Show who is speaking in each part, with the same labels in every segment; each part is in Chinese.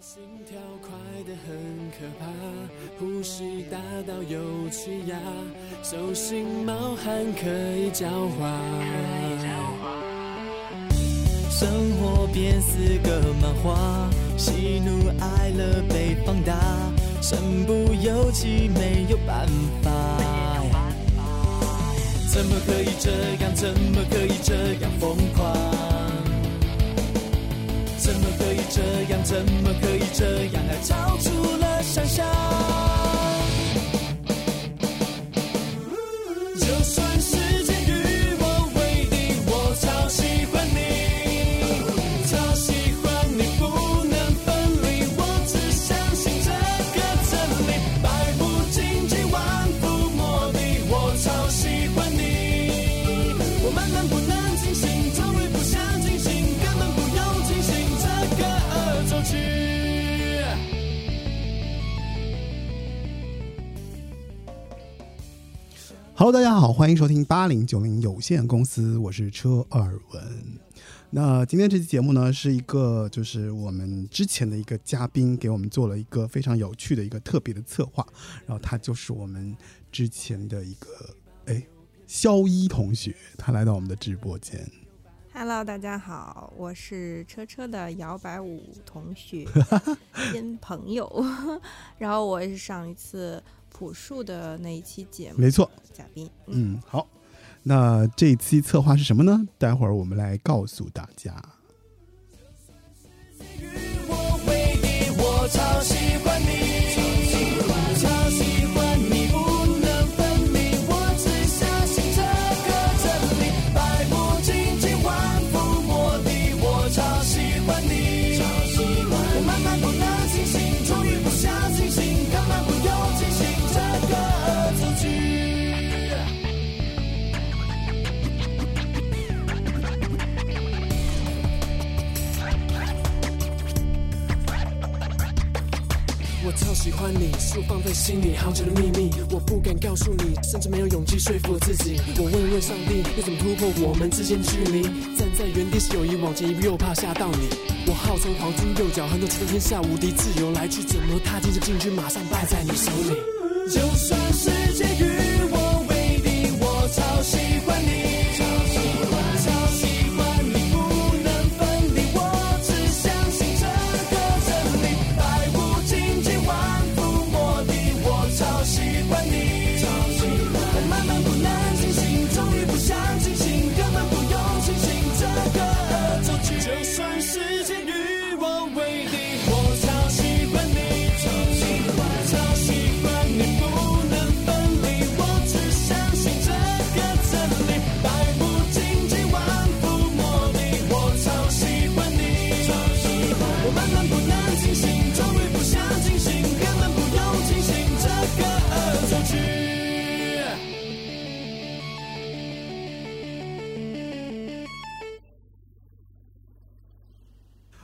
Speaker 1: 心跳快得很可怕，呼吸大到有气压，手心冒汗可以狡猾。生活变是个漫画，喜怒哀乐被放大，身不由己没有办法。怎么可以这样？怎么可以这样疯狂？怎么可以这样？怎么可以这样？还超出了想象。就算时间与我为敌，我超喜欢你，超喜欢你，不能分离。我只相信这个真理，百步荆棘，万夫莫敌。我超喜欢你，我慢慢不能清醒，终于不想清醒，根本不用清醒这个恶作剧。
Speaker 2: Hello，大家好，欢迎收听八零九零有限公司，我是车尔文。那今天这期节目呢，是一个就是我们之前的一个嘉宾给我们做了一个非常有趣的一个特别的策划，然后他就是我们之前的一个哎肖一同学，他来到我们的直播间。
Speaker 3: Hello，大家好，我是车车的摇摆舞同学 兼朋友，然后我也是上一次朴树的那一期节目
Speaker 2: 没错，
Speaker 3: 嘉宾，嗯，
Speaker 2: 嗯，好，那这一期策划是什么呢？待会儿我们来告诉大家。
Speaker 1: 与我为敌，我超喜欢你，超喜欢你，不能分离。我只相信这个真理，百步荆棘，万夫莫敌。我超喜欢你，我慢慢不能清醒，终于不想清醒，根本不用清醒这个恶作剧。我超喜欢你，是我放在心里好久的秘密，我不敢告诉你，甚至没有勇气说服我自己。我问问上帝，要怎么突破我们之间距离？站在原地是友谊，往前一步又怕吓到你。我号称黄金右脚，横着骑在天下无敌，自由来去，怎么踏进这禁区，马上败在你手里。就算世界与我为敌，我超喜欢你，超喜欢，超喜欢你，不能分离。我只相信这个真理，百无禁忌，万夫莫敌。我超喜欢你，超喜欢，我慢慢不能清醒，终于不想清醒，根本不用清醒这个恶作剧。就算世界与我为敌，我超喜欢你，超喜欢，超喜欢你，不能分离。我只相信这个真理，百无禁忌，万夫莫敌。我超喜欢你，超喜欢，我慢慢不能清醒，终于不想清醒，根本不用清醒这个恶作剧。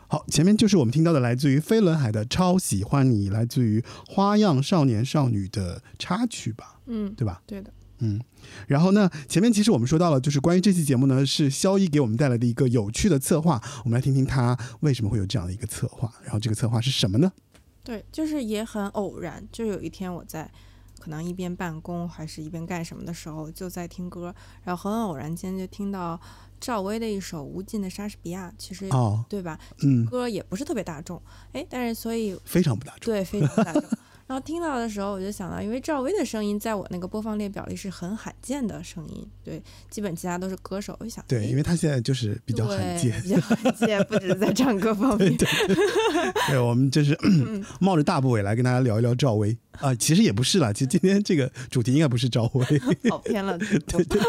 Speaker 2: 好，前面就是我们听到的来自于飞轮海的《超喜欢你》，来自于《花样少年少女》的插曲吧，对吧？
Speaker 3: 对的，
Speaker 2: 嗯。然后呢，前面其实我们说到了，就是关于这期节目呢，是肖一给我们带来的一个有趣的策划，我们来听听他为什么会有这样的一个策划，然后这个策划是什么呢？
Speaker 3: 对，就是也很偶然，就有一天我在可能一边办公还是一边干什么的时候，就在听歌，然后很偶然间就听到赵薇的一首《无尽的莎士比亚》，其实、
Speaker 2: 哦，
Speaker 3: 对吧？
Speaker 2: 嗯，
Speaker 3: 歌也不是特别大众，哎，但是所以
Speaker 2: 非常不大众，
Speaker 3: 对，非常大众。然后听到的时候，我就想到，因为赵薇的声音在我那个播放列表里是很罕见的声音，对，基本其他都是歌手。我就想，
Speaker 2: 对，因为他现在就是比
Speaker 3: 比
Speaker 2: 较罕见，
Speaker 3: 比较罕见，不只是在唱歌方面。
Speaker 2: 对， 我们 就是
Speaker 3: 嗯
Speaker 2: 嗯 冒着大不韪来跟大家聊一聊赵薇啊、其实也不是啦，其实今天这个主题应该不是赵 薇，
Speaker 3: 跑偏了。对对对。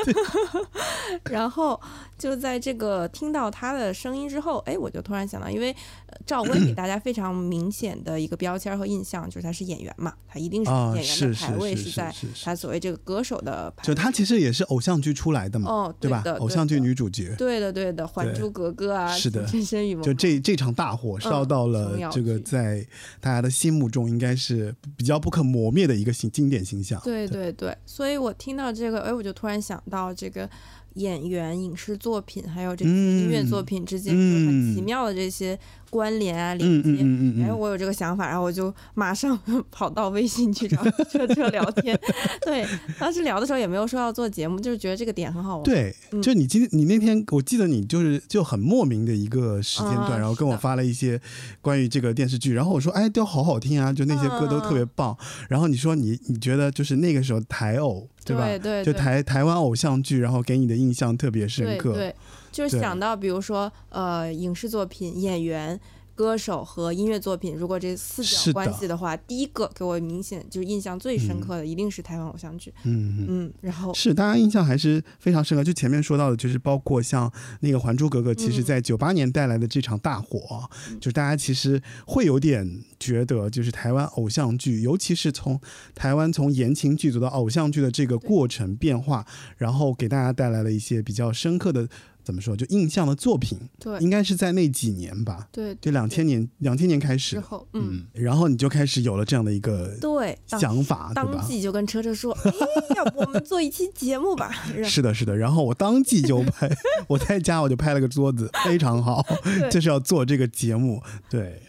Speaker 3: 然后就在这个听到他的声音之后，哎，我就突然想到，因为呃赵薇给大家非常明显的一个标签和印象就是她是演员嘛，她一定是
Speaker 2: 啊
Speaker 3: 演员
Speaker 2: 是
Speaker 3: 的
Speaker 2: 是
Speaker 3: 排位
Speaker 2: 是是
Speaker 3: 在
Speaker 2: 是是
Speaker 3: 她所谓这个歌手的排
Speaker 2: 就
Speaker 3: 位。
Speaker 2: 她其实也是偶像剧出来的嘛，
Speaker 3: 哦，
Speaker 2: 对吧？
Speaker 3: 的
Speaker 2: 偶像
Speaker 3: 对
Speaker 2: 剧
Speaker 3: 的
Speaker 2: 女主角，
Speaker 3: 对的，对的，《还
Speaker 2: 对
Speaker 3: 珠格格》啊，
Speaker 2: 是的
Speaker 3: 情深深雨蒙
Speaker 2: 就
Speaker 3: 蒙
Speaker 2: 这这场大火烧到
Speaker 3: 嗯琼
Speaker 2: 了
Speaker 3: 瑶
Speaker 2: 这个，
Speaker 3: 剧
Speaker 2: 在大家的心目中应该是比较不可磨灭的一个形经典形象。
Speaker 3: 对对对，所以我听到这个，哎，我就突然想到这个演员、影视作品，还有这些音乐作品之间有很奇妙的这些关联啊、
Speaker 2: 嗯
Speaker 3: 连
Speaker 2: 嗯
Speaker 3: 接。
Speaker 2: 嗯嗯
Speaker 3: 然后
Speaker 2: 嗯，
Speaker 3: 我有这个想法，然后我就马上 跑到微信去找 车车聊天。 对，当时聊的时候也没有说要做节目，就是觉得这个点很好玩。
Speaker 2: 对，
Speaker 3: 嗯
Speaker 2: 就你今天你那天，我记得你就是就很莫名的一个时间段，
Speaker 3: 啊
Speaker 2: 然后跟我
Speaker 3: 是的
Speaker 2: 发了一些关于这个电视剧，然后我说哎，都好好听啊，就那些歌都特
Speaker 3: 嗯
Speaker 2: 别棒。然后你说你你觉得就是那个时候台偶对吧？
Speaker 3: 对对，
Speaker 2: 就
Speaker 3: 对
Speaker 2: 台台湾偶像剧，然后给你的印象特别深
Speaker 3: 对
Speaker 2: 刻。
Speaker 3: 对，就是
Speaker 2: 对
Speaker 3: 想到比如说呃，影视作品、演员、歌手和音乐作品，如果这四
Speaker 2: 是
Speaker 3: 角
Speaker 2: 的
Speaker 3: 关系的话，第一个给我明显就是印象最深
Speaker 2: 嗯
Speaker 3: 刻的，一定是台湾偶像剧。
Speaker 2: 嗯嗯。
Speaker 3: 嗯，然后
Speaker 2: 是，大家印象还是非常深刻。就前面说到的，就是包括像那个《还珠格格》，其实
Speaker 3: 嗯
Speaker 2: 在九八年带来的这场大火，啊就是大家其实会有点觉得，就是台湾偶像剧，尤其是从台湾从言情剧组到偶像剧的这个过程变化，然后给大家带来了一些比较深刻的，怎么说，就印象的作品，
Speaker 3: 对
Speaker 2: 应该是在那几年吧，
Speaker 3: 对
Speaker 2: 就两千年，两千年开
Speaker 3: 之
Speaker 2: 始，
Speaker 3: 后，嗯，，
Speaker 2: 然后你就开始有了这样的一个
Speaker 3: 对，当
Speaker 2: 想法，对
Speaker 3: 当
Speaker 2: 吧？
Speaker 3: 即就跟车车说，哎，要不我们做一期节目 吧？然后
Speaker 2: 是的，是的。然后我当即就 拍，我在家我就拍了个桌子，非常好，就是要做这个节目。对，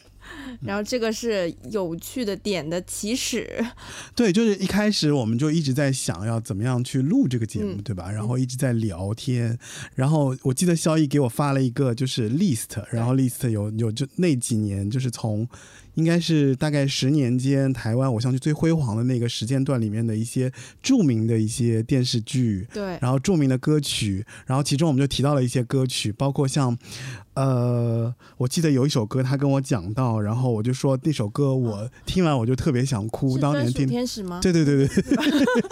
Speaker 3: 然后这个是有趣的点的 起始，
Speaker 2: 对，就是一开始我们就一直在想要怎么样去录这个节目，
Speaker 3: 嗯
Speaker 2: 对吧？然后一直在聊天。然后我记得萧逸给我发了一个就是 list，然后 list 有有就那几年就是从。应该是大概十年间台湾偶像剧最辉煌的那个时间段里面的一些著名的一些电视剧，
Speaker 3: 对，
Speaker 2: 然后著名的歌曲，然后其中我们就提到了一些歌曲，包括像，呃，我记得有一首歌他跟我讲到，然后我就说那首歌我听完我就特别想哭，
Speaker 3: 嗯是
Speaker 2: 当
Speaker 3: 专
Speaker 2: 年
Speaker 3: 属
Speaker 2: 听。
Speaker 3: 天使吗？
Speaker 2: 对对对对，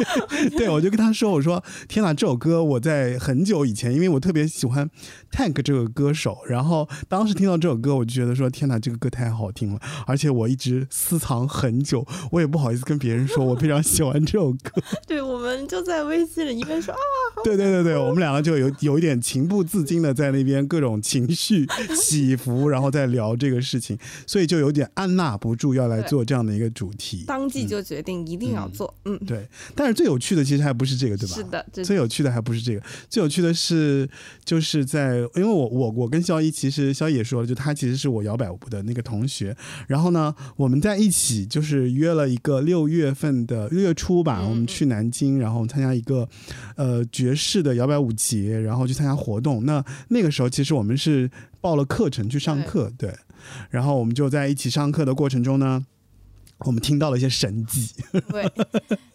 Speaker 2: 对我就跟他说，我说天哪，这首歌我在很久以前，因为我特别喜欢 Tank 这个歌手，然后当时听到这首歌，我就觉得说天哪，这个歌太好听了，而且我一直私藏很久，我也不好意思跟别人说我非常喜欢这首歌。
Speaker 3: 对，我们就在微信里一边
Speaker 2: 嗯
Speaker 3: 说啊，
Speaker 2: 对对对对，我们两个就有有一点情不自禁的在那边各种情绪起伏，然后再聊这个事 情，所以就有点按捺不住要来
Speaker 3: 对
Speaker 2: 做这样的一个主题。
Speaker 3: 当即就决定一定要
Speaker 2: 嗯
Speaker 3: 做，嗯，
Speaker 2: 对，但是最有趣的其实还不是这个，对吧？
Speaker 3: 是的，这
Speaker 2: 最有趣的还不是这个，最有趣的是，就是在因为我我我跟肖一其实肖一也说了，就他其实是我摇摆舞的那个同学，然后呢，我们在一起就是约了一个六月份的六月初吧，
Speaker 3: 嗯
Speaker 2: 我们去南京，然后我们参加一个呃爵士的摇摆舞节，然后去参加活动。那那个时候其实我们是报了课程去上课，对，然后我们就在一起上课的过程中呢。我们听到了一些神迹，
Speaker 3: 对，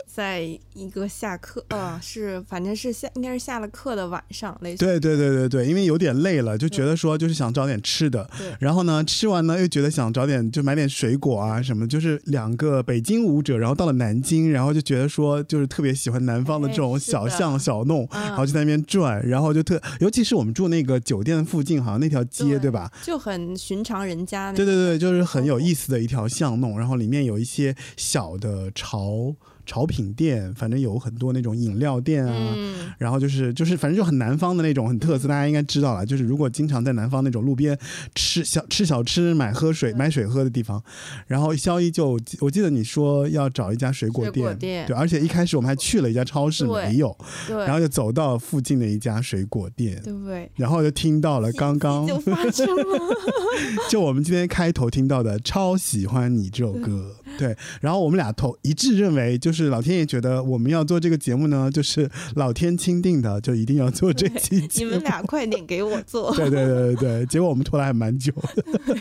Speaker 3: 在一个下课，呃，是反正是下应该是下了课的晚上，类似
Speaker 2: 对对对对对，因为有点累了，就觉得说就是想找点吃的
Speaker 3: 对，
Speaker 2: 然后呢吃完呢又觉得想找点就买点水果啊什么，就是两个北京舞者，然后到了南京，然后就觉得说就是特别喜欢南方的这种
Speaker 3: 哎是的
Speaker 2: 小巷小弄。
Speaker 3: 啊，
Speaker 2: 然后就在那边转，然后就特，尤其是我们住那个酒店附近，好像那条街对
Speaker 3: 对
Speaker 2: 吧？
Speaker 3: 就很寻常人家那
Speaker 2: 对
Speaker 3: 种
Speaker 2: 对对，就是很有意思的一条巷弄，然后里面有一些小的潮潮品店，反正有很多那种饮料店啊，
Speaker 3: 嗯，
Speaker 2: 然后就是就是反正就很南方的那种很特色，大家应该知道了。就是如果经常在南方那种路边吃小吃小吃、买喝水、
Speaker 3: 嗯
Speaker 2: 买水喝的地方，然后肖一就我记得你说要找一家水果
Speaker 3: 水
Speaker 2: 店，
Speaker 3: 果店
Speaker 2: 对，而且一开始我们还去了一家超市，
Speaker 3: 对
Speaker 2: 没有，啊然
Speaker 3: 嗯对
Speaker 2: 后就走到附近的一家水果店。
Speaker 3: 对，
Speaker 2: 然后就听到了刚刚
Speaker 3: 就发生了，
Speaker 2: 就我们今天开头听到的《超喜欢你》这首歌，
Speaker 3: 嗯
Speaker 2: 对。然后我们俩头一致认为，就是老天爷觉得我们要做这个节目呢，就是老天钦定的，就一定要做这期
Speaker 3: 你
Speaker 2: 节目
Speaker 3: 们。俩快点给我做，
Speaker 2: 对对对对对，结果我们拖了还蛮久的。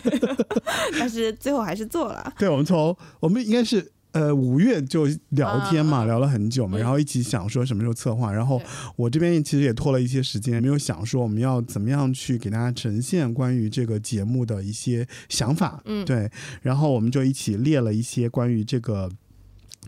Speaker 3: 但是最后还是做了，
Speaker 2: 对，我们从我们应该是呃五月就聊天嘛，
Speaker 3: 啊啊
Speaker 2: 聊了很久嘛，
Speaker 3: 嗯
Speaker 2: 然后一起想说什么时候策划，然后
Speaker 3: 对
Speaker 2: 我这边其实也拖了一些时间，没有想说我们要怎么样去给大家呈现关于这个节目的一些想法，
Speaker 3: 嗯
Speaker 2: 对，然后我们就一起列了一些关于这个。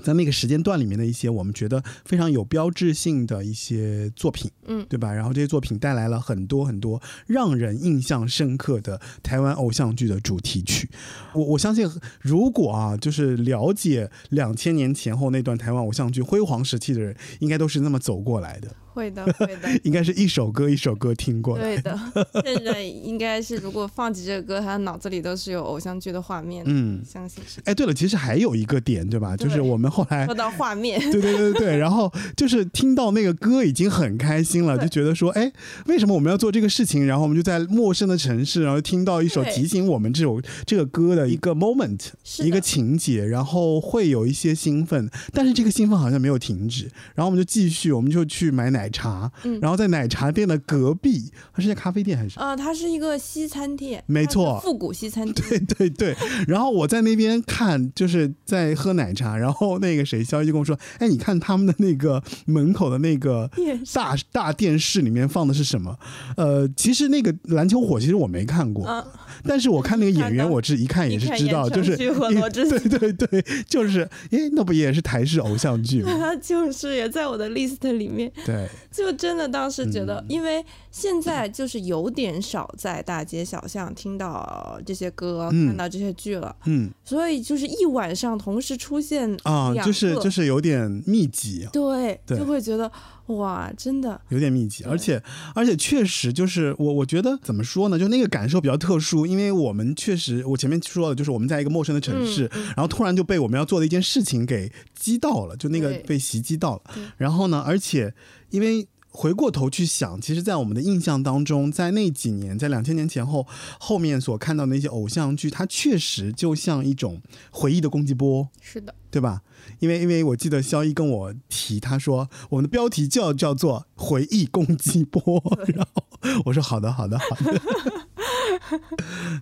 Speaker 2: 在那个时间段里面的一些我们觉得非常有标志性的一些作品，
Speaker 3: 嗯
Speaker 2: 对吧？然后这些作品带来了很多很多让人印象深刻的台湾偶像剧的主题曲。我我相信，如果啊，就是了解两千年前后那段台湾偶像剧辉煌时期的人，应该都是那么走过来的。
Speaker 3: 会的，会 的，
Speaker 2: 应该是一首歌一首歌听过来。
Speaker 3: 对的。 现在应该是，如果放起这个歌，他脑子里都是有偶像剧的画面。
Speaker 2: 嗯，
Speaker 3: 相信是。
Speaker 2: 哎，对了，其实还有一个点，对吧？就是
Speaker 3: 对
Speaker 2: 我们后来
Speaker 3: 说到画面，
Speaker 2: 对对对对对，然后就是听到那个歌已经很开心了，就觉得说，哎，为什么我们要做这个事情？然后我们就在陌生的城市，然后听到一首
Speaker 3: 对
Speaker 2: 提醒我们这首这个歌的一个 moment，
Speaker 3: 是
Speaker 2: 一个
Speaker 3: 的
Speaker 2: 情节，然后会有一些兴奋，但是这个兴奋好像没有停止，然后我们就继续，我们就去买奶茶，
Speaker 3: 嗯
Speaker 2: 然后在奶茶店的隔壁，它是家咖啡店还是？
Speaker 3: 呃，它是一个西餐厅，
Speaker 2: 没
Speaker 3: 它是
Speaker 2: 错
Speaker 3: 复古西餐厅。
Speaker 2: 对对对，然后我在那边看，就是在喝奶茶，然后那个谁肖一就跟我说：“哎，你看他们的那个门口的那个
Speaker 3: 电视
Speaker 2: 大大电视里面放的是什么？呃，其实那个篮球火其实我没看过，
Speaker 3: 啊，
Speaker 2: 但是我看那个演
Speaker 3: 看
Speaker 2: 员，
Speaker 3: 到
Speaker 2: 我是一看也
Speaker 3: 一
Speaker 2: 是
Speaker 3: 看
Speaker 2: 知
Speaker 3: 言
Speaker 2: 道，
Speaker 3: 承
Speaker 2: 就是
Speaker 3: 旭和罗志
Speaker 2: 对对对，就是哎，那不也是台式偶像剧吗？
Speaker 3: 它 就是也在我的 list 里面。
Speaker 2: 对，
Speaker 3: 就真的当时觉
Speaker 2: 嗯
Speaker 3: 得，因为现在就是有点少在大街小巷听到这些歌，
Speaker 2: 嗯
Speaker 3: 看到这些剧了，
Speaker 2: 嗯
Speaker 3: 所以就是一晚上同时出现
Speaker 2: 啊，
Speaker 3: 两
Speaker 2: 就是
Speaker 3: 个
Speaker 2: 就是有点密集，
Speaker 3: 对，
Speaker 2: 对
Speaker 3: 就会觉得哇，真的
Speaker 2: 有点密集，
Speaker 3: 对
Speaker 2: 而且而且确实就是我我觉得怎么说呢，就那个感受比较特殊，因为我们确实我前面说了，就是我们在一个陌生的城市，
Speaker 3: 嗯
Speaker 2: 然后突然就被我们要做的一件事情给击到了，就那个
Speaker 3: 对
Speaker 2: 被袭击到了
Speaker 3: 对。
Speaker 2: 然后呢，而且因为。回过头去想，其实，在我们的印象当中，在那几年，在两千年前后，后面所看到的那些偶像剧，它确实就像一种回忆的攻击波，
Speaker 3: 是的，
Speaker 2: 对吧？因为因为我记得肖一跟我提，他说我们的标题就要叫做“回忆攻击波”， 然后我说好的好的好的。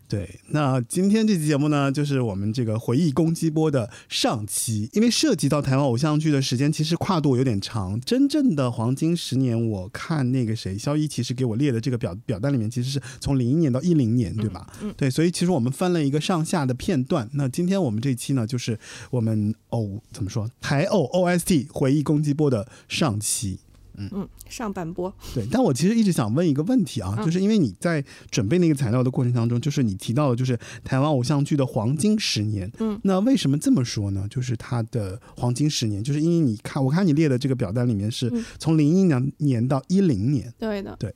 Speaker 2: 对，那今天这期节目呢，就是我们这个回忆攻击波的上期，因为涉及到台湾偶像剧的时间其实跨度有点长，真正的黄金十年，我看那个谁肖一其实给我列的这个表表单里面，其实是从零一年到一零年，对吧？
Speaker 3: 嗯，
Speaker 2: 对，所以其实我们翻了一个上下的片段。那今天我们这一期呢，就是我们偶怎么说台偶 OST 回忆攻击波的上期。
Speaker 3: 嗯，上半波，
Speaker 2: 对，但我其实一直想问一个问题啊，
Speaker 3: 嗯
Speaker 2: 就是因为你在准备那个材料的过程当中，就是你提到了就是台湾偶像剧的黄金十年。
Speaker 3: 嗯，
Speaker 2: 那为什么这么说呢？就是它的黄金十年，就是因为你看，我看你列的这个表单里面是
Speaker 3: 嗯
Speaker 2: 从零一年年到一零年。
Speaker 3: 对的，
Speaker 2: 对，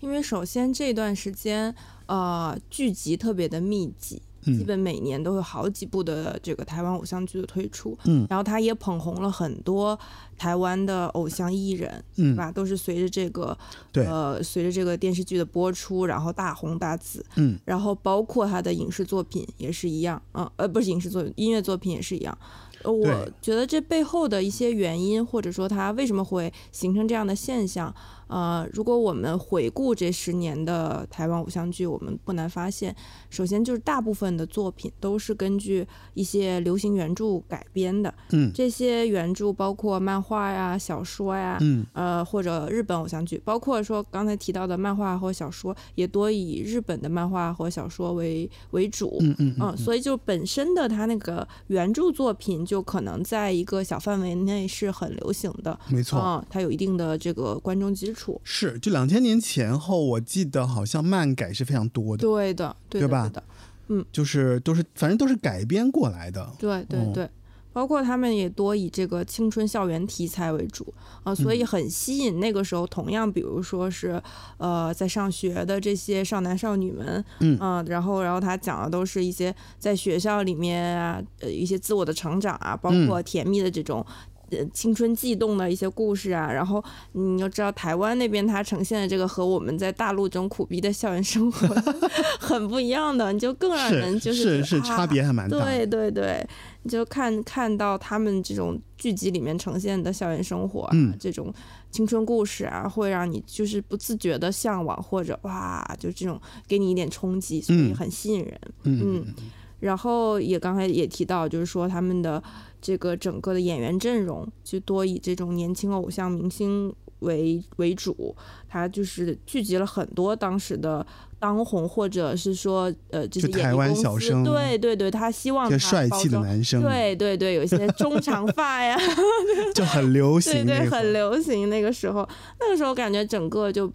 Speaker 3: 因为首先这段时间呃剧集特别的密集，基
Speaker 2: 嗯
Speaker 3: 本每年都有好几部的这个台湾偶像剧的推出，
Speaker 2: 嗯
Speaker 3: 然后他也捧红了很多台湾的偶像艺人，对
Speaker 2: 嗯
Speaker 3: 吧？都是随着这个
Speaker 2: 对
Speaker 3: 呃，随着这个电视剧的播出，然后大红大紫，
Speaker 2: 嗯
Speaker 3: 然后包括他的影视作品也是一样，嗯呃，不是影视作品，音乐作品也是一样。呃我
Speaker 2: 对
Speaker 3: 觉得这背后的一些原因，或者说它为什么会形成这样的现象，呃，如果我们回顾这十年的台湾偶像剧，我们不难发现，首先就是大部分的作品都是根据一些流行原著改编的，
Speaker 2: 嗯
Speaker 3: 这些原著包括漫画呀、小说呀，
Speaker 2: 嗯
Speaker 3: 呃，或者日本偶像剧，包括说刚才提到的漫画或小说，也多以日本的漫画或小说为为主。
Speaker 2: 嗯嗯
Speaker 3: 嗯，所以就本身的它那个原著作品，就可能在一个小范围内是很流行的，
Speaker 2: 嗯，没错。
Speaker 3: 嗯，它有一定的这个观众基础。
Speaker 2: 是，就两千年前后，我记得好像漫改是非常多的，
Speaker 3: 对的，对
Speaker 2: 对
Speaker 3: 的，
Speaker 2: 吧
Speaker 3: 对的，
Speaker 2: 就是都是反正都是改编过来的。
Speaker 3: 对
Speaker 2: 嗯
Speaker 3: 对对。包括他们也多以这个青春校园题材为主啊、所
Speaker 2: 嗯
Speaker 3: 以很吸引那个时候同样，比如说是呃在上学的这些少男少女们，呃
Speaker 2: 嗯
Speaker 3: 然后然后他讲的都是一些在学校里面啊，呃一些自我的成长啊，包
Speaker 2: 嗯
Speaker 3: 括甜蜜的这种。呃，青春悸动的一些故事啊，然后你要知道，台湾那边它呈现的这个和我们在大陆这种苦逼的校园生活 很不一样的，你就更让人
Speaker 2: 是
Speaker 3: 就是觉得
Speaker 2: 差
Speaker 3: 啊
Speaker 2: 别还蛮大的。
Speaker 3: 对对对，你就看看到他们这种剧集里面呈现的校园生活、啊，
Speaker 2: 嗯
Speaker 3: 这种青春故事啊，会让你就是不自觉的向往，或者哇，就这种给你一点冲击，所以
Speaker 2: 嗯
Speaker 3: 很吸引人。
Speaker 2: 嗯
Speaker 3: 嗯然后也刚才也提到，就是说他们的这个整个的演员阵容，就多以这种年轻偶像明星为为主，他就是聚集了很多当时的当红，或者是说呃，就是
Speaker 2: 就
Speaker 3: 演艺
Speaker 2: 台湾
Speaker 3: 公司
Speaker 2: 小生
Speaker 3: 对对对，他希望
Speaker 2: 这
Speaker 3: 他
Speaker 2: 帅气的
Speaker 3: 嗯包装。
Speaker 2: 男生
Speaker 3: 对对对，有一些中长发 呀，
Speaker 2: 就很流
Speaker 3: 对
Speaker 2: 行那
Speaker 3: 对，
Speaker 2: 会儿，
Speaker 3: 很流行。那个时候，那个时候感觉整个就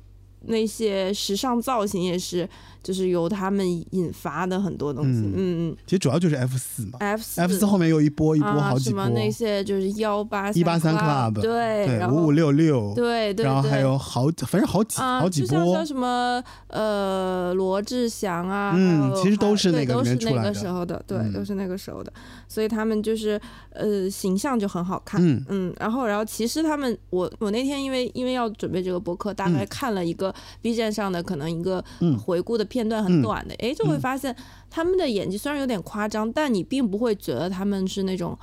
Speaker 3: 那些时尚造型也是，就是由他们引发的很多东西。嗯嗯
Speaker 2: 其实主要就是 F 四嘛
Speaker 3: ，F 四
Speaker 2: ，F 四后面又一波一波
Speaker 3: 啊
Speaker 2: 好几
Speaker 3: 什
Speaker 2: 波
Speaker 3: 么，那些就是幺八
Speaker 2: 183 club，
Speaker 3: 对
Speaker 2: 对
Speaker 3: 然
Speaker 2: 五
Speaker 3: 后
Speaker 2: 五六六，
Speaker 3: 对对，
Speaker 2: 然后还
Speaker 3: 对
Speaker 2: 有好反正好几
Speaker 3: 啊，
Speaker 2: 好几
Speaker 3: 就像
Speaker 2: 波
Speaker 3: 像，什么呃罗志祥啊，
Speaker 2: 嗯
Speaker 3: 还有
Speaker 2: 其实都是
Speaker 3: 还
Speaker 2: 那个
Speaker 3: 对
Speaker 2: 里
Speaker 3: 都
Speaker 2: 面出
Speaker 3: 是
Speaker 2: 来
Speaker 3: 那个
Speaker 2: 的
Speaker 3: 时候的，对，
Speaker 2: 嗯
Speaker 3: 都是那个时候的，所以他们就是呃形象就很好看，
Speaker 2: 嗯
Speaker 3: 嗯，然后然后其实他们我我那天因为因为要准备这个博客，大概看了一个 B 站上的可能一个
Speaker 2: 嗯
Speaker 3: 回顾的片段，
Speaker 2: 嗯
Speaker 3: 很短的，哎、就会
Speaker 2: 嗯
Speaker 3: 发现他们的演技虽然有点夸张，但你并不会觉得他们是那种。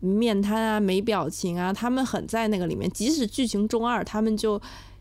Speaker 3: 面瘫啊，没表情啊，他们很在那个里面。即使剧情中二，他们就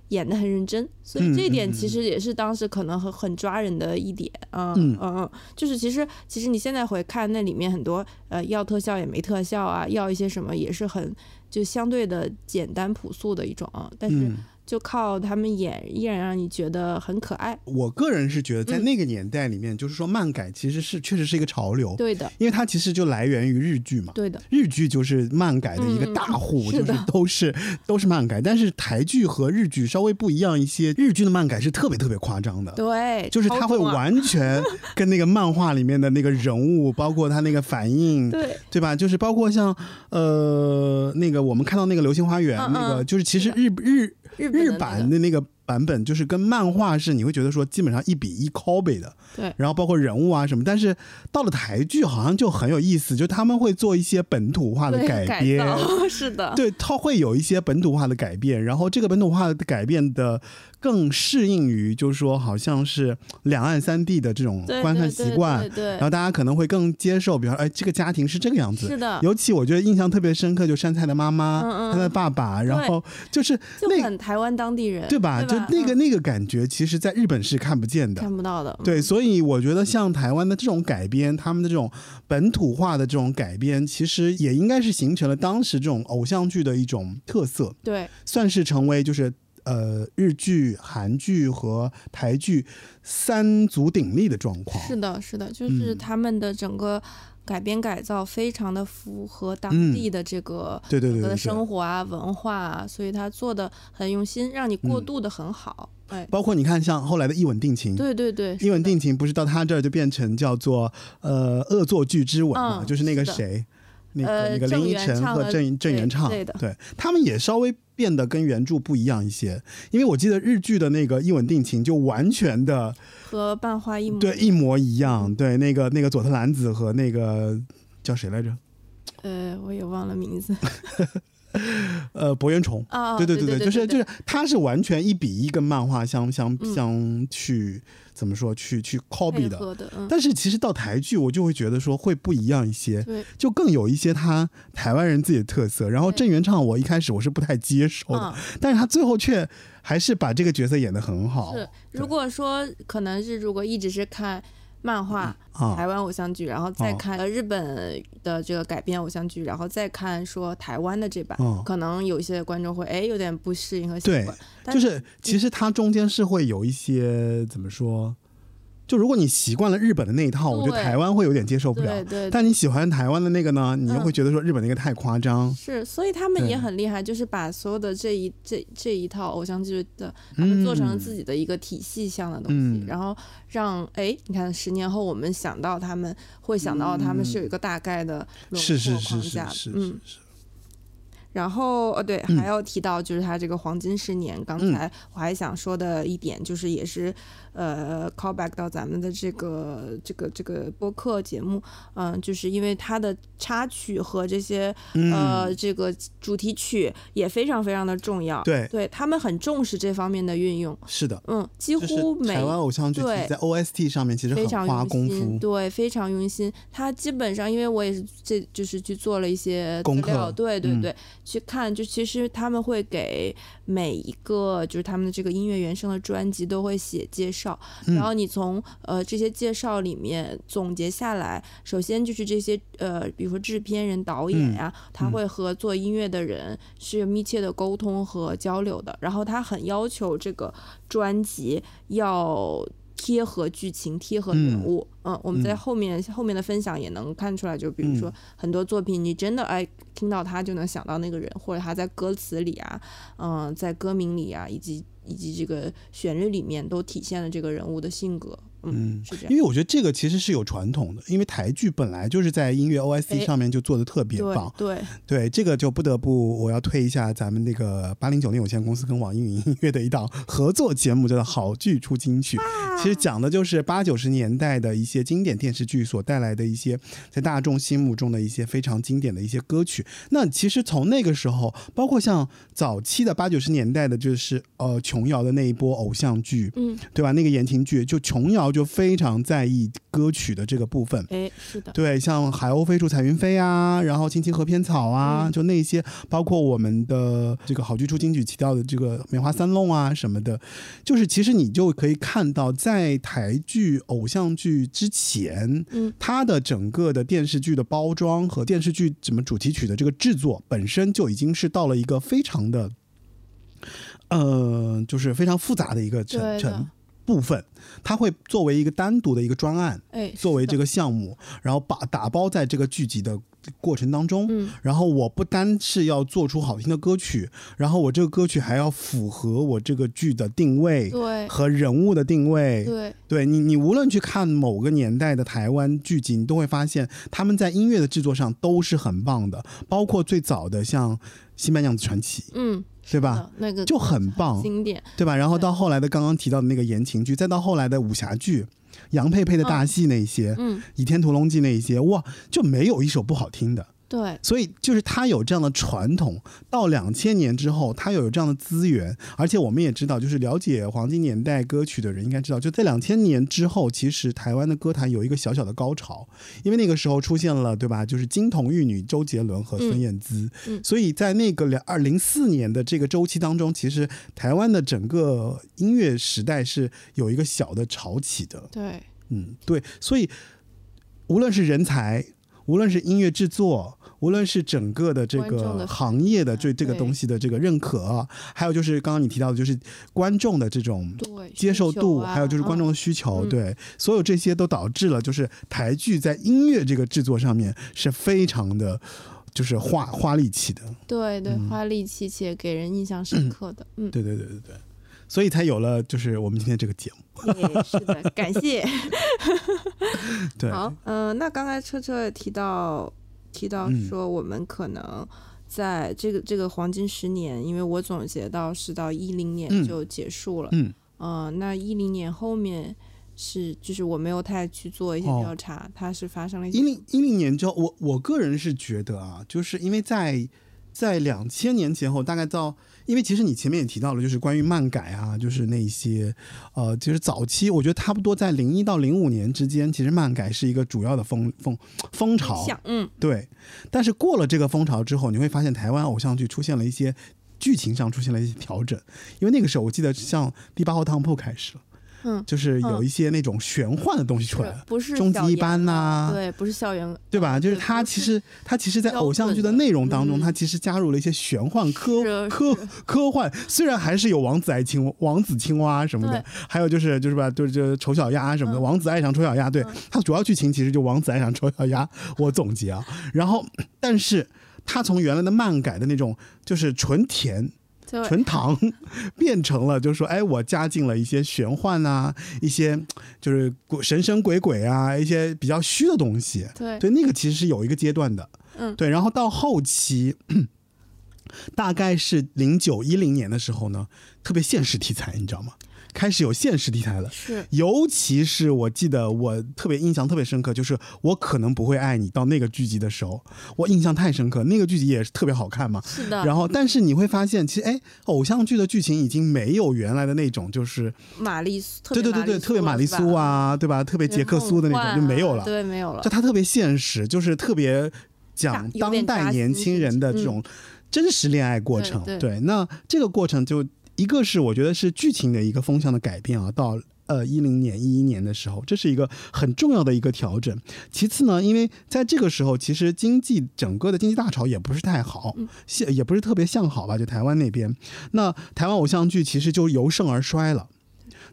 Speaker 3: 演的很认真，所以这
Speaker 2: 嗯
Speaker 3: 一
Speaker 2: 嗯
Speaker 3: 点
Speaker 2: 嗯
Speaker 3: 其实也是当时可能很很抓人的一点啊，
Speaker 2: 嗯
Speaker 3: 嗯嗯，就是其实其实你现在回看那里面很多呃要特效也没特效啊，要一些什么也是很就相对的简单朴素的一种啊，但是
Speaker 2: 嗯。
Speaker 3: 就靠他们演依然让你觉得很可爱，
Speaker 2: 我个人是觉得，在
Speaker 3: 嗯
Speaker 2: 那个年代里面，就是说漫改其实是确实是一个潮流，
Speaker 3: 对的
Speaker 2: 因为它其实就来源于日剧嘛。
Speaker 3: 对的，
Speaker 2: 日剧就是漫改的一个大户，
Speaker 3: 嗯是
Speaker 2: 就
Speaker 3: 的
Speaker 2: 是都是都是漫改，但是台剧和日剧稍微不一样一些。日剧的漫改是特别特别夸张的，
Speaker 3: 对，
Speaker 2: 啊就是
Speaker 3: 超
Speaker 2: 它会
Speaker 3: 重啊，
Speaker 2: 完全跟那个漫画里面的那个人物，包括他那个反应，
Speaker 3: 对
Speaker 2: 对吧？就是包括像呃那个我们看到那个《流星花园》
Speaker 3: 嗯
Speaker 2: 那个，
Speaker 3: 嗯
Speaker 2: 就是其实
Speaker 3: 是的
Speaker 2: 日日
Speaker 3: 日本的
Speaker 2: 日
Speaker 3: 那
Speaker 2: 版
Speaker 3: 个
Speaker 2: 的那个版本，就是跟漫画是你会觉得说基本上一比一 copy 的，
Speaker 3: 对
Speaker 2: 然后包括人物啊什么，但是到了台剧好像就很有意思，就他们会做一些本土化的
Speaker 3: 对
Speaker 2: 改
Speaker 3: 改
Speaker 2: 编。
Speaker 3: 造 是的，
Speaker 2: 对，它会有一些本土化的改变，然后这个本土化的改变的更适应于，就是说好像是两岸三地的这种
Speaker 3: 对
Speaker 2: 观看
Speaker 3: 对
Speaker 2: 习惯，
Speaker 3: 对对
Speaker 2: 然后大家可能会更接受，比方说，哎，这个家庭是这个样子。
Speaker 3: 是的
Speaker 2: 尤其我觉得印象特别深刻，就杉菜的妈妈，
Speaker 3: 嗯嗯
Speaker 2: 她的爸爸，然后就是
Speaker 3: 就
Speaker 2: 那
Speaker 3: 很台湾当地人，
Speaker 2: 对吧？就那个、
Speaker 3: 嗯
Speaker 2: 那个感觉，其实在日本是看不见的。
Speaker 3: 看不到的，嗯
Speaker 2: 对，所以我觉得像台湾的这种改编，他们的这种本土化的这种改编，其实也应该是形成了当时这种偶像剧的一种特色，
Speaker 3: 对
Speaker 2: 算是成为就是呃日剧、韩剧和台剧三足鼎立的状况。
Speaker 3: 是的，是的，就是
Speaker 2: 嗯
Speaker 3: 他们的整个改编改造非常的符合当
Speaker 2: 嗯
Speaker 3: 地的这个
Speaker 2: 对对对
Speaker 3: 整个
Speaker 2: 对对
Speaker 3: 的生活啊、文化啊，所以他做的很用心，让你过
Speaker 2: 嗯
Speaker 3: 渡的很好。哎，
Speaker 2: 包括你看，像后来的《一吻定情》，
Speaker 3: 对对对，
Speaker 2: 《一吻定情》不是到他这儿就变成叫做呃恶作剧之吻嘛，
Speaker 3: 嗯
Speaker 2: 就是那个
Speaker 3: 是的
Speaker 2: 谁，那个、
Speaker 3: 呃
Speaker 2: 那个
Speaker 3: 郑
Speaker 2: 林依
Speaker 3: 元
Speaker 2: 晨
Speaker 3: 畅
Speaker 2: 和
Speaker 3: 和
Speaker 2: 郑郑
Speaker 3: 对
Speaker 2: 元畅，
Speaker 3: 对的
Speaker 2: 他们也稍微变得跟原著不一样一些，因为我记得日剧的那个《一吻定情》就完全的
Speaker 3: 和漫画一模
Speaker 2: 对一模一样，对那个那个佐藤蓝子和那个叫谁来着？
Speaker 3: 呃，我也忘了名字
Speaker 2: 呃，博元崇。
Speaker 3: 啊。
Speaker 2: 对
Speaker 3: 对
Speaker 2: 对
Speaker 3: 对嗯
Speaker 2: 对，就是就是，它是完全一比一跟漫画相相相去怎么说去去 copy
Speaker 3: 配
Speaker 2: 的，
Speaker 3: 合的，嗯，
Speaker 2: 但是其实到台剧，我就会觉得说会不一样一些，
Speaker 3: 对，
Speaker 2: 就更有一些他台湾人自己的特色。然后
Speaker 3: 对
Speaker 2: 郑元畅，我一开始我是不太接受的，
Speaker 3: 嗯。
Speaker 2: 但是他最后却还是把这个角色演得很好。
Speaker 3: 是，
Speaker 2: 对
Speaker 3: 如果说可能是如果一直是看漫画、
Speaker 2: 啊
Speaker 3: 台湾偶像剧，然后再
Speaker 2: 哦
Speaker 3: 看呃日本的这个改编偶像剧，然后再看说台湾的这版，
Speaker 2: 哦
Speaker 3: 可能有一些观众会哎有点不适应和习
Speaker 2: 对
Speaker 3: 惯。但
Speaker 2: 就是其实它中间是会有一些怎么说，就如果你习惯了日本的那一套，我觉得
Speaker 3: 对
Speaker 2: 台湾会有点接受不了
Speaker 3: 对。对嗯
Speaker 2: 但你喜欢台湾的那个呢，你又会觉得说日本那个太夸张。
Speaker 3: 是，所以他们
Speaker 2: 对
Speaker 3: 也很厉害，就是把所有的这一这这一套偶像剧的，他
Speaker 2: 嗯
Speaker 3: 们做成了自己的一个体系项的东西，
Speaker 2: 嗯
Speaker 3: 然后让哎，你看十年后我们想到他们会想到他们是有一个大概的
Speaker 2: 嗯
Speaker 3: 轮
Speaker 2: 是是
Speaker 3: 廓
Speaker 2: 是
Speaker 3: 框
Speaker 2: 是
Speaker 3: 架的，
Speaker 2: 是
Speaker 3: 嗯
Speaker 2: 是。是，
Speaker 3: 然后呃，对，
Speaker 2: 嗯
Speaker 3: 还要提到就是它这个黄金十年，刚
Speaker 2: 嗯
Speaker 3: 才我还想说的一点就是，也是呃，call back 到咱们的这个这个这个播客节目，嗯、就是因为它的插曲和这些呃、
Speaker 2: 嗯，
Speaker 3: 这个主题曲也非常非常的重要，
Speaker 2: 对
Speaker 3: 他们很重视这方面的运用，
Speaker 2: 是的。
Speaker 3: 嗯，几
Speaker 2: 就
Speaker 3: 乎
Speaker 2: 是
Speaker 3: 每
Speaker 2: 台湾偶像剧，其实
Speaker 3: 对
Speaker 2: 在 OST 上面其实
Speaker 3: 非
Speaker 2: 很
Speaker 3: 常
Speaker 2: 花
Speaker 3: 用
Speaker 2: 功
Speaker 3: 心，
Speaker 2: 夫。
Speaker 3: 对，非常用心。他基本上，因为我也是这就是去做了一些资
Speaker 2: 功
Speaker 3: 料，
Speaker 2: 课
Speaker 3: 对对
Speaker 2: 嗯
Speaker 3: 对，去看。就其实他们会给每一个就是他们的这个音乐原声的专辑都会写介绍，
Speaker 2: 嗯
Speaker 3: 然后你从呃这些介绍里面总结下来，首先就是这些呃，比如说制片人、导演呀、他
Speaker 2: 嗯
Speaker 3: 会和做音乐的人是有密切的沟通和交流的，然后他很要求这个专辑要贴合剧情、贴合人物。嗯，我们在后面后面的分享也能看出来，就比如
Speaker 2: 嗯
Speaker 3: 说很多作品，你真的哎听到他就能想到那个人，或者他在歌词里啊，嗯、在歌名里啊，以及以及这个旋律里面都体现了这个人物的性格。嗯，是这样
Speaker 2: 因。为我觉得这个其实是有传统的，因为台剧本来就是在音乐 OST
Speaker 3: 哎
Speaker 2: 上面就做的特别棒，
Speaker 3: 对对，
Speaker 2: 对，这个就不得不我要推一下咱们那个八零九零有限公司跟网易云音乐的一档合作节目，叫做《好剧出金曲》。其实讲的就是八九十年代的一些经典电视剧所带来的一些在大众心目中的一些非常经典的一些歌曲。那其实从那个时候，包括像早期的八九十年代的，就是呃琼瑶的那一波偶像剧，
Speaker 3: 嗯，
Speaker 2: 对吧？那个言情剧，就琼瑶就非常在意歌曲的这个部分。
Speaker 3: 哎，是的，
Speaker 2: 对，像海鸥飞处彩云飞啊，然后青青河边草啊，
Speaker 3: 嗯
Speaker 2: 就那些，包括我们的这个好剧出金曲提到的这个梅花三弄啊什么的，就是其实你就可以看到，在台剧、偶像剧之前，
Speaker 3: 嗯，
Speaker 2: 它的整个的电视剧的包装和电视剧怎么主题曲的这个制作本身就已经是到了一个非常的，呃，就是非常复杂的一个
Speaker 3: 对
Speaker 2: 成
Speaker 3: 的
Speaker 2: 成部分，它会作为一个单独的一个专案。
Speaker 3: 哎，
Speaker 2: 作为这
Speaker 3: 个，
Speaker 2: 个项目，然后把打包在这个剧集的过程当中。
Speaker 3: 嗯，
Speaker 2: 然后我不单是要做出好听的歌曲，然后我这个歌曲还要符合我这个剧的定位
Speaker 3: 对
Speaker 2: 和人物的定位。
Speaker 3: 对，
Speaker 2: 对你，你无论去看某个年代的台湾剧集，你都会发现他们在音乐的制作上都是很棒的，包括最早的像《新白娘子传奇》，
Speaker 3: 嗯，
Speaker 2: 对
Speaker 3: 是
Speaker 2: 吧？
Speaker 3: 的，那个
Speaker 2: 啊就很棒，
Speaker 3: 经典，
Speaker 2: 对吧？然后
Speaker 3: 对
Speaker 2: 到后来的刚刚提到的那个言情剧，再到后来的武侠剧，杨佩佩的大戏那一些，
Speaker 3: 嗯，
Speaker 2: 《倚天屠龙记》那一些，哇，就没有一首不好听的。
Speaker 3: 对，
Speaker 2: 所以就是它有这样的传统，到两千年之后，它有这样的资源，而且我们也知道，就是了解黄金年代歌曲的人应该知道，就在两千年之后，其实台湾的歌坛有一个小小的高潮，因为那个时候出现了，对吧？就是金童玉女周杰伦和孙燕姿，
Speaker 3: 嗯嗯
Speaker 2: 所以在那个两二零四年的这个周期当中，其实台湾的整个音乐时代是有一个小的潮起的。
Speaker 3: 对，
Speaker 2: 嗯，对，所以无论是人才，无论是音乐制作，无论是整个的这
Speaker 3: 观众
Speaker 2: 个
Speaker 3: 的
Speaker 2: 行业的
Speaker 3: 反
Speaker 2: 对这个
Speaker 3: 馈
Speaker 2: 东西的这个认可啊，还有就是刚刚你提到的，就是观众的这种
Speaker 3: 对，
Speaker 2: 接
Speaker 3: 需
Speaker 2: 受
Speaker 3: 求
Speaker 2: 度，
Speaker 3: 啊
Speaker 2: 还有就是观众，的需求，
Speaker 3: 嗯
Speaker 2: 对，所有这些都导致了，就是台剧在音乐这个制作上面是非常的，就是花花力气的，
Speaker 3: 嗯对对，花力气且给人印象深刻的， 嗯，
Speaker 2: 对对对对对，所以才有了就是我们今天这个节目，
Speaker 3: 也是的，感谢。
Speaker 2: 对，
Speaker 3: 好，嗯、那刚才车车也提到提到
Speaker 2: 嗯
Speaker 3: 说，我们可能在这个、这个黄金十年，因为我总结到是到一零
Speaker 2: 嗯
Speaker 3: 年就结束了，
Speaker 2: 嗯
Speaker 3: 嗯、那一零年后面是就是我没有太去做一些
Speaker 2: 哦
Speaker 3: 调查，它是发生了一些
Speaker 2: 一零一零年之后，我我个人是觉得啊，就是因为在在两千年前后，大概到，因为其实你前面也提到了，就是关于漫改啊，就是那一些呃，其实早期我觉得差不多在零一到零五年之间，其实漫改是一个主要的风风风潮，
Speaker 3: 像嗯
Speaker 2: 对。但是过了这个风潮之后，你会发现台湾偶像剧出现了一些剧情上出现了一些调整，因为那个时候我记得像第八号汤铺开始了，
Speaker 3: 嗯，
Speaker 2: 就是有一些那种玄幻的东西出来了。
Speaker 3: 不是
Speaker 2: 终
Speaker 3: 校
Speaker 2: 极一
Speaker 3: 园
Speaker 2: 班
Speaker 3: 了
Speaker 2: 呐、
Speaker 3: 对，不是校园，
Speaker 2: 对吧？就是
Speaker 3: 对
Speaker 2: 他
Speaker 3: 不
Speaker 2: 其
Speaker 3: 是
Speaker 2: 实他其实，在
Speaker 3: 标
Speaker 2: 偶像
Speaker 3: 准
Speaker 2: 剧的
Speaker 3: 的
Speaker 2: 内容当中，
Speaker 3: 嗯
Speaker 2: 他其实加入了一些玄幻科
Speaker 3: 是
Speaker 2: 科
Speaker 3: 是
Speaker 2: 科幻，虽然还是有王子爱青王子青蛙什么的
Speaker 3: 对，
Speaker 2: 还有就是就是吧，就是就是丑小鸭什么的，
Speaker 3: 嗯
Speaker 2: 王子爱上丑小鸭，对，它主要剧情其实就王子爱上丑小鸭，我总结啊，然后但是。他从原来的漫改的那种，就是纯甜、
Speaker 3: 对
Speaker 2: 纯糖，变成了就是说，哎，我加进了一些玄幻啊，一些就是鬼神神鬼鬼啊，一些比较虚的东西。
Speaker 3: 对
Speaker 2: 对，那个其实是有一个阶段的，
Speaker 3: 嗯
Speaker 2: 对，然后到后期， 大概是零九一零年的时候呢，特别现实题材，你知道吗？开始有现实题材了。
Speaker 3: 是
Speaker 2: 尤其是我记得我特别印象特别深刻，就是我可能不会爱你到那个剧集的时候，我印象太深刻。那个剧集也是特别好看嘛，
Speaker 3: 是的，
Speaker 2: 然后但是你会发现，其实哎，偶像剧的剧情已经没有原来的那种，就是
Speaker 3: 玛丽苏，特
Speaker 2: 对对
Speaker 3: 别
Speaker 2: 对
Speaker 3: 玛丽
Speaker 2: 对，
Speaker 3: 苏
Speaker 2: 特别
Speaker 3: 了
Speaker 2: 玛丽
Speaker 3: 是吧
Speaker 2: 苏，啊，对吧？特别
Speaker 3: 特
Speaker 2: 杰克苏的
Speaker 3: 啊
Speaker 2: 那种就没有了。
Speaker 3: 对，没有了
Speaker 2: 就，他特别现实，就是特别
Speaker 3: 大
Speaker 2: 讲
Speaker 3: 有
Speaker 2: 当
Speaker 3: 点
Speaker 2: 代
Speaker 3: 扎
Speaker 2: 年
Speaker 3: 心
Speaker 2: 轻人的
Speaker 3: 嗯
Speaker 2: 这种真实恋爱过
Speaker 3: 对
Speaker 2: 程。
Speaker 3: 对
Speaker 2: 那这个过程就一个是我觉得是剧情的一个风向的改变啊，到。呃，一零年、一一年的时候，这是一个很重要的一个调整。其次呢，因为在这个时候，其实经济整个的经济大潮也不是太好，
Speaker 3: 嗯
Speaker 2: 向、也不是特别向好吧，就台湾那边。那台湾偶像剧其实就由盛而衰了。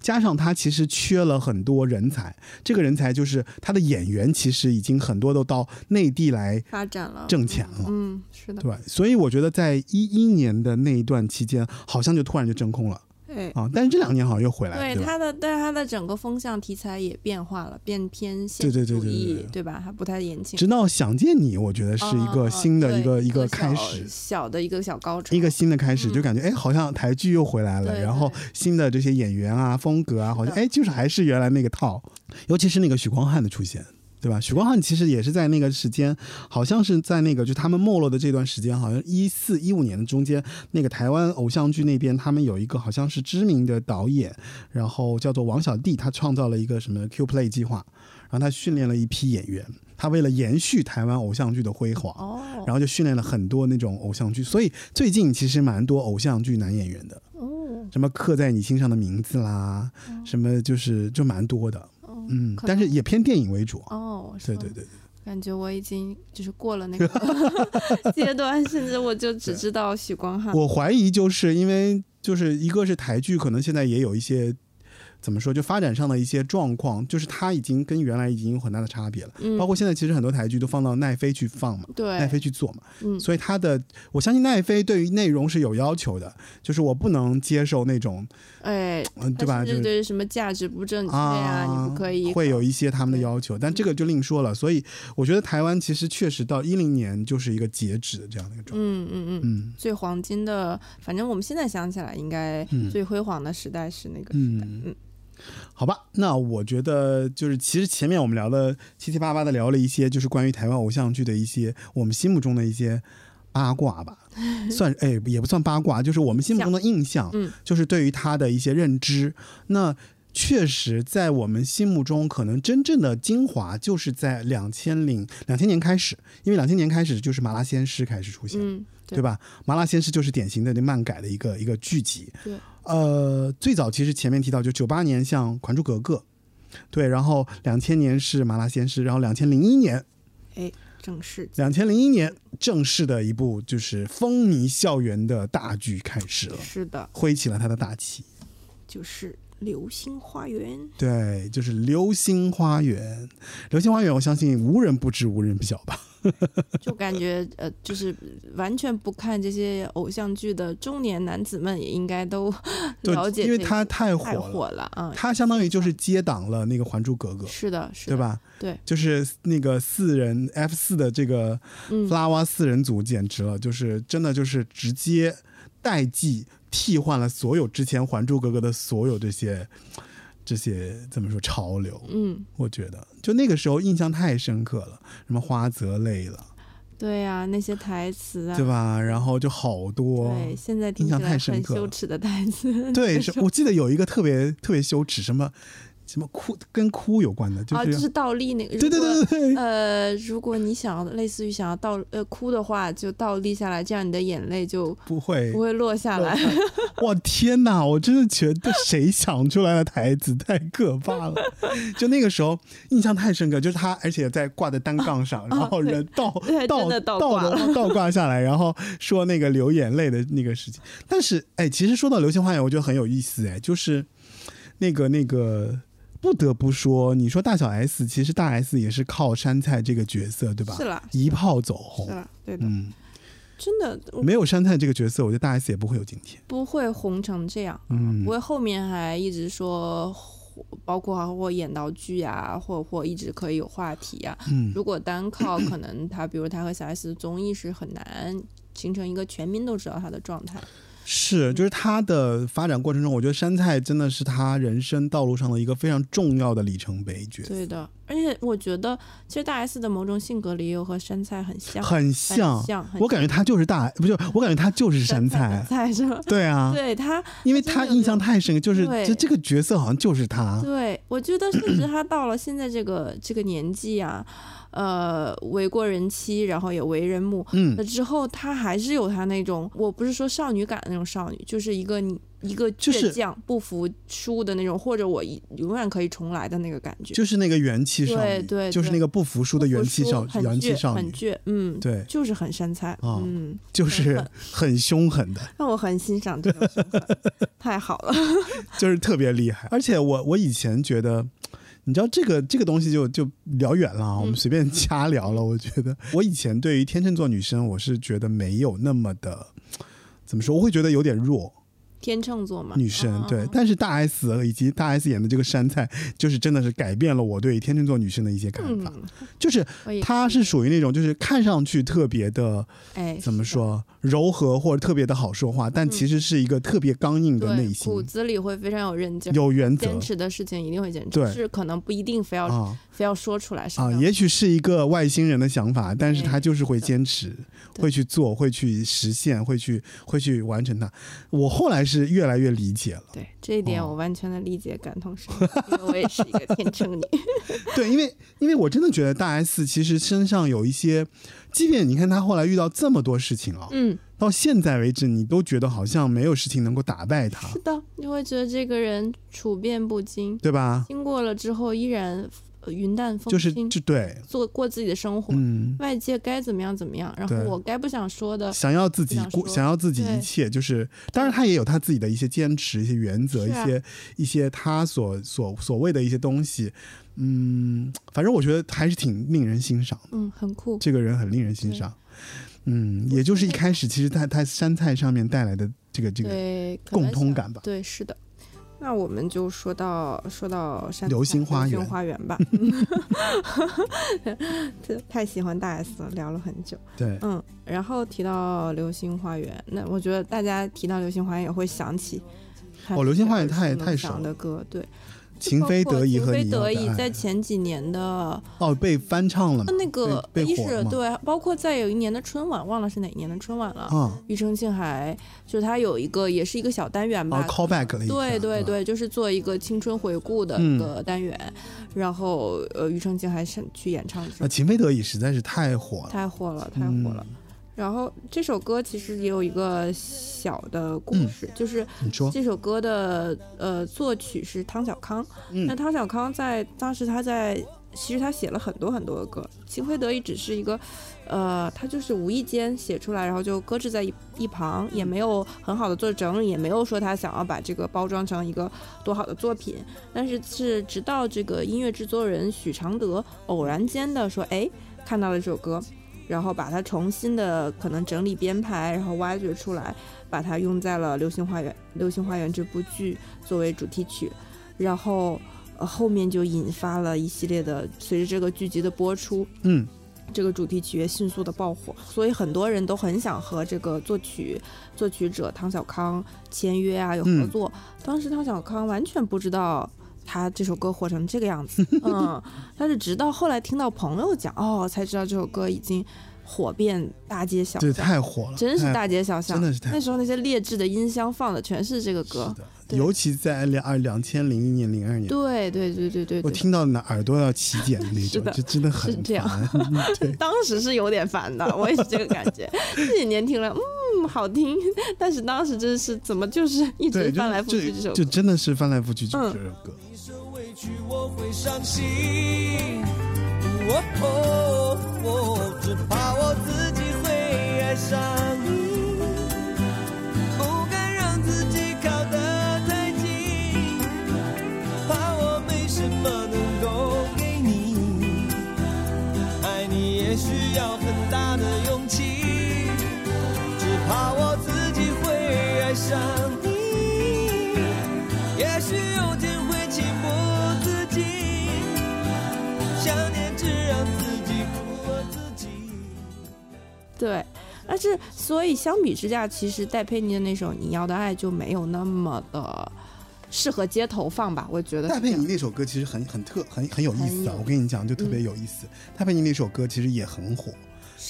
Speaker 2: 加上他其实缺了很多人才，这个人才就是他的演员，其实已经很多都到内地来
Speaker 3: 发展了，
Speaker 2: 挣钱了。
Speaker 3: 嗯，是的，
Speaker 2: 对，所以我觉得在一一年的那一段期间，好像就突然就真空了
Speaker 3: 哎，
Speaker 2: 啊，但是这两年好像又回来了，
Speaker 3: 对
Speaker 2: 对吧？
Speaker 3: 它的，但是它的整个风向题材也变化了，变偏现
Speaker 2: 对
Speaker 3: 实
Speaker 2: 对对对
Speaker 3: 主
Speaker 2: 对
Speaker 3: 义
Speaker 2: 对，
Speaker 3: 对吧？它不太严谨
Speaker 2: 直，到想见你，我觉得是一个
Speaker 3: 嗯
Speaker 2: 新的
Speaker 3: 对
Speaker 2: 一个、一
Speaker 3: 一
Speaker 2: 个开
Speaker 3: 小
Speaker 2: 始，
Speaker 3: 小的一个小高潮，
Speaker 2: 一个新的开始，就感觉哎，好像台剧又回来了，
Speaker 3: 嗯对嗯
Speaker 2: 然后新的这些演员啊、风格啊，好像
Speaker 3: 是的
Speaker 2: 哎，就是还是原来那个套，尤其是那个许光汉的出现。对吧？许光汉其实也是在那个时间，好像是在那个就他们没落的这段时间，好像一四一五年的中间，那个台湾偶像剧那边，他们有一个好像是知名的导演，然后叫做王小弟，他创造了一个什么 Q Play 计划，然后他训练了一批演员，他为了延续台湾偶像剧的辉煌，
Speaker 3: 哦，
Speaker 2: 然后就训练了很多那种偶像剧，所以最近其实蛮多偶像剧男演员的，
Speaker 3: 哦，
Speaker 2: 什么刻在你心上的名字啦，什么就是就蛮多的，
Speaker 3: 哦
Speaker 2: 嗯，
Speaker 3: 可
Speaker 2: 但
Speaker 3: 能
Speaker 2: 是也偏电影为主啊。
Speaker 3: 哦，我
Speaker 2: 对
Speaker 3: 说
Speaker 2: 对对，
Speaker 3: 感觉我已经就是过了 那个阶段，甚至我就只知道许光汉。
Speaker 2: 我怀疑就是因为就是一个是台剧，可能现在也有一些怎么说，就发展上的一些状况，就是它已经跟原来已经有很大的差别了。
Speaker 3: 嗯
Speaker 2: 包括现在其实很多台剧都放到奈飞去放嘛，奈
Speaker 3: 对，
Speaker 2: 飞去做嘛，
Speaker 3: 嗯
Speaker 2: 所以它的我相信奈飞对于内容是有要求的，就是我不能接受那种
Speaker 3: 哎，
Speaker 2: 嗯，对吧？
Speaker 3: 他
Speaker 2: 就是
Speaker 3: 甚至对什么价值不正确啊，你不可以
Speaker 2: 会有一些他们的要求，但这个就另说了。所以我觉得台湾其实确实到一零年就是一个截止的这样的一个状态。
Speaker 3: 嗯嗯嗯，
Speaker 2: 嗯
Speaker 3: 最黄金的，反正我们现在想起来，应该
Speaker 2: 嗯
Speaker 3: 最辉煌的时代是那个时代。
Speaker 2: 嗯，
Speaker 3: 嗯
Speaker 2: 好吧，那我觉得就是其实前面我们聊的七七八八的聊了一些，就是关于台湾偶像剧的一些我们心目中的一些。八卦 吧，算哎也不算八卦，就是我们心目中的印象，
Speaker 3: 嗯
Speaker 2: 就是对于他的一些认知。那确实，在我们心目中，可能真正的精华就是在两千零两千年开始，因为两千年开始就是麻辣鲜师开始出现，
Speaker 3: 嗯，
Speaker 2: 对？吧？麻辣鲜师就是典型的那漫改的一个一个剧集。
Speaker 3: 对，
Speaker 2: 呃，最早其实前面提到，就九八年像《还珠格格》，对，然后两千年是麻辣鲜师，然后两千零一年，
Speaker 3: 哎，正是
Speaker 2: 两千零一年正式的一部就是风靡校园的大剧开始了，
Speaker 3: 是的，
Speaker 2: 挥起了他的大旗。
Speaker 3: 就是《流星花园》。
Speaker 2: 对，就是《流星花园》，《流星花园》，我相信无人不知，无人不晓吧？
Speaker 3: 就感觉呃，就是完全不看这些偶像剧的中年男子们也应该都
Speaker 2: 对
Speaker 3: 了，解这个，
Speaker 2: 因为它太火
Speaker 3: 太
Speaker 2: 了，
Speaker 3: 火了啊！
Speaker 2: 它相当于就是接档了那个《还珠格格》。
Speaker 3: 是的，是
Speaker 2: 对
Speaker 3: 的？
Speaker 2: 吧？
Speaker 3: 对，
Speaker 2: 就是那个四人 F 四的这个
Speaker 3: 嗯
Speaker 2: 弗，拉瓦四人组，简直了，就是真的就是直接代际替换了所有之前《还珠格格》的所有这些这些怎么说潮流。
Speaker 3: 嗯，
Speaker 2: 我觉得就那个时候印象太深刻了，什么花泽类了，
Speaker 3: 对呀、那些台词啊，
Speaker 2: 对吧？然后就好多。
Speaker 3: 对现在听
Speaker 2: 印
Speaker 3: 起
Speaker 2: 象
Speaker 3: 来
Speaker 2: 太深
Speaker 3: 很
Speaker 2: 刻
Speaker 3: 羞
Speaker 2: 了
Speaker 3: 耻的台词，
Speaker 2: 对， 是我记得有一个特别特别羞耻，什么什么哭跟哭有关的，就
Speaker 3: 啊，
Speaker 2: 是、
Speaker 3: 就是倒立那个，
Speaker 2: 对对对对
Speaker 3: 对。
Speaker 2: 对，
Speaker 3: 呃，如果你想要类似于想要倒呃哭的话，就倒立下来，这样你的眼泪就
Speaker 2: 不会
Speaker 3: 不会落下来。
Speaker 2: 我天哪！我真的觉得谁想出来的台词太可 怕了。就那个时候印象太深刻，就是他，而且在挂在单杠上，然后人倒
Speaker 3: 哦 对
Speaker 2: 倒
Speaker 3: 真的
Speaker 2: 倒
Speaker 3: 倒
Speaker 2: 倒
Speaker 3: 挂
Speaker 2: 的倒挂下来，然后说那个流眼泪的那个事情。但是，哎，其实说到《流星花园》，我觉得很有意思，哎，就是那个那个。不得不说，你说大小 S，其实大 S 也是靠杉菜这个角色，对吧？
Speaker 3: 是啦，
Speaker 2: 一炮走
Speaker 3: 是
Speaker 2: 红。
Speaker 3: 啦，对的，
Speaker 2: 嗯，
Speaker 3: 真的我
Speaker 2: 没有杉菜这个角色，我觉得大 S 也不会有今天。
Speaker 3: 不会红成这样。
Speaker 2: 嗯
Speaker 3: 不，会后面还一直说火，包括还或演到剧啊，或或一直可以有话题啊。
Speaker 2: 嗯
Speaker 3: 如果单靠可能他，比如他和小 S 的综艺是很难形成一个全民都知道他的状态。嗯
Speaker 2: 是，就是他的发展过程中，我觉得山菜真的是他人生道路上的一个非常重要的里程碑角色，
Speaker 3: 对的，而且我觉得其实大 S 的某种性格里也有和杉菜很像，
Speaker 2: 很
Speaker 3: 很
Speaker 2: 像。
Speaker 3: 像，很
Speaker 2: 我感觉他就是大，不是，我感觉他就是
Speaker 3: 像
Speaker 2: 山菜，
Speaker 3: 杉 菜是吧？
Speaker 2: 对啊，
Speaker 3: 对他，
Speaker 2: 因为
Speaker 3: 真
Speaker 2: 他
Speaker 3: 的有
Speaker 2: 印象
Speaker 3: 那
Speaker 2: 太深，就是
Speaker 3: 对
Speaker 2: 这这个角色好像就是他，
Speaker 3: 对我觉得甚至他到了现在这个这个年纪啊，呃，为过人妻，然后也为人母，
Speaker 2: 嗯
Speaker 3: 了之后，她还是有她那种，我不是说少女感的那种少女，就是一个你一个
Speaker 2: 就是
Speaker 3: 倔强、不服输的那种，或者我一永远可以重来的那个感觉。
Speaker 2: 就是那个元气少女，
Speaker 3: 对对
Speaker 2: 就是那个不服输的元气少
Speaker 3: 不服输
Speaker 2: 元
Speaker 3: 很
Speaker 2: 气
Speaker 3: 倔，
Speaker 2: 少
Speaker 3: 很
Speaker 2: 女，
Speaker 3: 倔，嗯，
Speaker 2: 对
Speaker 3: 就是很山菜，
Speaker 2: 啊
Speaker 3: 嗯，
Speaker 2: 就是很凶狠的，
Speaker 3: 那我很欣赏这种胸怀， 太好了，
Speaker 2: 就是特别厉害。而且我我以前觉得，你知道这个这个东西就就聊远了
Speaker 3: 嗯
Speaker 2: 啊，我们随便瞎聊了。我觉得我以前对于天秤座女生，我是觉得没有那么的。怎么说？我会觉得有点弱，
Speaker 3: 天秤座嘛，
Speaker 2: 女生
Speaker 3: 啊
Speaker 2: 对，但是大 S 以及大 S 演的这个杉菜，就是真的是改变了我对天秤座女生的一些看法。
Speaker 3: 嗯，
Speaker 2: 就是
Speaker 3: 我也
Speaker 2: 她是属于那种，就是看上去特别的，
Speaker 3: 哎，
Speaker 2: 怎么
Speaker 3: 是的？嗯
Speaker 2: 说柔和或者特别的好说话，但其实是一个特别刚硬的
Speaker 3: 对，
Speaker 2: 内
Speaker 3: 骨
Speaker 2: 心，
Speaker 3: 子里会非常有韧劲儿，
Speaker 2: 有原则
Speaker 3: 坚持的事情一定会坚持，
Speaker 2: 对
Speaker 3: 是可能不一定非要、
Speaker 2: 啊
Speaker 3: 非要说出来，是
Speaker 2: 啊，
Speaker 3: 非要
Speaker 2: 也许是一个外星人的想法，但是
Speaker 3: 对
Speaker 2: 他就是会坚持，
Speaker 3: 对
Speaker 2: 会去做，会去实现，会去会去完成它。我后来是越来越理解了，
Speaker 3: 对这一点
Speaker 2: 哦
Speaker 3: 我完全的理解、感同身受，因为我也是一个天秤 女，
Speaker 2: 对，因为因为我真的觉得大 S 其实身上有一些，即便你看她后来遇到这么多事情了，
Speaker 3: 嗯，
Speaker 2: 到现在为止，你都觉得好像没有事情能够打败她
Speaker 3: 是，的，你会觉得这个人处变不惊，
Speaker 2: 对吧？
Speaker 3: 经过了之后依然呃云淡风
Speaker 2: 就是
Speaker 3: 轻，
Speaker 2: 就对，
Speaker 3: 做过自己的生活，
Speaker 2: 嗯。
Speaker 3: 外界该怎么样怎么样，然后
Speaker 2: 对
Speaker 3: 我该不想说的，
Speaker 2: 想要自己
Speaker 3: 想
Speaker 2: 过，
Speaker 3: 说
Speaker 2: 想要自己
Speaker 3: 对
Speaker 2: 一切，就是当然他也有他自己的一些坚持、一些原则、
Speaker 3: 是
Speaker 2: 一
Speaker 3: 啊
Speaker 2: 些一些他所所所谓的一些东西。嗯，反正我觉得还是挺令人欣赏的，
Speaker 3: 嗯，很酷，
Speaker 2: 这个人很令人欣
Speaker 3: 对
Speaker 2: 赏。嗯，也就是一开始其实他他山菜上面带来的这个这个
Speaker 3: 对，可
Speaker 2: 共
Speaker 3: 能
Speaker 2: 通
Speaker 3: 想
Speaker 2: 感吧。
Speaker 3: 对，是的。那我们就说到说到山
Speaker 2: 流
Speaker 3: 菜
Speaker 2: 星花
Speaker 3: 流
Speaker 2: 园
Speaker 3: 星花园吧， 这太喜欢大 S 了，聊了很久。
Speaker 2: 对，
Speaker 3: 嗯，然后提到流星花园，那我觉得大家提到流星花园也会想起他
Speaker 2: 哦流星花园
Speaker 3: 耳熟
Speaker 2: 太
Speaker 3: 能
Speaker 2: 太
Speaker 3: 详
Speaker 2: 熟
Speaker 3: 的歌，对，
Speaker 2: 情非得已和
Speaker 3: 情非
Speaker 2: 你要
Speaker 3: 得
Speaker 2: 的
Speaker 3: 已在
Speaker 2: 爱
Speaker 3: 前几年的
Speaker 2: 哦被翻唱了嘛
Speaker 3: 呃？那个
Speaker 2: 被被
Speaker 3: 一
Speaker 2: 火
Speaker 3: 是
Speaker 2: 嘛
Speaker 3: 对，包括在有一年的春晚，忘了是哪一年的春晚了。
Speaker 2: 啊
Speaker 3: 庾澄庆还就是他有一个也是一个小单元吧
Speaker 2: 啊，，callback 了一下，嗯
Speaker 3: 对对
Speaker 2: 吧，
Speaker 3: 对，就是做一个青春回顾的
Speaker 2: 嗯
Speaker 3: 一个单元，然后呃，庾澄庆还上去演唱这
Speaker 2: 啊，嗯情非得已实在是太火了，
Speaker 3: 太火了，太火了。然后这首歌其实也有一个小的故事，就是
Speaker 2: 你嗯说，
Speaker 3: 这首歌的呃作曲是汤小康。那
Speaker 2: 嗯
Speaker 3: 汤小康在当时他在，其实他写了很多很多的歌，《情非得已》只是一个，呃，他就是无意间写出来，然后就搁置在一一旁，也没有很好的做整理，也没有说他想要把这个包装成一个多好的作品。但是是直到这个音乐制作人许常德偶然间的说，哎，看到了这首歌。然后把它重新的可能整理编排，然后挖掘出来，把它用在了《流星花园》《流星花园》这部剧作为主题曲，然后呃，后面就引发了一系列的，随着这个剧集的播出，
Speaker 2: 嗯，
Speaker 3: 这个主题曲也迅速的爆火，所以很多人都很想和这个作曲作曲者汤小康签约啊，有合
Speaker 2: 嗯
Speaker 3: 作。当时汤小康完全不知道。他这首歌火成这个 样子，嗯，他是直到后来听到朋友讲，哦，才知道这首歌已经火遍大街小
Speaker 2: 对，
Speaker 3: 巷，
Speaker 2: 太火了，
Speaker 3: 真是
Speaker 2: 太
Speaker 3: 大街小巷
Speaker 2: 真。的是太
Speaker 3: 那时候那些劣质的音箱放的全是这个歌，
Speaker 2: 是的，
Speaker 3: 对
Speaker 2: 尤其在两二两千零一年、零二年，
Speaker 3: 对对对对对
Speaker 2: 我
Speaker 3: 对，
Speaker 2: 听到哪耳朵要起茧的那
Speaker 3: 是
Speaker 2: 种，
Speaker 3: 的
Speaker 2: 就真的很
Speaker 3: 是这样
Speaker 2: 烦。 对，
Speaker 3: 当时是有点烦的，我也是这个感觉。这几年听了，嗯，好听，但是当时真是怎么就是一直
Speaker 2: 对，就
Speaker 3: 翻来覆去这
Speaker 2: 就
Speaker 3: 首
Speaker 2: 就
Speaker 3: 歌。
Speaker 2: 真的是翻来覆去这
Speaker 3: 嗯
Speaker 2: 这首歌。
Speaker 4: 一生委屈我会伤心，哦哦哦，只怕我自己会爱上你，不敢让自己靠得太近，怕我没什么能够给你，爱你也需要很大的勇气，只怕我自己会爱上你。也许有天会情不自禁，想念只让自己苦了自己。
Speaker 3: 对，但是所以相比之下，其实戴佩妮的那首《你要的爱》就没有那么的适合街头放吧，我觉得
Speaker 2: 戴
Speaker 3: 是这
Speaker 2: 佩妮
Speaker 3: 样。
Speaker 2: 那首歌其实很很特很很有意思啊
Speaker 3: 很有，嗯
Speaker 2: 我跟你讲，就特别有意思。戴佩妮那首歌其实也很火，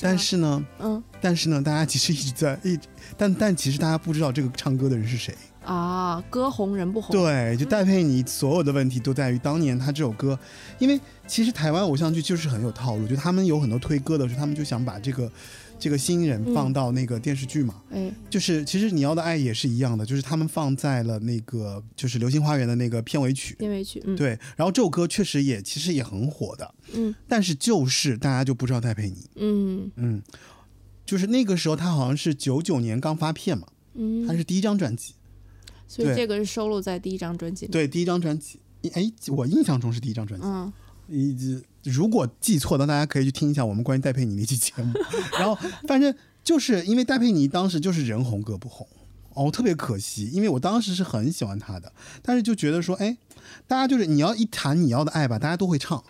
Speaker 2: 但
Speaker 3: 吗
Speaker 2: 是呢，
Speaker 3: 嗯
Speaker 2: 但是呢，大家其实一直在一直，但但其实大家不知道这个唱歌的人是谁。
Speaker 3: 啊、啊，歌红人不红，
Speaker 2: 对，就戴佩妮所有的问题都在于当年她这首歌，因为其实台湾偶像剧就是很有套路，就他们有很多推歌的时候，他们就想把这个这个新人放到那个电视剧嘛，
Speaker 3: 哎，
Speaker 2: 就是其实你要的爱也是一样的，就是他们放在了那个就是《流星花园》的那个片尾曲，
Speaker 3: 片尾曲，嗯，
Speaker 2: 对，然后这首歌确实也其实也很火的，
Speaker 3: 嗯
Speaker 2: 但是就是大家就不知道戴佩妮，
Speaker 3: 嗯
Speaker 2: 嗯，就是那个时候她好像是九九年刚发片嘛，她
Speaker 3: 嗯，
Speaker 2: 是第一张专辑，
Speaker 3: 所以
Speaker 2: 对
Speaker 3: 这个是收录在第一张专辑里，
Speaker 2: 对，第一张专辑，哎，我印象中是第一张专辑。
Speaker 3: 嗯，
Speaker 2: 以及如果记错的，大家可以去听一下我们关于戴佩妮那期节目。 然后，反正就是因为戴佩妮当时就是人红歌不红，哦，特别可惜，因为我当时是很喜欢她的，但是就觉得说，哎，大家就是你要一谈你要的爱吧，大家都会唱。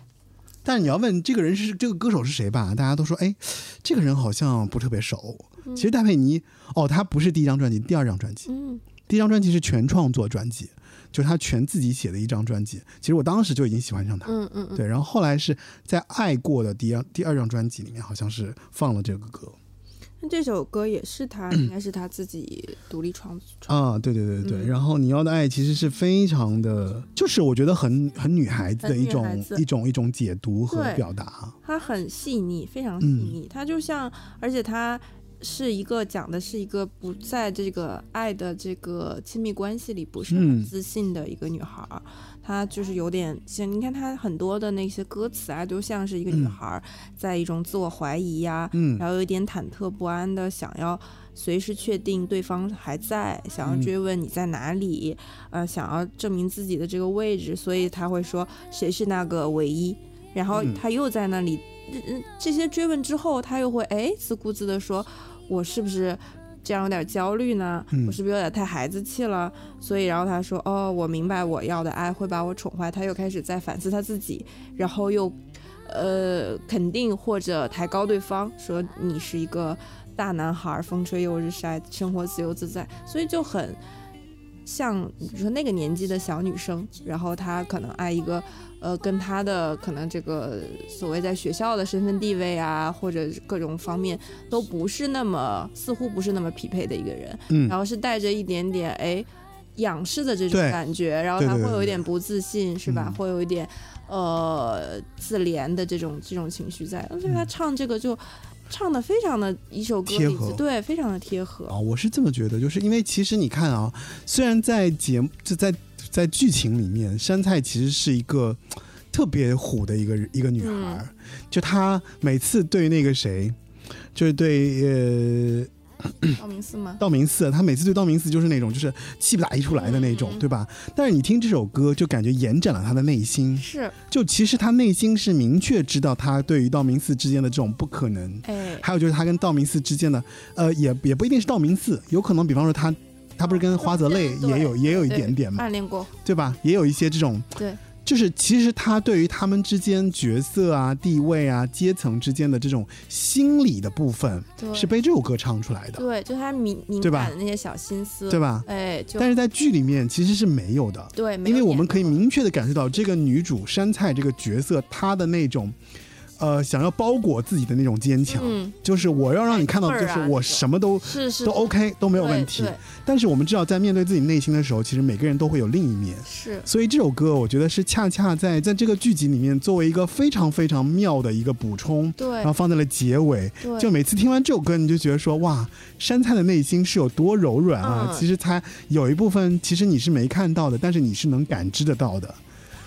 Speaker 2: 但是你要问这个人是这个歌手是谁吧，大家都说哎，这个人好像不特别熟。其实戴佩妮哦，她不是第一张专辑，第二张专辑，
Speaker 3: 嗯
Speaker 2: 第一张专辑是全创作专辑，就是她全自己写的一张专辑。其实我当时就已经喜欢上她了。
Speaker 3: 嗯嗯嗯，
Speaker 2: 对，然后后来是在《爱过》的第二第二张专辑里面，好像是放了这个歌。
Speaker 3: 那这首歌也是他，应该是他自己独立创创，
Speaker 2: 啊，对对对对对。
Speaker 3: 嗯
Speaker 2: 然后你要的爱其实是非常的，就是我觉得很很女孩子的
Speaker 3: 很
Speaker 2: 一
Speaker 3: 女
Speaker 2: 种
Speaker 3: 孩子
Speaker 2: 一种一种解读和
Speaker 3: 对
Speaker 2: 表达。
Speaker 3: 他很细腻，非常细
Speaker 2: 嗯
Speaker 3: 腻，他就像，而且他。是一个讲的是一个不在这个爱的这个亲密关系里不
Speaker 2: 嗯
Speaker 3: 是很自信的一个女孩儿，她就是有点像你看她很多的那些歌词啊，都像是一个女
Speaker 2: 嗯
Speaker 3: 孩儿在一种自我怀疑呀、
Speaker 2: 嗯
Speaker 3: 然后有一点忐忑不安的，想要随时确定对方还在，想要
Speaker 2: 嗯
Speaker 3: 追问你在哪里，呃，想要证明自己的这个位置，所以他会说谁是那个唯一，然后
Speaker 2: 嗯
Speaker 3: 他又在那里，嗯嗯这些追问之后，他又会哎自顾自的说，我是不是？这样有点焦虑呢，
Speaker 2: 嗯
Speaker 3: 我是不是有点太孩子气了？所以，然后他说：“哦，我明白我要的爱会把我宠坏。”他又开始在反思他自己，然后又呃肯定或者抬高对方，说你是一个大男孩，风吹又日晒，生活自由自在，所以就很像你说那个年纪的小女生，然后她可能爱一个呃跟她的可能这个所谓在学校的身份地位啊，或者各种方面都不是那么似乎不是那么匹配的一个人，
Speaker 2: 嗯
Speaker 3: 然，后是带着一点点哎仰视的这种
Speaker 2: 对
Speaker 3: 感觉，然后
Speaker 2: 对
Speaker 3: 他
Speaker 2: 对
Speaker 3: 会
Speaker 2: 对
Speaker 3: 有
Speaker 2: 对
Speaker 3: 一点不自信，是吧
Speaker 2: 嗯？
Speaker 3: 会有一点呃自怜的这种这种情绪在，所以他唱这个就唱的非常的一首歌
Speaker 2: 嗯贴
Speaker 3: 里
Speaker 2: 合
Speaker 3: 子，对，非常的贴合
Speaker 2: 啊，，我是这么觉得，就是因为其实你看啊，虽然在节目就在在剧情里面，山菜其实是一个特别虎的一个一个女
Speaker 3: 嗯
Speaker 2: 孩儿，就她每次对那个谁，就是对呃
Speaker 3: 道明寺吗？
Speaker 2: 道明寺，他每次对道明寺就是那种就是气不打一处来的那种，
Speaker 3: 嗯
Speaker 2: 对吧？但是你听这首歌，就感觉延展了他的内心。
Speaker 3: 是，
Speaker 2: 就其实他内心是明确知道他对于道明寺之间的这种不可能，
Speaker 3: 哎，
Speaker 2: 还有就是他跟道明寺之间的，呃，也也不一定是道明寺，有可能比方说他，他不是跟花泽类
Speaker 3: 对
Speaker 2: 也有也有一
Speaker 3: 对哎
Speaker 2: 点点嘛，
Speaker 3: 暗恋过，
Speaker 2: 对吧？也有一些这种，
Speaker 3: 对，
Speaker 2: 就是其实他对于他们之间角色啊、地位啊、阶层之间的这种心理的部分，
Speaker 3: 对，
Speaker 2: 是被这首歌唱出来的，
Speaker 3: 对，就他敏敏
Speaker 2: 对吧
Speaker 3: 感的那些小心思，
Speaker 2: 对吧？
Speaker 3: 哎，就
Speaker 2: 但是在剧里面其实是没有的，
Speaker 3: 对，没
Speaker 2: 因为
Speaker 3: 有
Speaker 2: 我们
Speaker 3: 演
Speaker 2: 可以明确的感受到这个女主山菜这个角色她的那种，呃，想要包裹自己的那种坚强，
Speaker 3: 嗯，
Speaker 2: 就是我要让你看到，
Speaker 3: 哎
Speaker 2: 就
Speaker 3: 味儿啊
Speaker 2: 是我
Speaker 3: 那种
Speaker 2: 什么都。
Speaker 3: 是是
Speaker 2: 都 OK 都没
Speaker 3: 没
Speaker 2: 有问题，但是我们知道，在面对自己内心的时候，其实每个人都会有另一面，
Speaker 3: 是，
Speaker 2: 所以这首歌我觉得是恰恰在在这个剧集里面作为一个非常非常妙的一个补充，
Speaker 3: 对
Speaker 2: 然后放在了结尾，
Speaker 3: 对，
Speaker 2: 就每次听完这首歌，你就觉得说哇，山菜的内心是有多柔软啊！
Speaker 3: 嗯
Speaker 2: 其实它有一部分，其实你是没看到的，但是你是能感知得到的。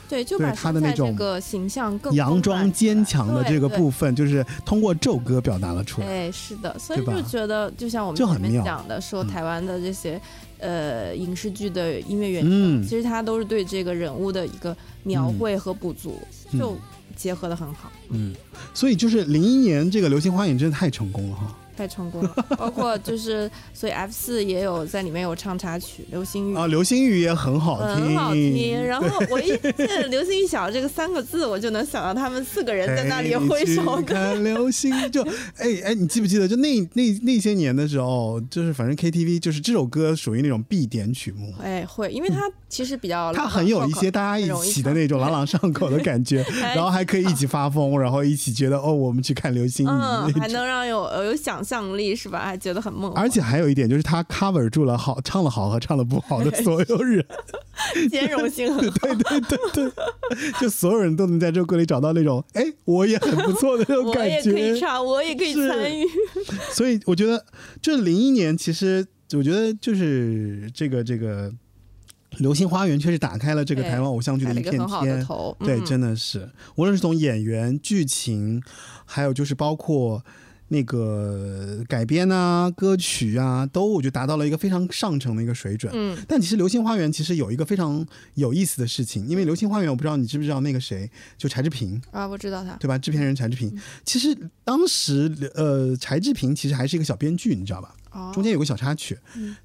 Speaker 3: 对，就
Speaker 2: 对
Speaker 3: 把
Speaker 2: 他的
Speaker 3: 现在
Speaker 2: 那种
Speaker 3: 这个形象更丰
Speaker 2: 佯
Speaker 3: 满
Speaker 2: 装
Speaker 3: 起来
Speaker 2: 坚强的
Speaker 3: 对
Speaker 2: 这个
Speaker 3: 对
Speaker 2: 部分，就是通过这首歌表达了出来。
Speaker 3: 哎，是的，所以
Speaker 2: 对吧
Speaker 3: 就觉得，就像我们
Speaker 2: 就很
Speaker 3: 前面
Speaker 2: 妙
Speaker 3: 讲的，说
Speaker 2: 嗯
Speaker 3: 台湾的这些、呃影视剧的音乐原声，
Speaker 2: 嗯
Speaker 3: 其，实它都是对这个人物的一个描绘和补足，
Speaker 2: 嗯
Speaker 3: 就结合的很好，
Speaker 2: 嗯，所以就是零一年这个《流星花园》真的太成功了哈！
Speaker 3: 太成功了。包括就是，所以 F 四也有在里面有唱插曲《流星雨》
Speaker 2: 啊，《流星雨》也很好听，
Speaker 3: 很好听，然后我一见“流星雨小”这个三个字，我就能想到他们 四个人在那里
Speaker 2: 哎
Speaker 3: 挥手
Speaker 2: 你去
Speaker 3: 跟
Speaker 2: 看流星，就哎哎，你记不记得？就那那那些年的时候，就是反正 KTV 就是这首歌属于那种必点曲目，
Speaker 3: 哎，会，因为它其实 比较
Speaker 2: 它很有一些大家一起的那种朗朗上口的感觉，
Speaker 3: 哎
Speaker 2: 然后还可以一起发疯，然后一起觉得哦，我们去看流星雨
Speaker 3: 嗯，还
Speaker 2: 那种。
Speaker 3: 能让有有想想象力是吧？还觉得很梦幻，
Speaker 2: 而且还有一点就是他 cover 住了好唱了好和唱了不好的 所有人，
Speaker 3: 兼容性 很好。
Speaker 2: 对对对对，就所有人都能在这歌里找到那种哎我也很不错的那种
Speaker 3: 我
Speaker 2: 感
Speaker 3: 也可以
Speaker 2: 觉。
Speaker 3: 唱，我也可以
Speaker 2: 是
Speaker 3: 参与。
Speaker 2: 所以我觉得这零一年其实我觉得就是这个这个《流星花园》确实打开了这个
Speaker 3: 对
Speaker 2: 台湾偶像剧
Speaker 3: 开
Speaker 2: 的
Speaker 3: 哎了一个
Speaker 2: 片
Speaker 3: 很好的
Speaker 2: 天。
Speaker 3: 头，
Speaker 2: 对，
Speaker 3: 嗯
Speaker 2: 真的是，无论是从演员、剧情，还有就是包括那个改编啊、歌曲啊，都我觉得达到了一个非常上乘的一个水准。
Speaker 3: 嗯，
Speaker 2: 但其实《流星花园》其实有一个非常有意思的事情，因为《流星花园》，我不知道你知不知道那个谁，就柴智屏，
Speaker 3: 啊，我知道他，
Speaker 2: 对吧？制片人柴智
Speaker 3: 嗯
Speaker 2: 屏，其实当时呃，柴智屏其实还是一个小编剧，你知道吧？
Speaker 3: 哦，嗯
Speaker 2: 中间有个小插曲，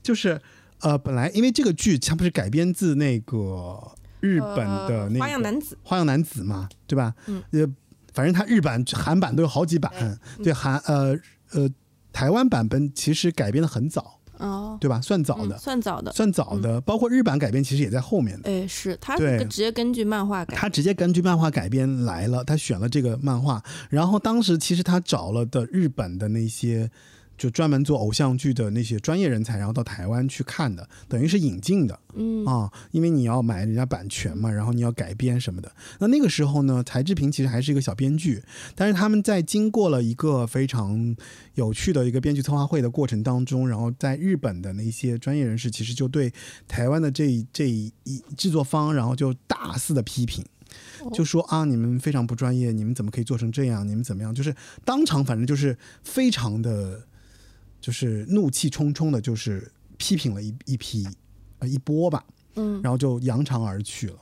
Speaker 2: 就是呃，本来因为这个剧它不是改编自那个日本的
Speaker 3: 呃
Speaker 2: 那个
Speaker 3: 花样男子，
Speaker 2: 花样男子》嘛，对吧？
Speaker 3: 嗯，
Speaker 2: 呃，反正它日版、韩版都有好几版，对韩呃呃台湾版本其实改编的很早，
Speaker 3: 哦，
Speaker 2: 对吧？算早
Speaker 3: 嗯
Speaker 2: 的，
Speaker 3: 算早的，
Speaker 2: 算早的，包括日版改编其实也在后面的。
Speaker 3: 哎，是，他
Speaker 2: 对
Speaker 3: 是直接根据漫画改，
Speaker 2: 他直接根据漫画改编来了，他选了这个漫画，然后当时其实他找了的日本的那些。就专门做偶像剧的那些专业人才，然后到台湾去看的，等于是引进的
Speaker 3: 嗯，
Speaker 2: 啊、因为你要买人家版权嘛，然后你要改编什么的。那那个时候呢，柴智屏其实还是一个小编剧，但是他们在经过了一个非常有趣的一个编剧策划会的过程当中，然后在日本的那些专业人士其实就对台湾的这一这一制作方，然后就大肆的批评。就说啊，你们非常不专业，你们怎么可以做成这样？你们怎么样？就是当场，反正就是非常的，就是怒气冲冲的，就是批评了一一批，呃，一波吧，
Speaker 3: 嗯，
Speaker 2: 然后就扬长而去了。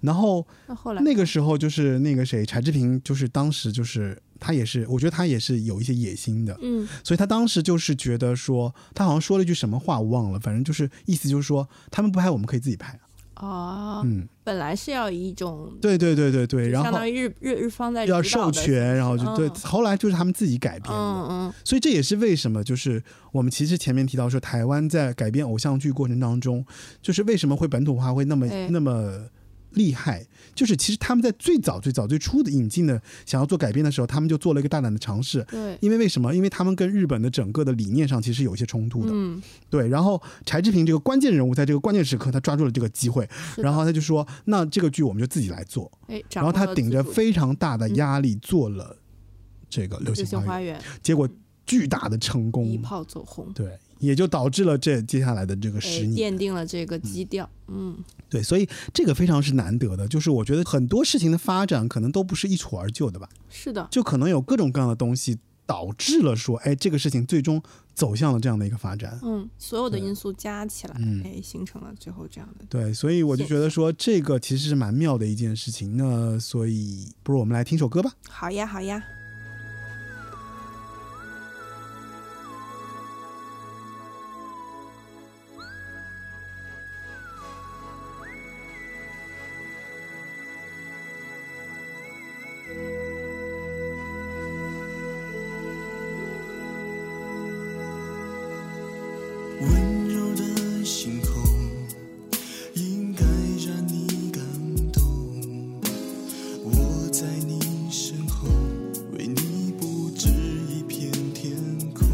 Speaker 2: 然后
Speaker 3: 那后来
Speaker 2: 那个时候就是那个谁，柴智屏，就是当时就是他也是，我觉得他也是有一些野心的，
Speaker 3: 嗯，
Speaker 2: 所以他当时就是觉得说，他好像说了一句什么话，我忘了，反正就是意思就是说，他们不拍，我们可以自己拍。
Speaker 3: 哦，
Speaker 2: 嗯，
Speaker 3: 本来是要以一种
Speaker 2: 对对对对对，
Speaker 3: 就
Speaker 2: 然后
Speaker 3: 相当于日日日方在
Speaker 2: 要
Speaker 3: 主导
Speaker 2: 授
Speaker 3: 的
Speaker 2: 权，然后就对，
Speaker 3: 嗯
Speaker 2: 后来就是他们自己改编的，
Speaker 3: 嗯
Speaker 2: 所以这也是为什么就是我们其实前面提到说，台湾在改编偶像剧过程当中，就是为什么会本土化会那么、
Speaker 3: 哎
Speaker 2: 那么厉害，就是其实他们在最早最早最初的引进的想要做改编的时候，他们就做了一个大胆的尝试。
Speaker 3: 嗯，对，
Speaker 2: 因为为什么？因为他们跟日本的整个的理念上其实有一些冲突的，
Speaker 3: 嗯，
Speaker 2: 对。然后柴智屏这个关键人物在这个关键时刻，他抓住了这个机会，
Speaker 3: 是的
Speaker 2: 然后他就说：“那这个剧我们就自己来做。”
Speaker 3: 哎，
Speaker 2: 然后他顶着非常大的压力做了这个《流
Speaker 3: 流
Speaker 2: 星
Speaker 3: 星
Speaker 2: 花
Speaker 3: 花
Speaker 2: 园》，
Speaker 3: 园嗯
Speaker 2: 结果巨大的成
Speaker 3: 一
Speaker 2: 功，
Speaker 3: 炮走红，
Speaker 2: 对，也就导致了这接下来的这个
Speaker 3: 哎，
Speaker 2: 十年。
Speaker 3: 奠定了这个基调，嗯，
Speaker 2: 对，所以这个非常是难得的，就是我觉得很多事情的发展可能都不是一蹴而就的吧，
Speaker 3: 是的，
Speaker 2: 就可能有各种各样的东西导致了说，哎，这个事情最终走向了这样的一个发展。
Speaker 3: 嗯，所有的
Speaker 2: 对
Speaker 3: 因素加起来
Speaker 2: 嗯，
Speaker 3: 哎，形成了最后这样的，
Speaker 2: 对，所以我就觉得说这个其实是蛮妙的一件事情。那所以不如我们来听首歌吧。
Speaker 3: 好呀，好呀，
Speaker 5: 温柔的星空，应该让你感动。我在你身后，为你布置一片天空，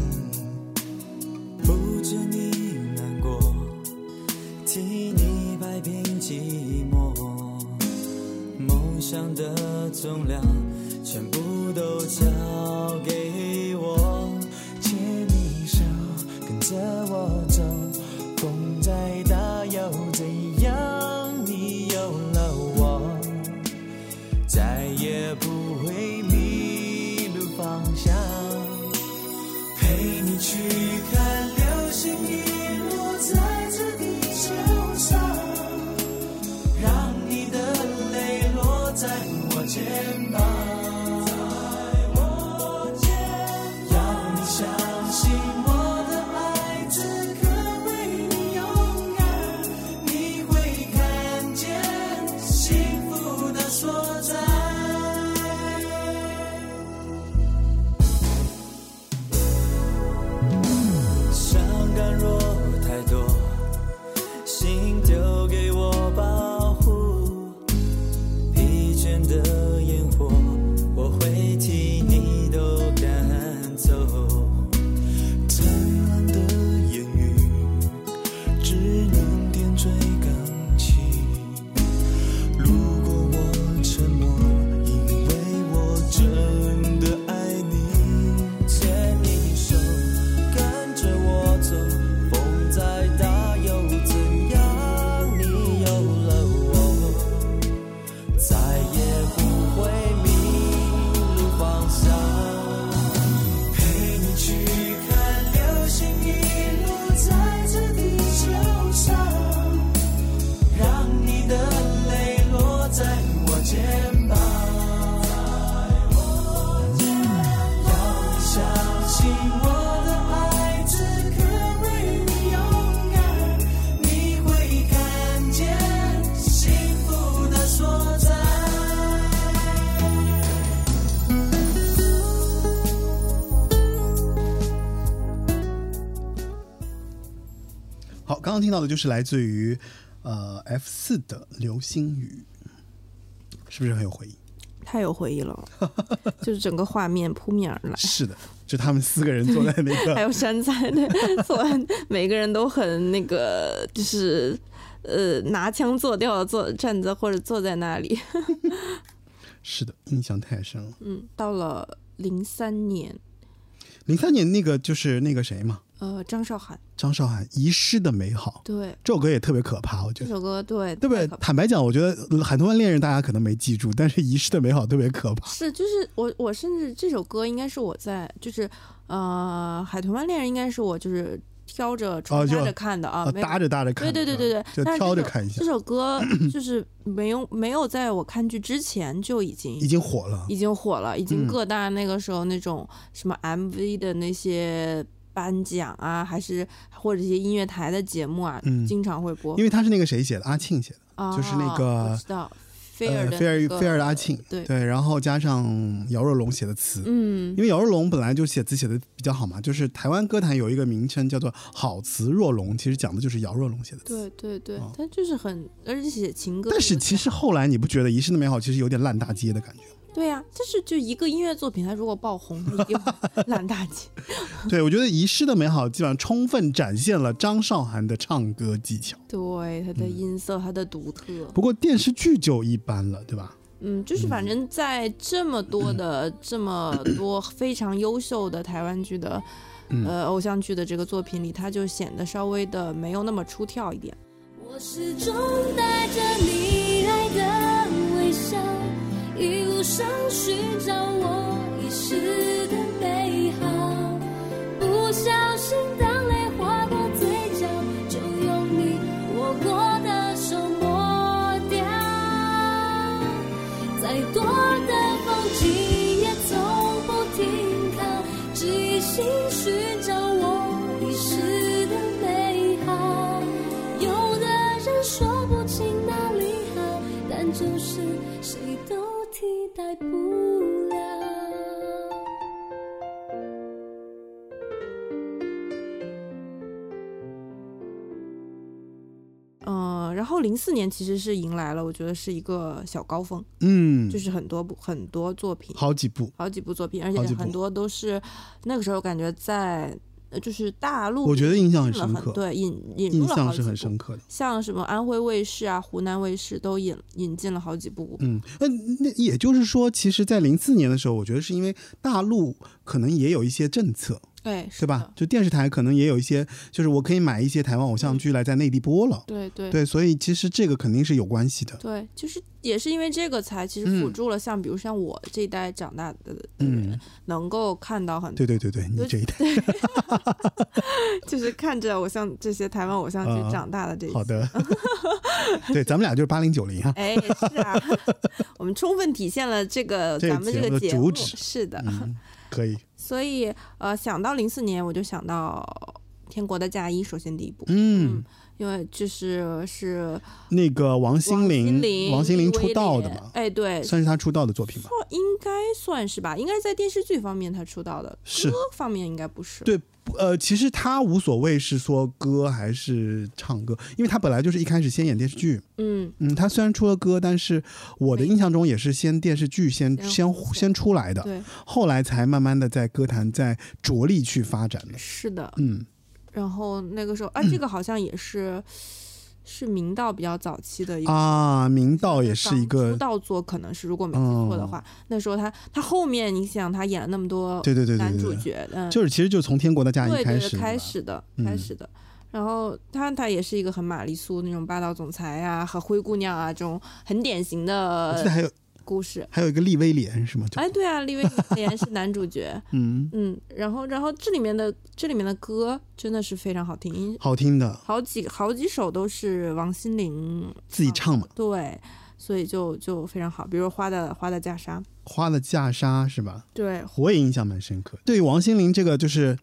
Speaker 1: 不知你难过，替你摆平寂寞。梦想的重量全部都交给我，
Speaker 5: 牵你手，跟着我走，
Speaker 2: 刚刚听到的就是来自于呃 F 四的《流星雨》，是不是很有回忆？
Speaker 3: 太有回 忆了，就是整个画面扑面而来，
Speaker 2: 是的， 就他们四个人坐在那
Speaker 3: 还
Speaker 2: 个，
Speaker 3: 有山菜的做完，每个人都很那个，就是呃拿腔作调地坐站着或者坐在那里。
Speaker 2: 是的，印象太深了。
Speaker 3: 嗯，到了零三年，
Speaker 2: 零三年那个就是那个谁嘛，
Speaker 3: 呃，张韶涵
Speaker 2: 张韶涵《遗失的美好》
Speaker 3: 对
Speaker 2: 这首歌也特别可怕，我觉
Speaker 3: 这
Speaker 2: 得。
Speaker 3: 首歌，对
Speaker 2: 对不对
Speaker 3: 嗯太可？怕
Speaker 2: 坦白讲，我觉得《很多恋人》大家可能没记住，但是《遗失的美好》特别可怕。
Speaker 3: 是，就是我，我甚至这首歌应该是我在，就是呃，《海豚湾恋人》应该是我就是挑着穿
Speaker 2: 就
Speaker 3: 插着看的啊，
Speaker 2: 啊，
Speaker 3: 没
Speaker 2: 搭着搭着看，
Speaker 3: 对对对对对，
Speaker 2: 就
Speaker 3: 但是
Speaker 2: 挑
Speaker 3: 这
Speaker 2: 着
Speaker 3: 首
Speaker 2: 看一下
Speaker 3: 这，首歌就是没有没有在我看剧之前就已经
Speaker 2: 已经火了。
Speaker 3: 已经火了，已经
Speaker 2: 嗯
Speaker 3: 各大那个时候那种什么 MV 的那些颁奖啊，还是或者一些音乐台的节目啊，
Speaker 2: 嗯
Speaker 3: 经常会播
Speaker 2: 因。为他是那个谁写的，阿庆写的，
Speaker 3: 啊，
Speaker 2: 就是那个
Speaker 3: 我知道菲
Speaker 2: 呃
Speaker 3: 儿的
Speaker 2: 菲尔
Speaker 3: 那个
Speaker 2: 菲尔的阿庆，
Speaker 3: 对
Speaker 2: 然后加上姚若龙写的词，
Speaker 3: 嗯
Speaker 2: 因为姚若龙本来就写词写的比较好嘛，就是台湾歌坛有一个名称叫做“好词若龙”，其实讲的就是姚若龙写的词。
Speaker 3: 对对对
Speaker 2: 哦，
Speaker 3: 他就是很，而且写情歌有点，
Speaker 2: 但是其实后来你不觉得《遗失的美好》其实有点烂大街的感觉？
Speaker 3: 对呀、就是就一个音乐作品，它如果爆红，它一定会 烂大街。
Speaker 2: 对，我觉得《遗失的美好》基本上充分展现了张韶涵的唱歌技巧。
Speaker 3: 对，它
Speaker 2: 嗯
Speaker 3: 的音色，它的独特，
Speaker 2: 不过电视剧就一般了，对吧？
Speaker 3: 嗯，就是反正在这么多
Speaker 2: 嗯
Speaker 3: 的、这么多非常优秀的台湾剧的、
Speaker 2: 嗯
Speaker 3: 呃偶像剧的这个作品里，它就显得稍微的没有那么出挑一点。
Speaker 6: 我始终带着你爱的微笑，一路上寻找我遗失的美好。不小心，当泪划过嘴角，就用你握过的手抹掉。再多的风景也从不停靠，只一心寻找我遗失的美好。有的人说不清哪里好，但就是谁都替代不了。
Speaker 3: 嗯、然后零四年其实是迎来了，我觉得是一个小高峰，
Speaker 2: 嗯，
Speaker 3: 就是很多部很多作品，
Speaker 2: 好几部。
Speaker 3: 好几部作品，而
Speaker 2: 好
Speaker 3: 且
Speaker 2: 几部
Speaker 3: 很多都是那个时候感觉在呃就是大陆，
Speaker 2: 我觉得印象很
Speaker 3: 引入
Speaker 2: 深
Speaker 3: 了
Speaker 2: 刻，
Speaker 3: 对，引引入
Speaker 2: 印
Speaker 3: 了好
Speaker 2: 象
Speaker 3: 几
Speaker 2: 是
Speaker 3: 部
Speaker 2: 很，深刻的。
Speaker 3: 像什么安徽卫视啊、湖南卫视都引引进了好几部。
Speaker 2: 嗯，那那也就是说，其实，在零四年的时候，我觉得是因为大陆可能也有一些政策，
Speaker 3: 对，是
Speaker 2: 对吧
Speaker 3: 的？？
Speaker 2: 就电视台可能也有一些，就是我可以买一些台湾偶像剧来在内地播了。
Speaker 3: 对对
Speaker 2: 对，所以其实这个肯定是有关系的。
Speaker 3: 对，就是也是因为这个才其实辅助了像比如像我这一代长大的的人，
Speaker 2: 嗯，
Speaker 3: 能够看到很多，
Speaker 2: 对对对对，你这一代
Speaker 3: 就是看着偶像这些台湾偶像
Speaker 2: 啊
Speaker 3: 剧长大的这一
Speaker 2: 好
Speaker 3: 代。
Speaker 2: 的， 对，咱们俩就是八零九零啊。
Speaker 3: 哎，是啊， 我们充分体现了这个
Speaker 2: 这个
Speaker 3: 咱们
Speaker 2: 节
Speaker 3: 这
Speaker 2: 目的
Speaker 3: 个节
Speaker 2: 主
Speaker 3: 目
Speaker 2: 旨
Speaker 3: 是的，
Speaker 2: 嗯，可以。
Speaker 3: 所以呃，想到零四年，我就想到《天国的嫁衣》，首先第一部，
Speaker 2: 嗯，
Speaker 3: 因为就是是
Speaker 2: 那个王心
Speaker 3: 心
Speaker 2: 凌，
Speaker 3: 凌、
Speaker 2: 王心凌
Speaker 3: 李
Speaker 2: 出
Speaker 3: 威
Speaker 2: 道的
Speaker 3: 廉
Speaker 2: 嘛，
Speaker 3: 哎，对，
Speaker 2: 算是她出道的作品吧。
Speaker 3: 应该算是吧，应该是在电视剧方面他出道的，
Speaker 2: 是
Speaker 3: 歌方面应该不是，
Speaker 2: 对呃，其实她无所谓是说歌还是唱歌，因为她本来就是一开始先演电视剧。
Speaker 3: 嗯，
Speaker 2: 嗯，她虽然出了歌，但是我的
Speaker 3: 没
Speaker 2: 印象中也是先电视剧先
Speaker 3: 先
Speaker 2: 先
Speaker 3: 红
Speaker 2: 先出来的。
Speaker 3: 对，
Speaker 2: 后来才慢慢的在歌坛在着力去发展的。
Speaker 3: 是的。
Speaker 2: 嗯，
Speaker 3: 然后那个时候啊，这个好像也是是明道比较早期的一个
Speaker 2: 啊，明道也是一
Speaker 3: 出
Speaker 2: 个，哦
Speaker 3: 道作，可能是如果没记错的话，那时候他他后面你想他演了那么多
Speaker 2: 对对对对
Speaker 3: 男主
Speaker 2: 对对，
Speaker 3: 角，嗯，
Speaker 2: 就是其实就从《天国的嫁衣》
Speaker 3: 对
Speaker 2: 开
Speaker 3: 对
Speaker 2: 始
Speaker 3: 对，
Speaker 2: 的吧，
Speaker 3: 开始的
Speaker 2: 嗯
Speaker 3: 开始的。然后他他也是一个很玛丽苏那种霸道总裁啊，和灰姑娘啊这种很典型
Speaker 2: 我记得
Speaker 3: 的
Speaker 2: 还有
Speaker 3: 故事。
Speaker 2: 还有一个利威廉是吗？就
Speaker 3: 哎，对啊，利威廉是男主角，
Speaker 2: 嗯，
Speaker 3: 嗯，然后然后这里面的这里面的歌真的是非常好听，因
Speaker 2: 好听的，
Speaker 3: 好几好几首都是王心凌
Speaker 2: 自己唱嘛，
Speaker 3: 对，所以就就非常好，比如《花的花的嫁纱》，
Speaker 2: 《花的嫁纱》是吧？
Speaker 3: 对，
Speaker 2: 我也印象蛮深刻。对于王心凌这个就是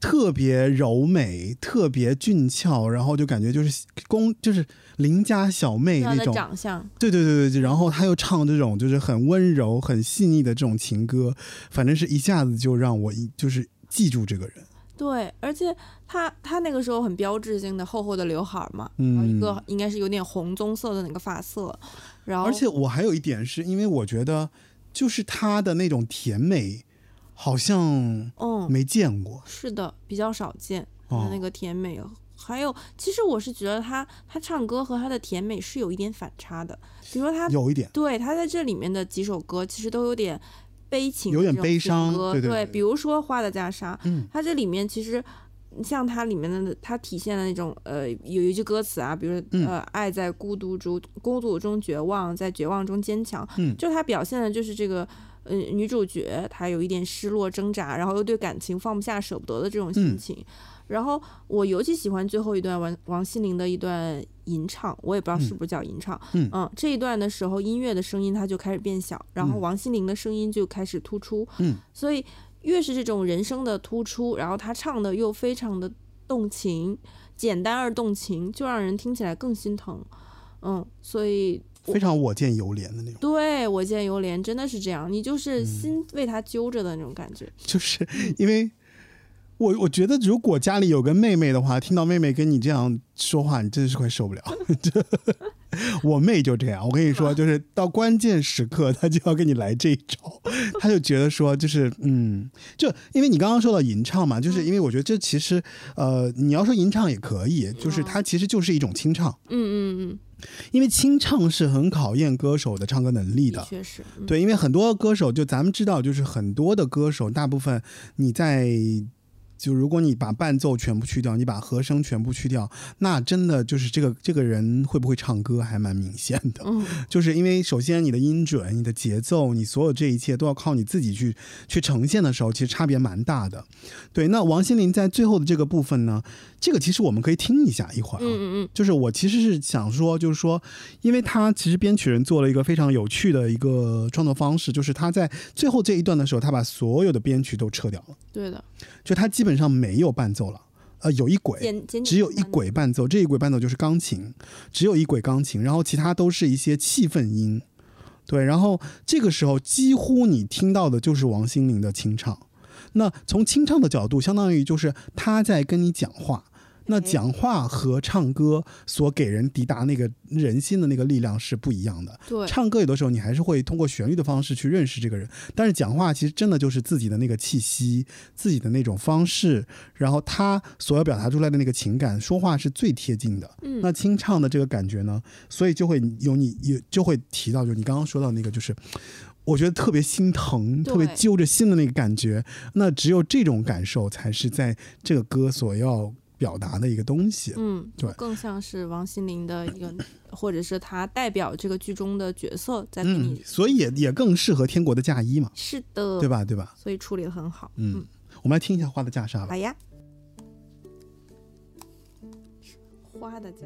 Speaker 2: 特别柔美、特别俊俏，然后就感觉就是公就是邻家小妹
Speaker 3: 啊她
Speaker 2: 哎那
Speaker 3: 的
Speaker 2: 种，
Speaker 3: 长相，
Speaker 2: 对对对对对，然后他又唱这种就是很温柔、很细腻的这种情歌，反正是一下子就让我一就是记住这个人。
Speaker 3: 对，而且他他那个时候很标志性的厚厚的刘海儿嘛，然后
Speaker 2: 嗯
Speaker 3: 一个应该是有点红棕色的那个发色，然后
Speaker 2: 而且我还有一点是因为我觉得，就是她的那种甜美，好像
Speaker 3: 嗯，
Speaker 2: 没见过。
Speaker 3: 是的，比较少见，
Speaker 2: 哦
Speaker 3: 他那个甜美。还有，其实我是觉得他他唱歌和他的甜美是有一点反差的，比如说他
Speaker 2: 有一点，
Speaker 3: 对他在这里面的几首歌，其实都有点悲情的
Speaker 2: 有
Speaker 3: 这
Speaker 2: 点
Speaker 3: 种情歌，
Speaker 2: 悲伤对
Speaker 3: 对
Speaker 2: 对对
Speaker 3: 比如说《花的袈裟》，
Speaker 2: 嗯
Speaker 3: 它这里面其实。像它里面的，它体现的那种，呃，有一句歌词啊，比如、
Speaker 2: 嗯
Speaker 3: 呃，爱在孤独中，孤独中绝望，在绝望中坚强，
Speaker 2: 嗯
Speaker 3: 就它表现的就是这个，呃，女主角她有一点失落挣扎，然后又对感情放不下、舍不得的这种
Speaker 2: 嗯
Speaker 3: 心情。然后我尤其喜欢最后一段王王心凌的一段吟唱，我也不知道是不是叫吟唱，
Speaker 2: 嗯
Speaker 3: 这一段的时候音乐的声音它就开始变小，然后
Speaker 2: 嗯
Speaker 3: 王心凌的声音就开始突出，
Speaker 2: 嗯，
Speaker 3: 所以越是这种人声的突出，然后她唱的又非常的动情，简单而动情，就让人听起来更心疼，嗯，所以
Speaker 2: 非常我见犹怜的那种，
Speaker 3: 对我见犹怜真的是这样，你
Speaker 2: 嗯
Speaker 3: 就是心为他揪着的那种感觉，
Speaker 2: 就是因为我我觉得如果家里有个妹妹的话，听到妹妹跟你这样说话，你真的是快受不了。这 我妹就这样，我跟你说，就是到关键时刻，她就要跟你来这一 招，她就觉得说，就是嗯，就因为你刚刚说到吟唱嘛，就是因为我觉得这其实呃，你要说吟唱也可以，就是它其实就是一种清唱，
Speaker 3: 嗯嗯嗯，
Speaker 2: 因为清唱是很考验歌手的唱歌能力的
Speaker 3: 的。确是，嗯
Speaker 2: 对，因为很多歌手，就咱们知道，就是很多的歌手，大部分你在就如果你把伴奏全部去掉，你把和声全部去掉，那真的就是这个这个人会不会唱歌还蛮明显的。
Speaker 3: 嗯
Speaker 2: 就是因为首先你的音准、你的节奏、你所有这一切都要靠你自己去去呈现的时候，其实差别蛮大的。对，那王心凌在最后的这个部分呢，这个其实我们可以听一下一会儿、啊。
Speaker 3: 嗯嗯
Speaker 2: 就是我其实是想说，就是说，因为他其实编曲人做了一个非常有趣的一个创作方式，就是他在最后这一段的时候，他把所有的编曲都撤掉了，
Speaker 3: 嗯，对的，
Speaker 2: 就他基本上没有伴奏了，呃，有一轨。
Speaker 3: 简简
Speaker 2: 只有
Speaker 3: 简
Speaker 2: 一
Speaker 3: 单单
Speaker 2: 轨伴奏，这一轨伴奏就是钢琴，只有一轨钢琴，然后其他都是一些气氛音，对，然后这个时候几乎你听到的就是王心凌的清唱，那从清唱的角度，相当于就是他在跟你讲话，那讲话和唱歌所给人抵达那个人心的那个力量是不一样的。
Speaker 3: 对，
Speaker 2: 唱歌有的时候你还是会通过旋律的方式去认识这个人，但是讲话其实真的就是自己的那个气息、自己的那种方式，然后他所要表达出来的那个情感，说话是最贴近的。
Speaker 3: 嗯
Speaker 2: 那清唱的这个感觉呢，所以就会有你有就会提到，就你刚刚说到那个，就是我觉得特别心疼、
Speaker 3: 对
Speaker 2: 特别揪着心的那个感觉。那只有这种感受才是在这个歌所要表达的一个东西。
Speaker 3: 嗯，
Speaker 2: 对
Speaker 3: 更像是王心凌的一个， 或者是她代表这个剧中的角色在给你。
Speaker 2: 嗯所以也也更适合《天国的嫁衣》嘛，
Speaker 3: 是的，
Speaker 2: 对？吧？对吧？
Speaker 3: 所以处理的很好。
Speaker 2: 嗯，我们来听一下《花的嫁纱》
Speaker 3: 嗯，
Speaker 2: 吧
Speaker 3: 好。呀。花的家，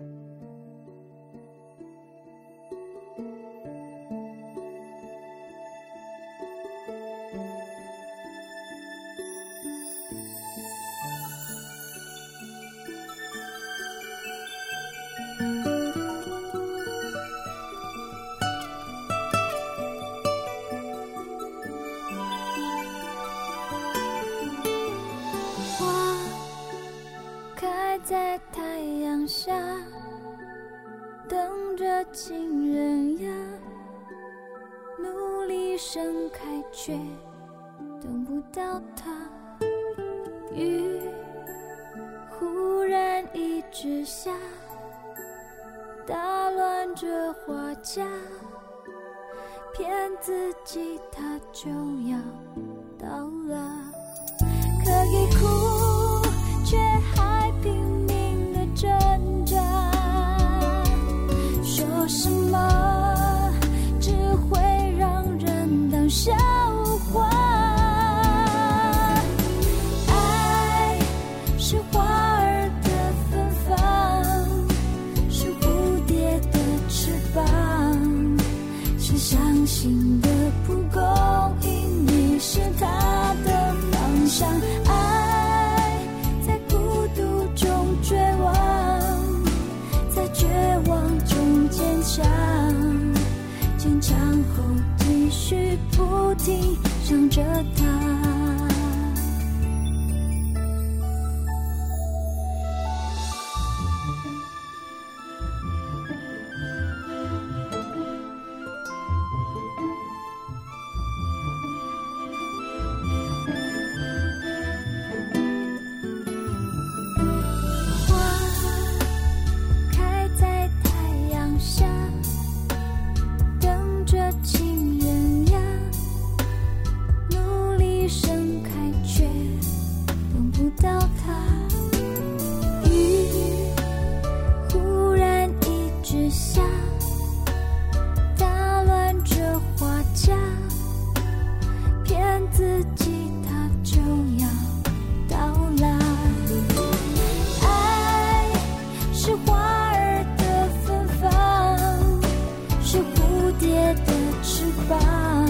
Speaker 6: 花开在太阳下，等着情人呀，努力盛开却等不到他。雨忽然一直下，打乱这花架，骗自己它就要到了。可以哭，却还拼命的挣扎。说什么只会让人当笑话。爱是花儿的芬芳，是蝴蝶的翅膀。是伤心的蒲公英，你是它的方向。爱在孤独中绝望，在绝望中坚强，坚强后继续不停想着他。到他。雨忽然一直下，打乱这花架，骗自己他就要到啦。爱是花儿的芬芳，是蝴蝶的翅膀。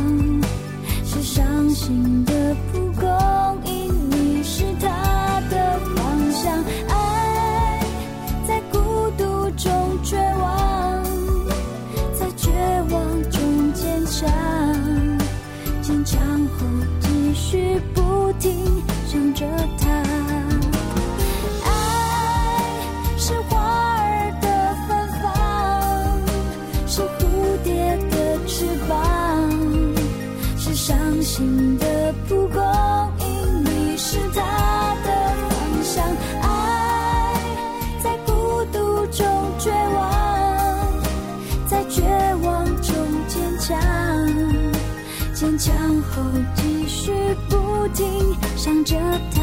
Speaker 6: 是伤心的蒲公英，你是它的方向。爱在孤独中绝望，在绝望中坚强，坚强后继续不停想着它。爱是花儿的芬芳，是蝴蝶的翅膀。是伤心的蒲公英，你是它的方向。爱在孤独中绝望，在绝望中坚强，坚强后继续不停想着它。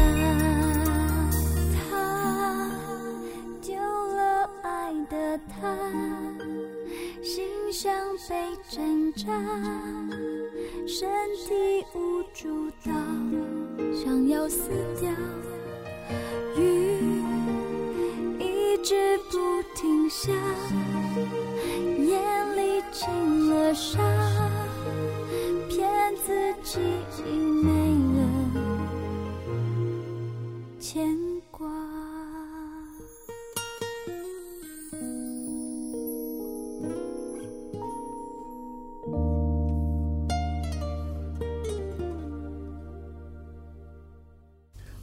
Speaker 6: 它丢了爱的它，心像被挣扎。身体无助到想要死掉，雨一直不停下，眼里进了沙，骗自己已没了牵挂。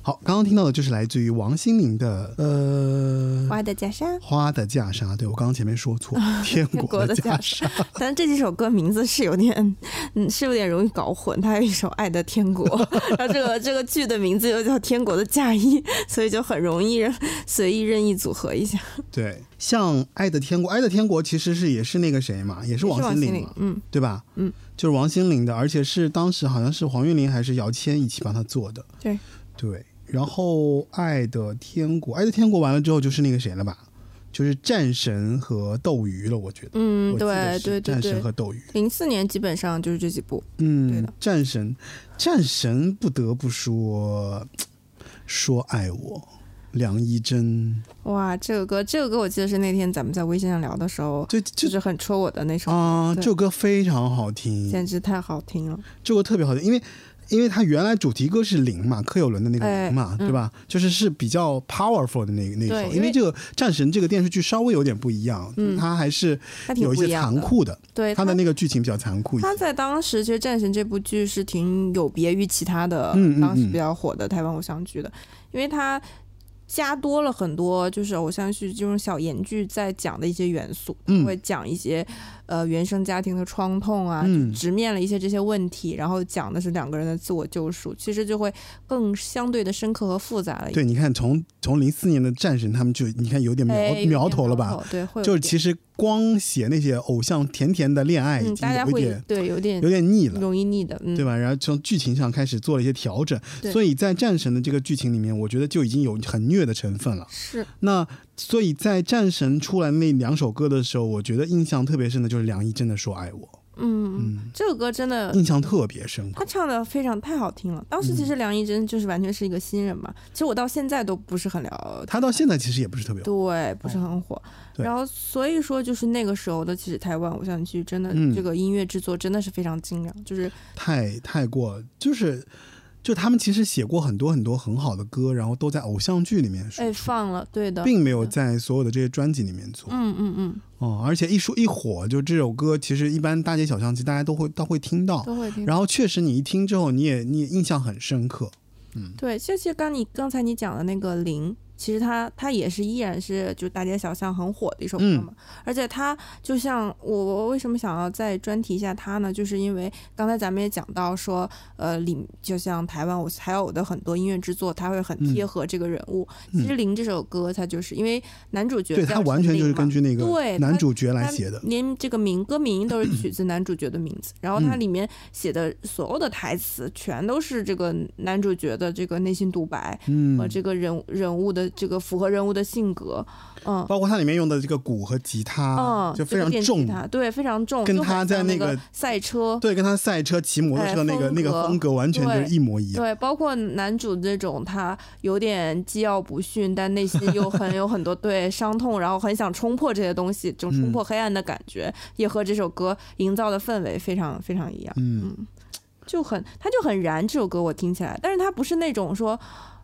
Speaker 2: 好，刚刚听到的就是来自于王心凌的呃
Speaker 3: 花的袈裟，
Speaker 2: 《花的嫁纱》，对我刚刚前面说 错，《天国
Speaker 3: 国
Speaker 2: 的
Speaker 3: 的
Speaker 2: 嫁
Speaker 3: 嫁
Speaker 2: 纱》
Speaker 3: 但这几首歌名字是有点，嗯，是有点容易搞混。它有一首《爱的天国》， 然后这个这个剧的名字又叫《天国的嫁衣》，所以就很容易任随意任意组合一下。
Speaker 2: 对，像《爱的天国》，《爱的天国》其实是也是那个谁嘛，也是王
Speaker 3: 是王
Speaker 2: 心
Speaker 3: 心
Speaker 2: 凌
Speaker 3: 凌
Speaker 2: 嘛，，
Speaker 3: 嗯，
Speaker 2: 对吧？
Speaker 3: 嗯，
Speaker 2: 就是王心凌的，而且是当时好像是黄韵玲还是姚谦一起帮她做的。
Speaker 3: 对，
Speaker 2: 对，然后《爱的天国》，《爱的天国》完了之后就是那个谁了吧？就是战神和斗鱼了，我觉得。
Speaker 3: 嗯，
Speaker 2: 我记得
Speaker 3: 对
Speaker 2: 是
Speaker 3: 对对
Speaker 2: 战神
Speaker 3: 对
Speaker 2: 和，斗鱼，
Speaker 3: 零四年基本上就是这几部。对
Speaker 2: 嗯
Speaker 3: 的，
Speaker 2: 战神，战神不得不说，说爱我，梁一真，
Speaker 3: 哇，这个歌，这个歌我记得是那天咱们在微信上聊的时候，
Speaker 2: 这
Speaker 3: 就
Speaker 2: 这
Speaker 3: 是很戳我的那首，
Speaker 2: 啊，这
Speaker 3: 对
Speaker 2: 首歌非常好听，
Speaker 3: 简直太好听了。
Speaker 2: 这首歌特别好听，因为因为它原来主题歌是零嘛，柯有伦的那个
Speaker 3: 哎
Speaker 2: 零嘛，
Speaker 3: 嗯
Speaker 2: 对吧？就是是比较 powerful 的那那一
Speaker 3: 对
Speaker 2: 首，
Speaker 3: 因
Speaker 2: 因为
Speaker 3: 为
Speaker 2: 这个战神这个电视剧稍微有点不一样，
Speaker 3: 嗯
Speaker 2: 它还是
Speaker 3: 它挺
Speaker 2: 有一
Speaker 3: 不
Speaker 2: 些
Speaker 3: 一样
Speaker 2: 残
Speaker 3: 的，
Speaker 2: 酷的，
Speaker 3: 对
Speaker 2: 它的那个剧情比较残酷一些
Speaker 3: 他。在当时其实《战神》这部剧是挺有别于其他的
Speaker 2: 嗯嗯
Speaker 3: 当时
Speaker 2: 嗯
Speaker 3: 比较火的台湾偶像剧的，因为它加多了很多就是偶像剧这种小言剧在讲的一些元素，
Speaker 2: 嗯
Speaker 3: 会讲一些呃原生家庭的创痛啊，
Speaker 2: 嗯
Speaker 3: 直面了一些这些问题，然后讲的是两个人的自我救赎，其实就会更相对的深刻和复杂了一点。
Speaker 2: 对，你看从从零四年的战神，他们就你看有点苗、
Speaker 3: 哎有点
Speaker 2: 苗头了吧？？
Speaker 3: 对，会有
Speaker 2: 就是
Speaker 3: 一点
Speaker 2: 其实光写那些偶像甜甜的恋爱，已经
Speaker 3: 嗯，大家
Speaker 2: 有一
Speaker 3: 会
Speaker 2: 点、
Speaker 3: 对有点
Speaker 2: 有点腻了。
Speaker 3: 容易腻的，嗯，
Speaker 2: 对吧？然后从剧情上开始做了一些调整，
Speaker 3: 对
Speaker 2: 所以在战神的这个剧情里面，我觉得就已经有很虐的成分了。
Speaker 3: 是
Speaker 2: 那所以在战神出来那两首歌的时候，我觉得印象特别深的就是梁一真的《说爱我
Speaker 3: 嗯，这首歌真的》，
Speaker 2: 印象特别深刻。
Speaker 3: 他唱的非常太好听了。当时
Speaker 2: 嗯
Speaker 3: 其实梁一真就是完全是一个新人嘛，其实我到现在都不是很了解，
Speaker 2: 他哦到现在其实也不是特别火，
Speaker 3: 对，不是很火。
Speaker 2: 对
Speaker 3: 然后所以说就是那个时候的，其实台湾偶像剧真的、
Speaker 2: 嗯
Speaker 3: 这个音乐制作真的是非常精良，就是
Speaker 2: 太太过就是就他们其实写过很多很多很好的歌，然后都在偶像剧里面说，
Speaker 3: 哎放了，对的，
Speaker 2: 并没有在所有的这些专辑里面做。
Speaker 3: 嗯嗯嗯，
Speaker 2: 哦，而且一说一火，就这首歌其实一般大街小巷其实大家都会都会听到。
Speaker 3: 都会听。
Speaker 2: 然后确实，你一听之后，你也你也印象很深刻。
Speaker 3: 对，就其实刚你刚才你讲的那个零，其实它它也是依然是就大街小巷很火的一首歌
Speaker 2: 嗯
Speaker 3: 嘛。而且它就像我我为什么想要再专题一下它呢？就是因为刚才咱们也讲到说，呃，里就像台湾我还有的很多音乐制作，它会很
Speaker 2: 嗯
Speaker 3: 贴合这个人物。其实《林》这首歌，它就是因为男主角
Speaker 2: 对
Speaker 3: 叫
Speaker 2: 他完全
Speaker 3: 陈
Speaker 2: 就
Speaker 3: 林
Speaker 2: 是
Speaker 3: 嘛
Speaker 2: 根据那
Speaker 3: 对嗯
Speaker 2: 个
Speaker 3: 他
Speaker 2: 男主角来
Speaker 3: 他
Speaker 2: 写的，
Speaker 3: 连这个名歌名都是取自男主角的名字，
Speaker 2: 嗯
Speaker 3: 然后它里面写的所有的台词全都是这个男主角的这个内心独白
Speaker 2: 嗯
Speaker 3: 和，这个人人物的这个符合人物的性格，嗯
Speaker 2: 包括它里面用的这个鼓和吉他
Speaker 3: 嗯，，
Speaker 2: 啊就非
Speaker 3: 这
Speaker 2: 常
Speaker 3: 个电吉
Speaker 2: 重，
Speaker 3: 他对，非常重，
Speaker 2: 跟
Speaker 3: 就很
Speaker 2: 他在
Speaker 3: 像那
Speaker 2: 那个
Speaker 3: 赛车，
Speaker 2: 对，跟他赛车骑摩托
Speaker 3: 哎
Speaker 2: 车那个
Speaker 3: 风
Speaker 2: 那
Speaker 3: 格
Speaker 2: 个风格完全就
Speaker 3: 对
Speaker 2: 是一模一样。嗯
Speaker 3: 对，包括男主这种，他有点桀骜不驯，但内心又很有很多对伤痛，然后很想冲破这些东西，这种
Speaker 2: 嗯
Speaker 3: 冲破黑暗的感觉，也和这首歌营造的氛围非常非常一样。
Speaker 2: 嗯
Speaker 3: 就很，它就很燃。这首歌我听起来，但是它不是那种说，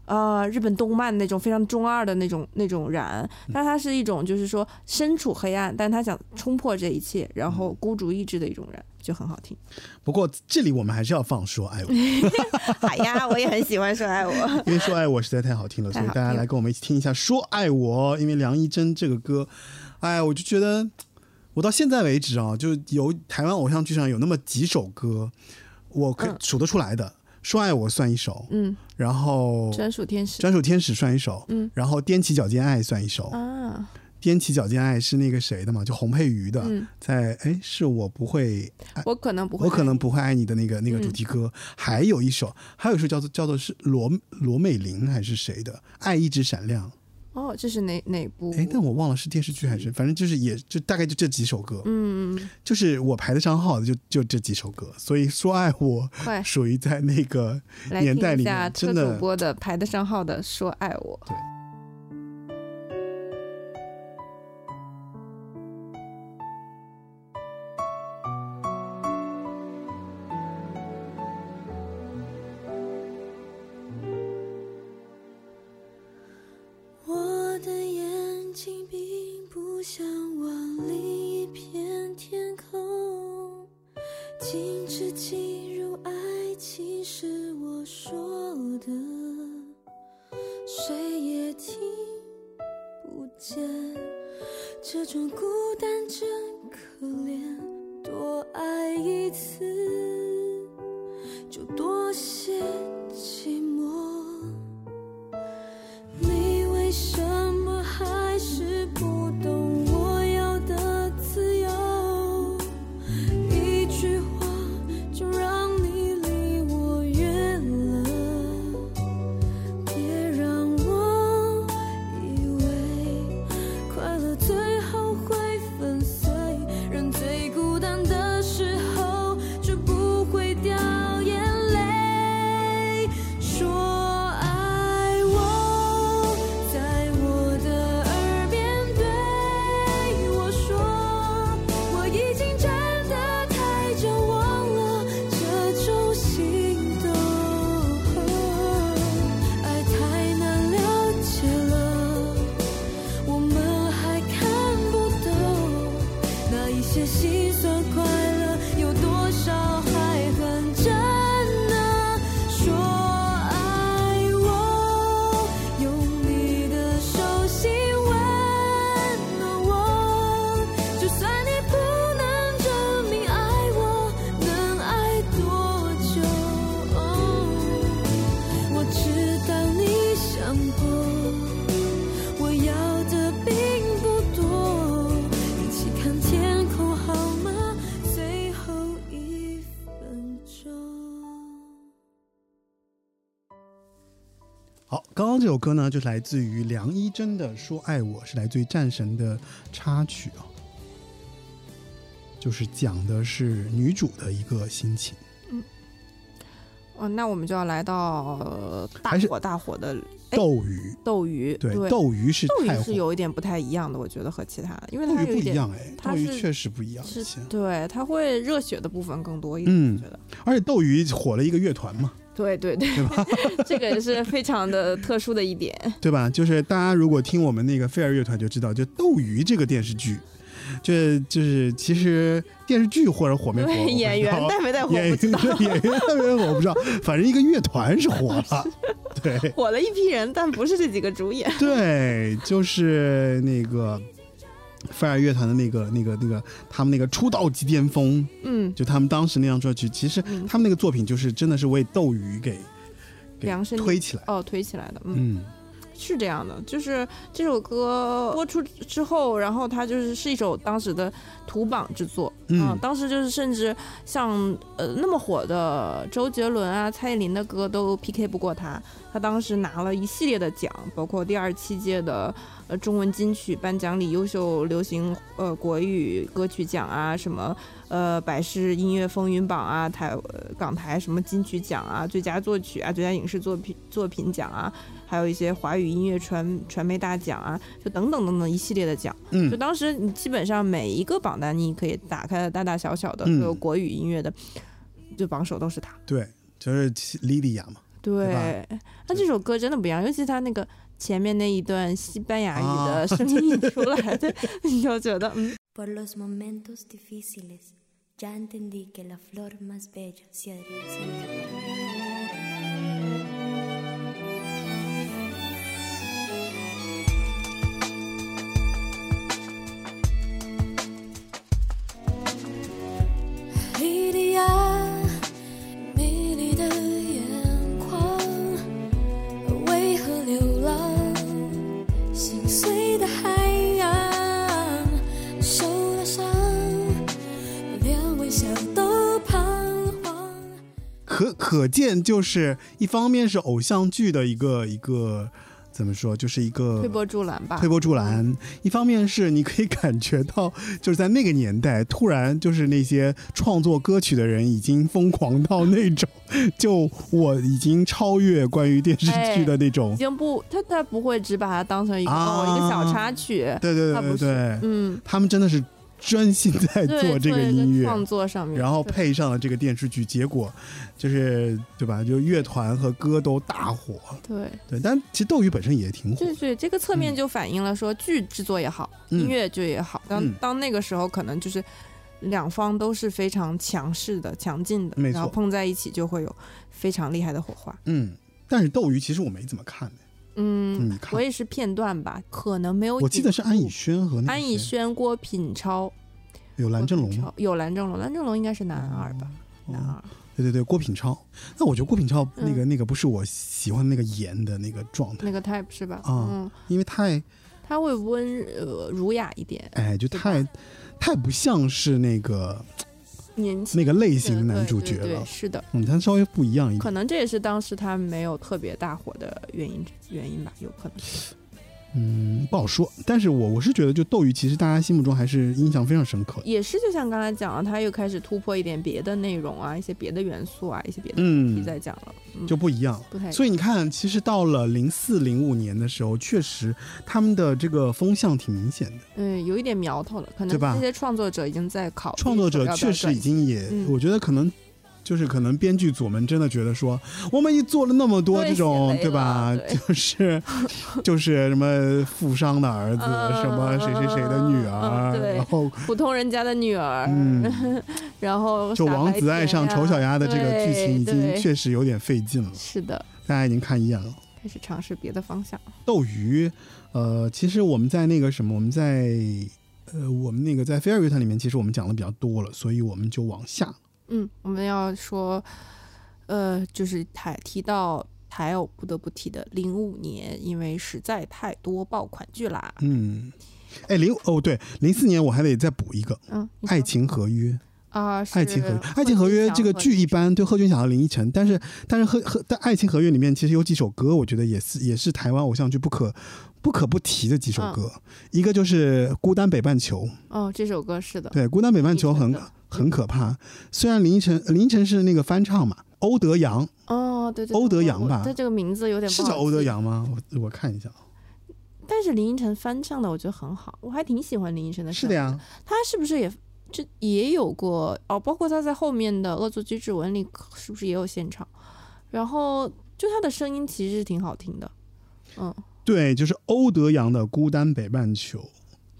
Speaker 3: 呃，日本动漫那种非常中二的那种那种燃，
Speaker 2: 嗯
Speaker 3: 但它是一种就是说身处黑暗，但他想冲破这一切，然
Speaker 2: 嗯
Speaker 3: 后孤注一掷的一种燃，就很好听。
Speaker 2: 不过这里我们还是要放说哎爱我，
Speaker 3: 好呀，我也很喜欢说爱我。
Speaker 2: 因为说 爱我实在太好听了，所以大家来跟我们一起听一下说爱我。因为梁一真这个歌，哎，我就觉得我到现在为止啊，就有台湾偶像剧上有那么几首歌，我可
Speaker 3: 嗯
Speaker 2: 数得出来的。说爱我算一首，
Speaker 3: 嗯，
Speaker 2: 然后
Speaker 3: 专属天使
Speaker 2: 专属天使算一首，
Speaker 3: 嗯，
Speaker 2: 然后踮起脚尖爱算一首，
Speaker 3: 啊，
Speaker 2: 踮起脚尖爱是那个谁的嘛，就洪佩瑜的，
Speaker 3: 嗯
Speaker 2: 在哎是我不会爱。
Speaker 3: 我可能不会，
Speaker 2: 哎我可能不会爱你的那个那个
Speaker 3: 嗯
Speaker 2: 主题歌，还有一首，还有一首叫做叫做是罗罗美玲还是谁的《爱一直闪亮》？
Speaker 3: 哦，这是哪哪部？
Speaker 2: 哎，但我忘了是电视剧还是，反正就是也就大概就这几首歌，
Speaker 3: 嗯，嗯
Speaker 2: 就是我排得上号的就就这几首歌，所以说爱我
Speaker 3: 嗯快
Speaker 2: 属于在那个
Speaker 3: 来
Speaker 2: 年
Speaker 3: 听
Speaker 2: 代里
Speaker 3: 一下
Speaker 2: 面
Speaker 3: 车
Speaker 2: 真
Speaker 3: 主
Speaker 2: 的
Speaker 3: 播的排得上号的《说爱我》。
Speaker 6: 我的眼睛并不想往另一片天空，禁止进入爱情是我说的，谁也听不见。这种孤单真可怜，多爱一次就多些寂寞。你为什么还是不懂我要的自由？一句话就让你离我远了，别让我以为快乐最后会粉碎。人最孤单的时候就不会掉眼泪。说爱我，在我的耳边对我说，我已经真的太久忘了这种心动，爱太难了解了，我们还看不懂。那一些心酸快乐，有多少还很真呢？说爱我，用你的手心温暖我，就算你不能证明爱我能爱多久，我知道你想过。我要的并不多，一起看天空好吗？最后一分钟。
Speaker 2: 好，刚刚这首歌呢，就是来自于梁一真的《说爱我》，是来自于《战神》的插曲啊，就是讲的是女主的一个心情。
Speaker 3: 哦，那我们就要来到呃大
Speaker 2: 还是
Speaker 3: 火大火的哎
Speaker 2: 斗鱼，
Speaker 3: 斗鱼，
Speaker 2: 对，
Speaker 3: 对，
Speaker 2: 斗鱼是
Speaker 3: 斗
Speaker 2: 太
Speaker 3: 鱼
Speaker 2: 火
Speaker 3: 是，有一点不太一样的，我觉得和其他，因为
Speaker 2: 斗
Speaker 3: 它
Speaker 2: 鱼不
Speaker 3: 有一
Speaker 2: 一
Speaker 3: 点
Speaker 2: 样哎，
Speaker 3: 它
Speaker 2: 斗鱼
Speaker 3: 是
Speaker 2: 确实不一样一些
Speaker 3: 是，。对，它会热血的部分更多一点，
Speaker 2: 嗯
Speaker 3: 我觉得，
Speaker 2: 而且斗鱼火了一个乐团 嘛，
Speaker 3: 对对对， 这个也是非常的特殊的一点，
Speaker 2: 对吧？就是大家如果听我们那个飞儿乐团就知道，就斗鱼这个电视剧，这就是其实电视剧或者火没火，我
Speaker 3: 对
Speaker 2: 不知
Speaker 3: 演员
Speaker 2: 道
Speaker 3: 带没带火
Speaker 2: 演
Speaker 3: 不
Speaker 2: 员
Speaker 3: 知道，
Speaker 2: 演员特别火，我不知道，反正一个乐团是火了。对
Speaker 3: 火了一批人，但不是这几个主演。
Speaker 2: 对，就是那个飞儿乐团的那个、那个、那个，他们那个出道即巅峰，
Speaker 3: 嗯，
Speaker 2: 就他们当时那张专辑，其实他们那个作品就是真的是为斗鱼给给
Speaker 3: 量身
Speaker 2: 推起来，
Speaker 3: 哦，推起来的，嗯，
Speaker 2: 嗯，
Speaker 3: 是这样的，就是这首歌播出之后，然后它就是是一首当时的土榜之作，
Speaker 2: 嗯
Speaker 3: 啊当时就是甚至像呃那么火的周杰伦啊、蔡依林的歌都 PK 不过他，他当时拿了一系列的奖，包括第二十七届的呃中文金曲颁奖礼优秀流行呃国语歌曲奖啊，什么呃百事音乐风云榜啊，台呃港台什么金曲奖啊，最佳作曲啊，最佳影视作品作品奖啊，还有一些华语音乐传传媒大奖啊，就等等等等一系列的奖。
Speaker 2: 嗯
Speaker 3: 就当时你基本上每一个榜单，你可以打开的大大小小的
Speaker 2: 嗯
Speaker 3: 所有国语音乐的，就榜首都是他。
Speaker 2: 对，就是其莉莉亚嘛，对
Speaker 3: 对，那这首歌真的不一样，尤其他那个前面那一段西班牙
Speaker 2: 啊
Speaker 3: 语的声音一出来， 对，你就觉得嗯，
Speaker 6: Por los momentos difíciles, ya entendí que la flor más bella se adereza. Lilia，美丽的眼眶，为何流浪？心碎的海洋，受了伤，两微笑都彷徨。
Speaker 2: 可可见就是一方面是偶像剧的一个一个怎么说，就是一个
Speaker 3: 推波助澜吧
Speaker 2: 推。波助澜，一方面是你可以感觉到， 就是在那个年代，突然就是那些创作歌曲的人已经疯狂到那种， 就我已经超越关于电视剧的那种
Speaker 3: 已，经不，他他不会只把它当成一个、
Speaker 2: 啊
Speaker 3: 哦一个小插曲，
Speaker 2: 对对
Speaker 3: 他
Speaker 2: 对对
Speaker 3: 不是
Speaker 2: 对，
Speaker 3: 嗯，
Speaker 2: 他们真的是专心在
Speaker 3: 对，
Speaker 2: 做这个音乐，
Speaker 3: 创作上面，
Speaker 2: 然后
Speaker 3: 对
Speaker 2: 配上了这个电视剧，结果就是对吧？就乐团和歌都大火，
Speaker 3: 对。
Speaker 2: 对，但其实斗鱼本身也挺火
Speaker 3: 对，对，这个侧面就反映了说剧制作也好，
Speaker 2: 嗯
Speaker 3: 音乐剧也好，当、
Speaker 2: 嗯
Speaker 3: 当那个时候可能就是两方都是非常强势的、强劲的
Speaker 2: 没，
Speaker 3: 然后
Speaker 2: 错
Speaker 3: 碰在一起就会有非常厉害的火花。
Speaker 2: 嗯。但是斗鱼其实我没怎么看的，
Speaker 3: 嗯，
Speaker 2: 你看
Speaker 3: 我也是片段吧，可能没有引入。
Speaker 2: 我记得是安以轩和那
Speaker 3: 安以
Speaker 2: 谁
Speaker 3: 轩、郭品超、
Speaker 2: 有蓝正龙哦吗？
Speaker 3: 郭品超有蓝正龙，蓝正龙应该是男二吧？男二。
Speaker 2: 对对对，郭品超。那我觉得郭品超那个、
Speaker 3: 嗯
Speaker 2: 那个不是我喜欢的那个颜的那个状态，
Speaker 3: 那个 type 是吧？
Speaker 2: 啊
Speaker 3: 嗯，
Speaker 2: 因为太
Speaker 3: 他会温呃儒雅一点，
Speaker 2: 哎就
Speaker 3: 对吧
Speaker 2: 太太不像是那个
Speaker 3: 年轻
Speaker 2: 那个类
Speaker 3: 类
Speaker 2: 型男主角了。
Speaker 3: 是的，
Speaker 2: 嗯，他稍微不一样一点。
Speaker 3: 可能这也是当时他没有特别大火的原因之原因吧，有可能。
Speaker 2: 嗯，不好说。但是我我是觉得，就斗鱼其实大家心目中还是印象非常深刻的。
Speaker 3: 也是就像刚才讲的，他又开始突破一点别的内容啊，一些别的元素啊，一些别的问题
Speaker 2: 嗯，
Speaker 3: 在讲了，
Speaker 2: 就不一样。
Speaker 3: 不太一样
Speaker 2: 所以你看，其实到了零四零五年的时候，确实他们的这个风向挺明显的。
Speaker 3: 嗯，有一点苗头了，可
Speaker 2: 对
Speaker 3: 能
Speaker 2: 吧
Speaker 3: 这些创作者已经在考虑
Speaker 2: 创作
Speaker 3: 说
Speaker 2: 者
Speaker 3: 要不要
Speaker 2: 确实
Speaker 3: 转
Speaker 2: 已经也，
Speaker 3: 嗯
Speaker 2: 我觉得可能就是可能编剧组们真的觉得说，我们已做了那么多
Speaker 3: 对
Speaker 2: 这种
Speaker 3: 血，泪
Speaker 2: 对吧？
Speaker 3: 了对
Speaker 2: 就是就是什么富商的儿子，
Speaker 3: 嗯
Speaker 2: 什么谁谁谁的女
Speaker 3: 嗯
Speaker 2: 儿，
Speaker 3: 对
Speaker 2: 然后
Speaker 3: 普通人家的女儿，
Speaker 2: 嗯，
Speaker 3: 然后
Speaker 2: 就
Speaker 3: 傻
Speaker 2: 王
Speaker 3: 白
Speaker 2: 子爱
Speaker 3: 甜
Speaker 2: 上
Speaker 3: 呀
Speaker 2: 丑小鸭的这个剧情已经
Speaker 3: 对对
Speaker 2: 确实有点费劲了，
Speaker 3: 是的，
Speaker 2: 大家已经看厌了。
Speaker 3: 开始尝试别的方向。
Speaker 2: 斗鱼，呃，其实我们在那个什么，我们在呃，我们那个在飞儿乐团里面，其实我们讲的比较多了，所以我们就往下。
Speaker 3: 嗯，我们要说，呃，就是台提到台偶不得不提的零五年，因为实在太多爆款剧啦。
Speaker 2: 嗯，哎，零哦对，零四年我还得再补一个《
Speaker 3: 嗯，你
Speaker 2: 爱
Speaker 3: 说
Speaker 2: 情合约》。
Speaker 3: 啊，
Speaker 2: 《爱情合约》《爱情合约》这个剧
Speaker 3: 剧
Speaker 2: 一般，对贺军翔和林依晨，但是但是和和但《爱情合约》里面其实有几首歌，我觉得也是也是台湾偶像剧不可不可不提的几首
Speaker 3: 嗯
Speaker 2: 歌。一个就是《孤单北半球》，
Speaker 3: 哦，这首歌是的，
Speaker 2: 对，《孤单北半球很》
Speaker 3: 林依晨的
Speaker 2: 很可怕。虽然林依晨林依晨是那个翻唱嘛，欧德阳
Speaker 3: 哦，对对，
Speaker 2: 欧德
Speaker 3: 我
Speaker 2: 阳
Speaker 3: 我
Speaker 2: 吧
Speaker 3: 他这个名字有点
Speaker 2: 是
Speaker 3: 不
Speaker 2: 叫
Speaker 3: 好
Speaker 2: 欧德
Speaker 3: 记，
Speaker 2: 阳吗？我我看一下啊，
Speaker 3: 但是林依晨翻唱的我觉得很好，我还挺喜欢林依晨的。
Speaker 2: 是的，呀，
Speaker 3: 他是不是也这也有过哦？包括他在后面的《恶作剧之吻》里，是不是也有现场？然后就他的声音其实是挺好听的，嗯。
Speaker 2: 对，就是欧德阳的《孤单北半球》。嗯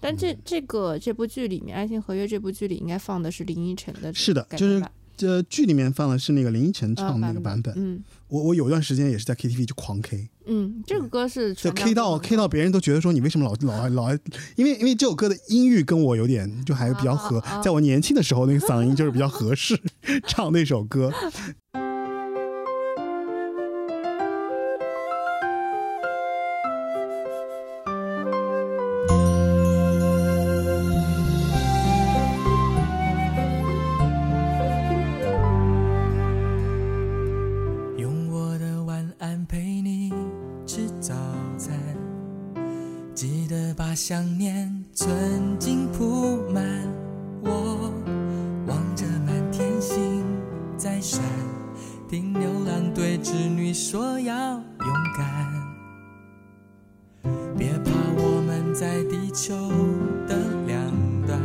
Speaker 3: 但这这个这部剧里面，《爱情合约》这部剧里应该放的是林依晨的
Speaker 2: 是的
Speaker 3: 改
Speaker 2: 就是
Speaker 3: 编版
Speaker 2: 这剧里面放的是那个林依晨唱的那个版本，
Speaker 3: 嗯
Speaker 2: 我我有一段时间也是在 KTV 就狂 K，
Speaker 3: 嗯，这个歌是
Speaker 2: 就
Speaker 3: 传
Speaker 2: K
Speaker 3: 到
Speaker 2: 到 K 到别人都觉得说你为什么老老爱老爱，因为因为这首歌的音域跟我有点就还比较合，
Speaker 3: 啊啊啊
Speaker 2: 在我年轻的时候那个嗓音就是比较合适 唱那首歌。
Speaker 1: 用我的晚安陪你吃早餐，记得把想念存进铺满。我望着满天星在闪，听牛郎对织女说要勇敢，别怕我们在地球的两端，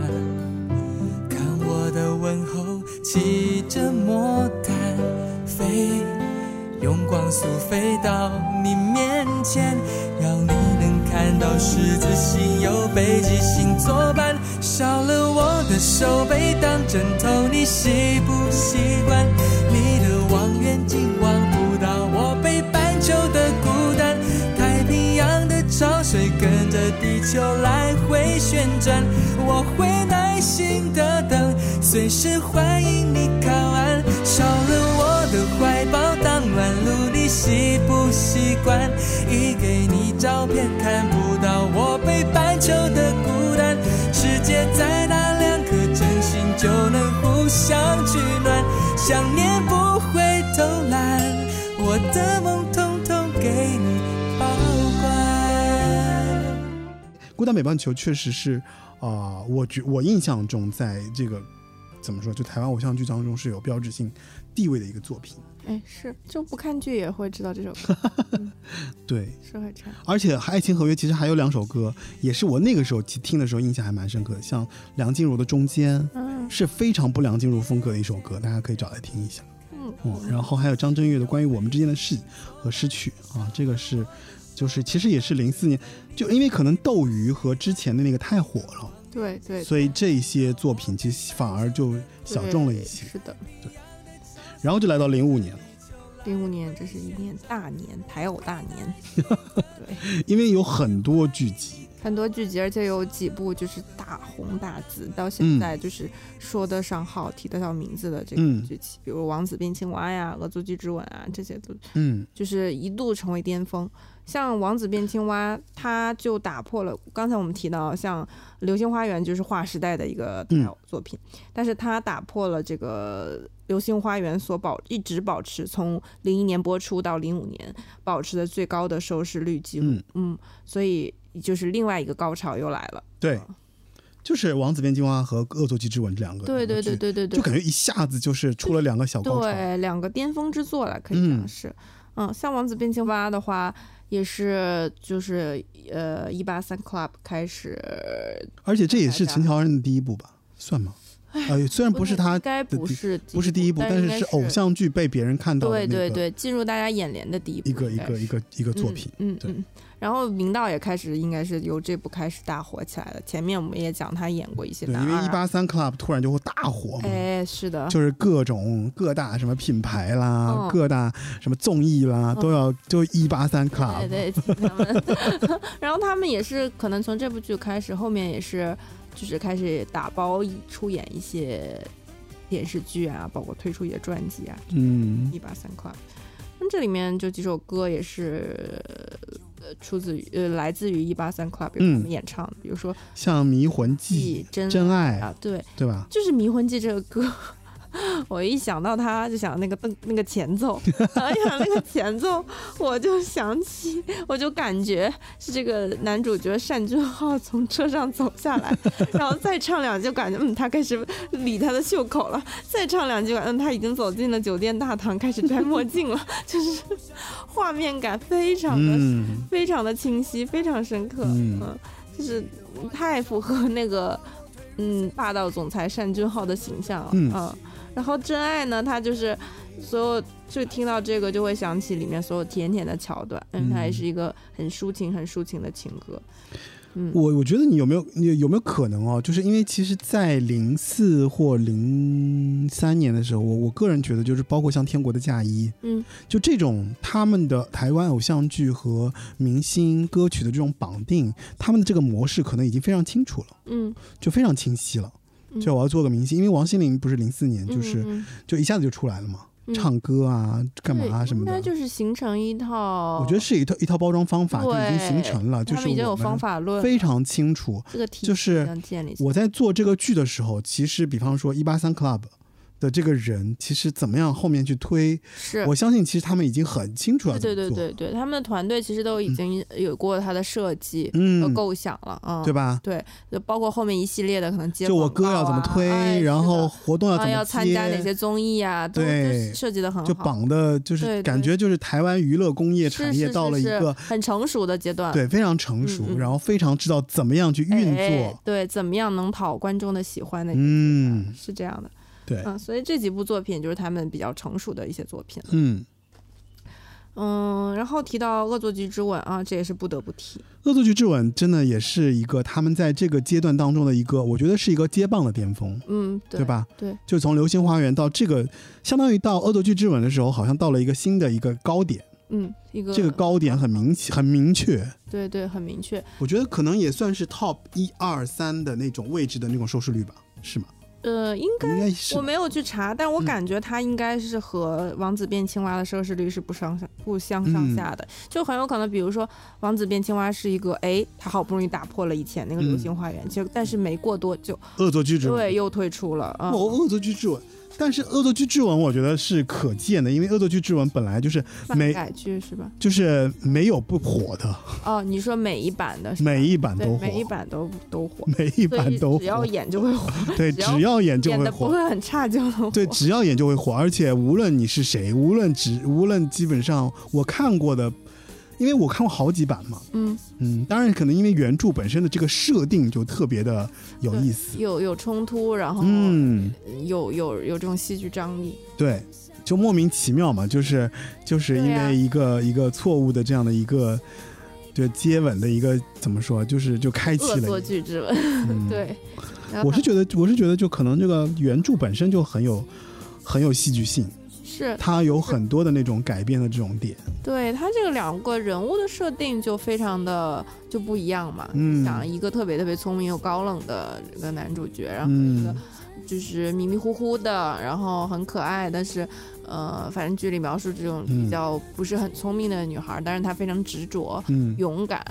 Speaker 1: 看我的问候骑着魔毯飞。用光速飞到你面前，让你能看到十字星有北极星作伴。少了我的手背当枕头，你习不习惯？你的望远镜望不到我北半球的孤单，太平洋的潮水跟着地球来回旋转，我会耐心的等，随时欢迎你靠岸。少了我的怀抱当暖炉，你习不习惯？一给你照片，看不到我北半球的孤单。世界再大，两颗真心就能互相取暖，想念不会偷懒，我的梦统统给你保管。
Speaker 2: 《孤单北半球》确实是，啊、我觉我印象中，在这个怎么说，就台湾偶像剧当中是有标志性地位的一个作品。
Speaker 3: 哎是就不看剧也会知道这首歌
Speaker 2: 对，
Speaker 3: 是会唱。
Speaker 2: 而且《爱情合约》其实还有两首歌，也是我那个时候听的时候印象还蛮深刻的，像梁静茹的《中间》
Speaker 3: 嗯
Speaker 2: 是非常不梁静茹风格的一首歌，大家可以找来听一下。
Speaker 3: 嗯
Speaker 2: 嗯，然后还有张震岳的《关于我们之间的事和失去》啊，这个是，就是其实也是零四年，就因为可能斗鱼和之前的那个太火了，
Speaker 3: 嗯对对，
Speaker 2: 所以这些作品其实反而就小众了一些
Speaker 3: 对。是的，
Speaker 2: 然后就来到零五年了，
Speaker 3: 零五年这是一年大年，台偶大 年，
Speaker 2: 因为有很多剧集，
Speaker 3: 很多剧集，而且有几部就是大红大紫，到现
Speaker 2: 嗯
Speaker 3: 在就是说得上号、提得上名字的这个
Speaker 2: 嗯
Speaker 3: 剧集，比如《王子变青蛙》呀，《恶作剧之吻》啊，这些都
Speaker 2: 嗯
Speaker 3: 就是一度成为巅峰。像《王子变青蛙》，它就打破了刚才我们提到，像《流星花园》就是划时代的一个
Speaker 2: 嗯
Speaker 3: 代表作品，但是它打破了这个《流星花园》所保一直保持从零一年播出到零五年保持的最高的收视率记录。
Speaker 2: 嗯
Speaker 3: 所以就是另外一个高潮又来了。
Speaker 2: 对，就是《王子变青蛙》和《恶作剧之吻》这两个，
Speaker 3: 对对对，对对对
Speaker 2: 就，感觉一下子就是出了两个小高潮，
Speaker 3: 对，两个巅峰之作了，可以讲
Speaker 2: 嗯
Speaker 3: 是。嗯像《王子变青蛙》的话，也是就是呃，一八三 Club 开始，
Speaker 2: 而且这也是
Speaker 3: 大家
Speaker 2: 陈乔恩的第一部吧，算吗？哎，虽然不是他
Speaker 3: 应该
Speaker 2: 的
Speaker 3: 不
Speaker 2: 第
Speaker 3: 是
Speaker 2: 不是第一部，但
Speaker 3: 是应
Speaker 2: 是
Speaker 3: 该
Speaker 2: 是偶。像剧被别人看到的
Speaker 3: 对
Speaker 2: 那个
Speaker 3: 对对，进入大家眼帘的第一部
Speaker 2: 一个一
Speaker 3: 应该
Speaker 2: 个
Speaker 3: 是
Speaker 2: 一个一个作品。
Speaker 3: 嗯
Speaker 2: 对
Speaker 3: 嗯嗯。然后明道也开始，应该是由这部开始大火起来了。前面我们也讲他演过一些
Speaker 2: 对，
Speaker 3: 男
Speaker 2: 因
Speaker 3: 二
Speaker 2: 为一
Speaker 3: 啊，
Speaker 2: 八三 club 突然就会大火嘛，
Speaker 3: 哎，是的，
Speaker 2: 就是各种各大什么品牌啦，
Speaker 3: 嗯
Speaker 2: 各大什么综艺啦，
Speaker 3: 嗯
Speaker 2: 都要就一八三 club。
Speaker 3: 对对，请他们。 然后他们也是可能从这部剧开始，后面也是就是开始打包出演一些电视剧啊，包括推出一些专辑啊，
Speaker 2: 嗯
Speaker 3: 一八三 club。那这里面就几首歌也是呃出自于呃来自于一八三 club 由
Speaker 2: 嗯
Speaker 3: 他们演唱的，比如说《
Speaker 2: 像《迷魂记
Speaker 3: 忆》、真
Speaker 2: 《真爱》
Speaker 3: 啊，对，
Speaker 2: 对吧？
Speaker 3: 就是《迷魂记》这个歌， 我一想到它就想那个噔那个前奏， 然后一想那个前奏，我就想起，我就感觉是这个男主角单俊浩从车上走下来， 然后再唱两句，感觉嗯他开始理他的袖口了，再唱两句，嗯他已经走进了酒店大堂，开始摘墨镜了， 就是画面感非常的
Speaker 2: 嗯，
Speaker 3: 非常的清晰，非常深刻，
Speaker 2: 嗯
Speaker 3: 嗯，就是太符合那个嗯霸道总裁单俊浩的形象了，
Speaker 2: 嗯
Speaker 3: 啊然后真爱呢，它就是所有就听到这个就会想起里面所有甜甜的桥段，因为它也
Speaker 2: 嗯
Speaker 3: 是一个很抒情、很抒情的情歌。嗯，
Speaker 2: 我我觉得你有没有你有没有可能哦？就是因为其实，在零四或零三年的时候，我我个人觉得，就是包括像《天国的嫁衣》，
Speaker 3: 嗯，
Speaker 2: 就这种他们的台湾偶像剧和明星歌曲的这种绑定，他们的这个模式可能已经非常清楚了，
Speaker 3: 嗯，
Speaker 2: 就非常清晰了。
Speaker 3: 嗯
Speaker 2: 就我要做个明星，因为王心凌不是零四年，就是、
Speaker 3: 嗯
Speaker 2: 就一下子就出来了嘛，
Speaker 3: 嗯
Speaker 2: 唱歌啊，干嘛啊
Speaker 3: 对
Speaker 2: 什么
Speaker 3: 应该
Speaker 2: 的。
Speaker 3: 就是形成一套，
Speaker 2: 我觉得是一套一套包装方法就已经
Speaker 3: 对
Speaker 2: 形成了，就
Speaker 3: 他
Speaker 2: 是
Speaker 3: 们已经有
Speaker 2: 我
Speaker 3: 方
Speaker 2: 们
Speaker 3: 法论了，
Speaker 2: 非常清楚。
Speaker 3: 这个体系
Speaker 2: 就是
Speaker 3: 已经建立起来。
Speaker 2: 我在做这个剧的时候，其实比方说一八三 club 的这个人，其实怎么样后面去推，
Speaker 3: 是
Speaker 2: 我相信其实他们已经很清楚了。
Speaker 3: 对对对对对，他们的团队其实都已经有过他的设计和
Speaker 2: 嗯，
Speaker 3: 构想了，嗯，
Speaker 2: 对吧？
Speaker 3: 对，就包括后面一系列的可能接
Speaker 2: 就我
Speaker 3: 广告
Speaker 2: 歌要怎么
Speaker 3: 啊
Speaker 2: 推，
Speaker 3: 哎
Speaker 2: 然
Speaker 3: 是的
Speaker 2: 后活动要怎
Speaker 3: 啊
Speaker 2: 么
Speaker 3: 要参加哪
Speaker 2: 接
Speaker 3: 些综艺啊，都都
Speaker 2: 对
Speaker 3: 设计的很好，
Speaker 2: 就绑的，就是
Speaker 3: 对
Speaker 2: 感觉就是台湾娱乐工业
Speaker 3: 是
Speaker 2: 产
Speaker 3: 是
Speaker 2: 业
Speaker 3: 是
Speaker 2: 到了一
Speaker 3: 是
Speaker 2: 个
Speaker 3: 很成熟的阶段，
Speaker 2: 对非常成熟，
Speaker 3: 啊嗯嗯
Speaker 2: 然后非常知道怎么样去
Speaker 3: 哎，
Speaker 2: 运
Speaker 3: 哎
Speaker 2: 作。
Speaker 3: 对，怎么样能讨观众的喜欢的，
Speaker 2: 嗯，
Speaker 3: 是这样的，
Speaker 2: 对，
Speaker 3: 嗯，所以这几部作品就是他们比较成熟的一些作品，
Speaker 2: 嗯，
Speaker 3: 嗯，然后提到《恶作剧之吻》啊，这也是不得不提，
Speaker 2: 《恶作剧之吻》真的也是一个他们在这个阶段当中的一个，我觉得是一个接棒的巅峰。
Speaker 3: 嗯，对
Speaker 2: 对？吧？
Speaker 3: 对，
Speaker 2: 就从《流星花园》到这个，相当于到《恶作剧之吻》的时候，好像到了一个新的一个高点。
Speaker 3: 嗯，一个
Speaker 2: 这个高点很明很明确，
Speaker 3: 对对，很明确。
Speaker 2: 我觉得可能也算是 top 一二三的那种位置的那种收视率吧，是吗？
Speaker 3: 呃，应该
Speaker 2: 应该是
Speaker 3: 我没有去查，但我
Speaker 2: 嗯
Speaker 3: 感觉它应该是和《王子变青蛙》的收视率是不上下不相上下
Speaker 2: 嗯
Speaker 3: 的，就很有可能，比如说《王子变青蛙》是一个，哎，它好不容易打破了以前那个《流
Speaker 2: 嗯
Speaker 3: 星花园》其实但是没过多久，
Speaker 2: 《恶作剧之吻》
Speaker 3: 对，又退出了啊。
Speaker 2: 我恶作剧之吻》，但是《恶作剧之吻》我觉得是可见的，因为《恶作剧之吻》本来就是
Speaker 3: 漫
Speaker 2: 没
Speaker 3: 改剧是吧？
Speaker 2: 就是没有不火的，
Speaker 3: 哦，你说每一版的是吧
Speaker 2: 每一版
Speaker 3: 对
Speaker 2: 都火，
Speaker 3: 每一版都都火，
Speaker 2: 每一
Speaker 3: 所
Speaker 2: 版
Speaker 3: 以
Speaker 2: 都
Speaker 3: 只要
Speaker 2: 火，
Speaker 3: 演 就会火，
Speaker 2: 对，
Speaker 3: 只要
Speaker 2: 只要演就
Speaker 3: 演
Speaker 2: 会
Speaker 3: 的不
Speaker 2: 火。
Speaker 3: 会很差就能火。
Speaker 2: 对，只要演就会火，而且无论你是谁，无论只无论基本上我看过的，因为我看过好几版嘛，
Speaker 3: 嗯，
Speaker 2: 嗯，当然可能因为原著本身的这个设定就特别的有意思，
Speaker 3: 有有冲突，然后
Speaker 2: 嗯，
Speaker 3: 有有有这种戏剧张力。
Speaker 2: 对，就莫名其妙嘛，就是就是因
Speaker 3: 对呀
Speaker 2: 为一个、一个错误的这样的一个。就接吻的一个怎么说，就是就开启
Speaker 3: 恶作
Speaker 2: 了。
Speaker 3: 剧之吻，
Speaker 2: 嗯，
Speaker 3: 对。然后
Speaker 2: 我是觉得，我是觉得，就可能这个原著本身就很有很有戏剧性，
Speaker 3: 是
Speaker 2: 它有很多的那种改变的这种点。
Speaker 3: 对他这个两个人物的设定就非常的就不一样嘛。
Speaker 2: 嗯
Speaker 3: 想一个特别特别聪明又高冷的这个男主角，然后
Speaker 2: 嗯，
Speaker 3: 就是迷迷糊糊的，然后很可爱，但是呃，反正剧里描述这种
Speaker 2: 嗯
Speaker 3: 比较不是很聪明的女孩，但是她非常执着、
Speaker 2: 嗯
Speaker 3: 勇敢，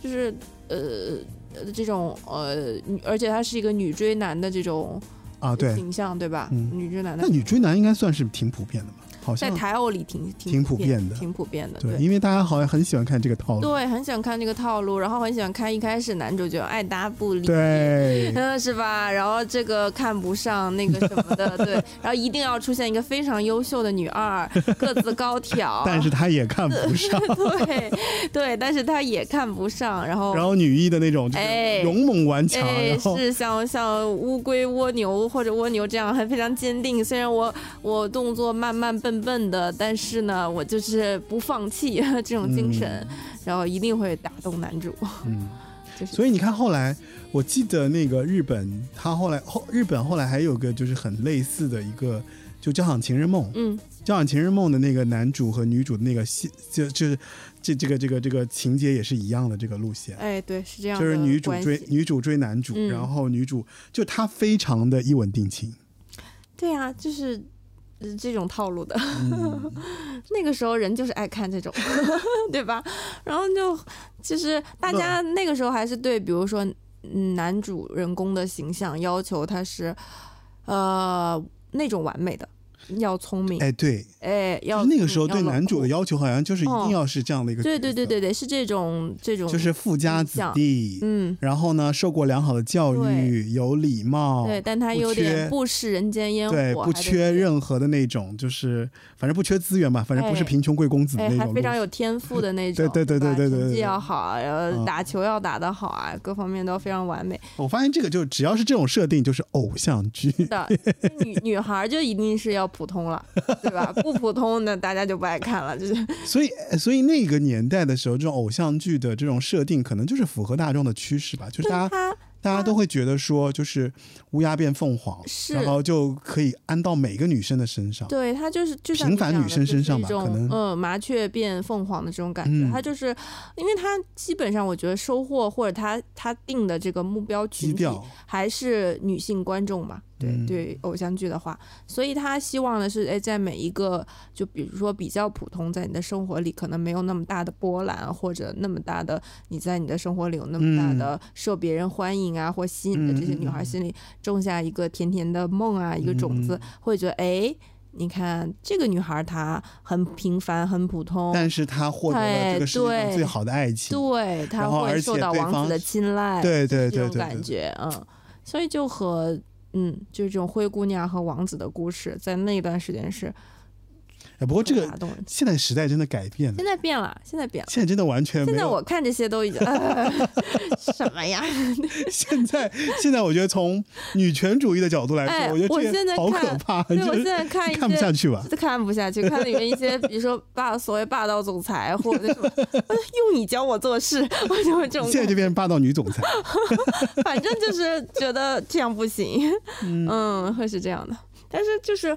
Speaker 3: 就是呃。呃这种呃，女而且她是一个女追男的这种
Speaker 2: 啊，对，
Speaker 3: 形象，对吧？
Speaker 2: 嗯
Speaker 3: 女追男的
Speaker 2: 那女追男应该算是挺普遍的嘛，好
Speaker 3: 在
Speaker 2: 像
Speaker 3: 台偶里挺挺
Speaker 2: 挺
Speaker 3: 普
Speaker 2: 普遍的
Speaker 3: 挺普遍的。
Speaker 2: 对，因为大家好像很喜欢看这个套路，
Speaker 3: 对，很喜欢看这个套路，然后很喜欢看一开始男主角爱搭不理。
Speaker 2: 对，
Speaker 3: 嗯， 是吧？然后这个看不上那个什么的， 对，然后一定要出现一个非常优秀的女二，个子高挑，
Speaker 2: 但是他也看不 上，
Speaker 3: 对对，但是她也看不上，然后
Speaker 2: 然后女一的那种就是
Speaker 3: 哎
Speaker 2: 勇猛顽强，
Speaker 3: 哎，
Speaker 2: 然后
Speaker 3: 是像像乌龟、蜗牛或者蜗牛这样，还非常坚定。虽然我我动作慢慢笨笨的，但是呢，我就是不放弃 这种精神，然后一定会打动男主。
Speaker 2: 嗯，
Speaker 3: 就是
Speaker 2: 所以你看后来，我记得那个日本，他后来后日本后来还有个就是很类似的一个。就《交响情人梦》，《
Speaker 3: 嗯
Speaker 2: 交响情人梦》的那个男主和女主的那个戏，就就是这这个这个这个情节也是一样的这个路线，
Speaker 3: 哎，对，是这样
Speaker 2: 就
Speaker 3: 的
Speaker 2: 是
Speaker 3: 关系，
Speaker 2: 女主追女主追男主，
Speaker 3: 嗯
Speaker 2: 然后女主就她非常的一吻定情，
Speaker 3: 对啊，就是。呃这种套路的，
Speaker 2: 嗯
Speaker 3: 那个时候人就是爱看这种， 对吧？然后就就是大家那个时候还是对，比如说嗯男主人公的形象要求他是呃那种完美的，要聪明，
Speaker 2: 哎，对，
Speaker 3: 哎，
Speaker 2: 就
Speaker 3: 要
Speaker 2: 是那个时候
Speaker 3: 要
Speaker 2: 对
Speaker 3: 冷
Speaker 2: 男主
Speaker 3: 酷
Speaker 2: 的要求好像就是一定
Speaker 3: 哦
Speaker 2: 要是这样的一个，
Speaker 3: 对对对，对对，是这种这种，
Speaker 2: 就是富家子弟，
Speaker 3: 嗯，
Speaker 2: 然后呢，受过良好的教育，
Speaker 3: 对
Speaker 2: 有礼貌，
Speaker 3: 对，但他
Speaker 2: 哦不
Speaker 3: 有
Speaker 2: 缺
Speaker 3: 点不食人间烟火，
Speaker 2: 对，不
Speaker 3: 还得
Speaker 2: 缺任何的那种，就是反正不缺资源吧，反正不是
Speaker 3: 哎
Speaker 2: 贫穷贵公子的
Speaker 3: 哎，
Speaker 2: 那种
Speaker 3: 还
Speaker 2: 路
Speaker 3: 非常
Speaker 2: 线
Speaker 3: 有天赋的 那
Speaker 2: 对
Speaker 3: 种，
Speaker 2: 对对
Speaker 3: 吧
Speaker 2: 对对对
Speaker 3: 成绩
Speaker 2: 对
Speaker 3: 要好啊，然
Speaker 2: 嗯
Speaker 3: 后打球要打得好啊，各方面都非常完 美。
Speaker 2: 我发现这个就只要是这种设定，就是偶像剧。
Speaker 3: 是的，女女孩儿就一定是要普通了，对吧？不普通的大家就不爱看 了，就是
Speaker 2: 所以，呃所以那个年代的时候，这种偶像剧的这种设定，可能就是符合大众的趋势吧，就是大家
Speaker 3: 他
Speaker 2: 大家都会觉得说，就是乌鸦变凤凰，
Speaker 3: 是
Speaker 2: 然后就可以安到每个女生的身上。
Speaker 3: 对他就是就像
Speaker 2: 平
Speaker 3: 你
Speaker 2: 凡
Speaker 3: 讲
Speaker 2: 女
Speaker 3: 的
Speaker 2: 生
Speaker 3: 就
Speaker 2: 身
Speaker 3: 是
Speaker 2: 上
Speaker 3: 一
Speaker 2: 吧
Speaker 3: 种
Speaker 2: 可能
Speaker 3: 嗯麻雀变凤凰的这种感
Speaker 2: 嗯
Speaker 3: 觉，他就是因为他基本上我觉得收获或者他他定的这个目标
Speaker 2: 基
Speaker 3: 群体
Speaker 2: 调，
Speaker 3: 还是女性观众嘛，对、
Speaker 2: 嗯
Speaker 3: 对，偶像剧的话，所以他希望的是，哎，在每一个就比如说比较普通，在你的生活里可能没有那么大的波澜，或者那么大的你在你的生活里有那么大
Speaker 2: 嗯
Speaker 3: 的受别人欢迎啊、或吸引的这些女孩心里种下一个甜甜的梦啊，一个种子，
Speaker 2: 嗯
Speaker 3: 会觉得哎。你看这个女孩，她很平凡，很普通，
Speaker 2: 但是他获得了这个世界上
Speaker 3: 哎对
Speaker 2: 最好的爱情。
Speaker 3: 对，他
Speaker 2: 然后而
Speaker 3: 会受
Speaker 2: 且
Speaker 3: 到
Speaker 2: 对
Speaker 3: 王
Speaker 2: 方
Speaker 3: 子的青睐，
Speaker 2: 对
Speaker 3: 就
Speaker 2: 对对
Speaker 3: 是这
Speaker 2: 对
Speaker 3: 种感
Speaker 2: 对
Speaker 3: 觉，嗯，所以就和嗯，就是这种灰姑娘和王子的故事，在那段时间是
Speaker 2: 哎，不过这
Speaker 3: 很打
Speaker 2: 个
Speaker 3: 动人。
Speaker 2: 现在时代真的改变了
Speaker 3: 现，在变了，现在变了。
Speaker 2: 现在真的完全没
Speaker 3: 现在
Speaker 2: 有。哎
Speaker 3: 我看这些 都已经、呃什么呀？
Speaker 2: 现在现在我觉得从女权主义的角度来说，
Speaker 3: 哎
Speaker 2: 我觉得
Speaker 3: 我
Speaker 2: 这
Speaker 3: 现
Speaker 2: 个
Speaker 3: 在
Speaker 2: 好
Speaker 3: 看
Speaker 2: 可怕，
Speaker 3: 对
Speaker 2: 就
Speaker 3: 我
Speaker 2: 是
Speaker 3: 现在看一
Speaker 2: 看不
Speaker 3: 些
Speaker 2: 下去吧。
Speaker 3: 这看不下去，看里面一些，比如说霸所谓霸道总裁或者什么， 呃用你教我做事， 我就会这种
Speaker 2: 现在
Speaker 3: 感
Speaker 2: 就
Speaker 3: 觉，
Speaker 2: 变成霸道女 总裁。
Speaker 3: 反正就是觉得这样不行， 嗯，会是这样的。但是就是，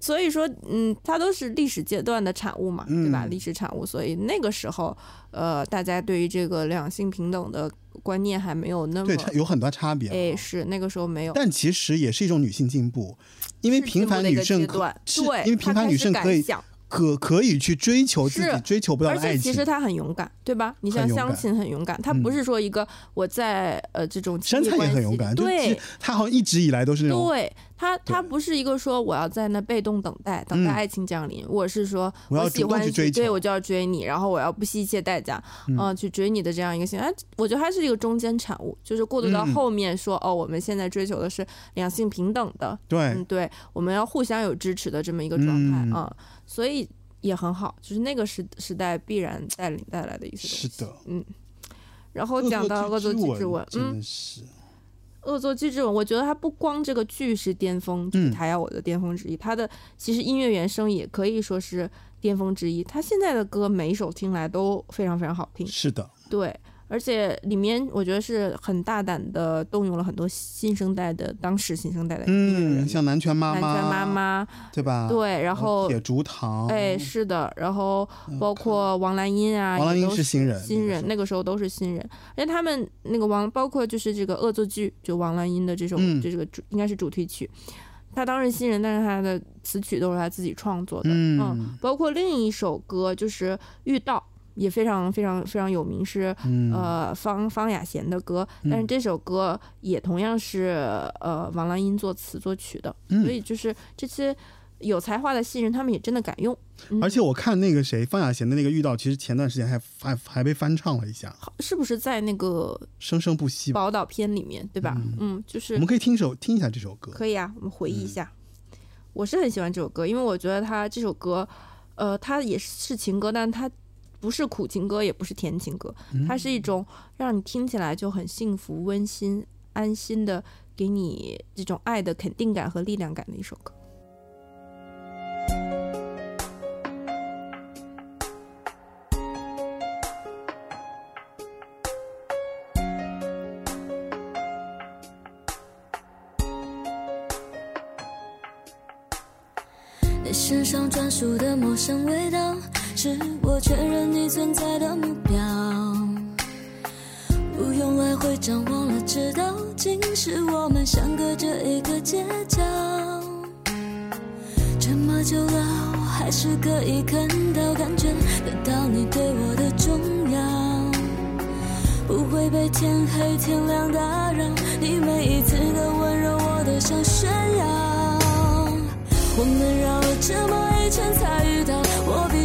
Speaker 3: 所以说，嗯，它都是历史阶段的产物嘛，对吧？
Speaker 2: 嗯
Speaker 3: 历史产物，所以那个时候，呃，大家对于这个两性平等的观念还没有那么
Speaker 2: 对，，它有很多差别。
Speaker 3: 嗯哎，是那个时候没有。
Speaker 2: 但其实也是一种女性进步，因为
Speaker 3: 是进
Speaker 2: 平
Speaker 3: 步
Speaker 2: 凡
Speaker 3: 的一
Speaker 2: 女
Speaker 3: 个
Speaker 2: 生
Speaker 3: 阶
Speaker 2: 可
Speaker 3: 段，
Speaker 2: 是
Speaker 3: 对，
Speaker 2: 因为
Speaker 3: 她
Speaker 2: 平凡
Speaker 3: 开
Speaker 2: 女
Speaker 3: 始
Speaker 2: 生
Speaker 3: 敢
Speaker 2: 可以
Speaker 3: 想
Speaker 2: 可可以去追求自己
Speaker 3: 是
Speaker 2: 追求不到
Speaker 3: 而
Speaker 2: 的爱
Speaker 3: 且其
Speaker 2: 情
Speaker 3: 实。她很勇敢，对吧？你
Speaker 2: 很
Speaker 3: 像
Speaker 2: 勇
Speaker 3: 相
Speaker 2: 敢嗯
Speaker 3: 亲很勇敢，她不是说一个我在呃这种亲
Speaker 2: 身
Speaker 3: 密
Speaker 2: 材也
Speaker 3: 关
Speaker 2: 很
Speaker 3: 系
Speaker 2: 勇
Speaker 3: 里
Speaker 2: 敢，就
Speaker 3: 对
Speaker 2: 是，她好像一直以来都是那种
Speaker 3: 对他，他
Speaker 2: 对
Speaker 3: 不是一个说我要在那被动等待，等待
Speaker 2: 嗯
Speaker 3: 爱情降临。我是说，
Speaker 2: 我要主
Speaker 3: 喜
Speaker 2: 动
Speaker 3: 欢
Speaker 2: 去
Speaker 3: 你，
Speaker 2: 追
Speaker 3: 对
Speaker 2: 求
Speaker 3: 我就要追你，然后我要不惜一切代价，
Speaker 2: 嗯
Speaker 3: 嗯、去追你的这样一个行为。哎我觉得它是一个中间产物，就是过渡到
Speaker 2: 嗯
Speaker 3: 后面说，哦，我们现在追求的是两性平等的，嗯，
Speaker 2: 对，
Speaker 3: 对，我们要互相有支持的这么一个状态
Speaker 2: 哎嗯
Speaker 3: 啊、所以也很好，就是那个时时代必然带领带来的一些东
Speaker 2: 是
Speaker 3: 西。
Speaker 2: 的。
Speaker 3: 然后讲到《恶作剧之吻》，嗯
Speaker 2: 真，的是，
Speaker 3: 恶作剧之吻，我觉得它不光这个剧是巅峰，就是
Speaker 2: 嗯
Speaker 3: 台要我的巅峰之一，它的其实音乐原声也可以说是巅峰之一。它现在的歌每一首听来都非常非常好听，
Speaker 2: 是的，
Speaker 3: 对，而且里面我觉得是很大胆的动用了很多新生代的当时新生代的音乐人，
Speaker 2: 嗯，像南拳妈
Speaker 3: 南拳
Speaker 2: 妈，
Speaker 3: 妈妈，
Speaker 2: 对吧？
Speaker 3: 对，然后
Speaker 2: 铁竹堂，
Speaker 3: 哎是的，然后包括王蓝音啊，
Speaker 2: 王蓝
Speaker 3: 也
Speaker 2: 英
Speaker 3: 都
Speaker 2: 是新人，
Speaker 3: 新人，
Speaker 2: 呃那
Speaker 3: 那个时候都是新人，而且他们那个王，包括就是这个恶作剧，就王蓝音的这首，
Speaker 2: 嗯
Speaker 3: 就这个主应该是主题曲。他当时新人，但是他的词曲都是他自己创作
Speaker 2: 个
Speaker 3: 的，
Speaker 2: 时候嗯
Speaker 3: 嗯包括另一首歌就是《遇到》，也非常非常非常有名，是
Speaker 2: 嗯
Speaker 3: 呃方方雅贤的歌，
Speaker 2: 嗯
Speaker 3: 但是这首歌也同样是呃王蓝音作词作曲的，
Speaker 2: 嗯
Speaker 3: 所以就是这些有才华的新人，他们也真的敢用，嗯
Speaker 2: 而且我看那个谁方雅贤的那个遇到，其实前段时间还还还被翻唱了一下，
Speaker 3: 好是不是在那个
Speaker 2: 生生不息吧。
Speaker 3: 宝岛片里面，对吧？嗯，就是
Speaker 2: 我们可以嗯听首听一下这首歌，
Speaker 3: 可以啊，我们回忆一下。我是很喜欢这首歌，因为我觉得它这首歌，呃，它也是情歌，但它不是苦情歌，也不是甜情歌，
Speaker 2: 嗯
Speaker 3: 它是一种让你听起来就很幸福、温馨、安心的，给你这种爱的肯定感和力量感的一首歌。
Speaker 6: 你身上专属的陌生味道，是我确认你存在的目标。不用来回张望了，直到今时我们相隔着一个街角。这么久了，我还是可以看到、感觉得到你对我的重要。不会被天黑天亮打扰。你每一次的温柔，我都想炫耀。我们绕了这么一圈才遇到，我比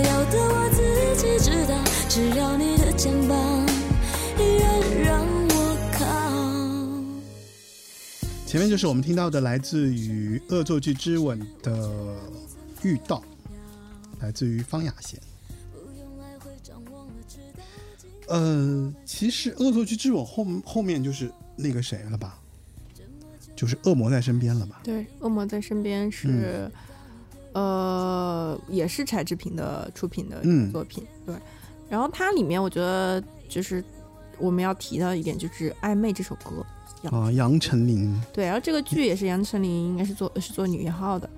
Speaker 6: 要的我自己知道，只要你的肩膀依然让我靠。
Speaker 2: 前面就是我们听到的来自于《恶作剧之吻》的《遇到》，来自于方雅贤。呃，其实《恶作剧之吻》后后面就是那个谁了吧，就是恶魔在身边了吧？
Speaker 3: 对，《恶魔在身边》是，
Speaker 2: 嗯
Speaker 3: 呃，也是柴智屏的出品的
Speaker 2: 嗯
Speaker 3: 作品，对。然后它里面我觉得就是我们要提到一点，就是《暧昧》这首歌，
Speaker 2: 啊，杨丞琳，
Speaker 3: 对。然后这个剧也是杨丞琳应该是做是做女一号的，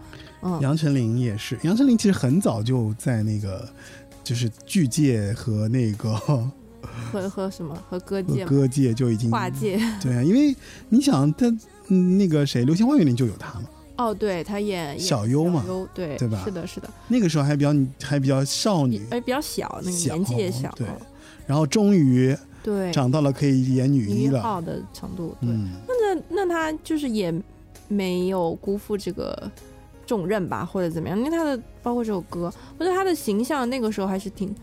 Speaker 3: 嗯，
Speaker 2: 杨丞琳也是，杨丞琳其实很早就在那个就是剧界和那个
Speaker 3: 和和什么和
Speaker 2: 和
Speaker 3: 歌界嘛、
Speaker 2: 歌界就已经
Speaker 3: 画界，
Speaker 2: 对啊，因为你想他嗯那个谁，《流星花园》里就有他嘛，
Speaker 3: 哦，对他演演
Speaker 2: 小优嘛
Speaker 3: 小优对
Speaker 2: 对吧
Speaker 3: 是的，是的，
Speaker 2: 那个时候还比较还比较少女，
Speaker 3: 哎，比较小，那个
Speaker 2: 小
Speaker 3: 年纪也小，
Speaker 2: 对然后终于
Speaker 3: 对，
Speaker 2: 长到了可以演女一
Speaker 3: 女一
Speaker 2: 了。
Speaker 3: 号的程度，对。
Speaker 2: 嗯，
Speaker 3: 那那他就是也没有辜负这个重任吧，或者怎么样？因为他的包括这首歌，我觉得他的形象那个时候还是挺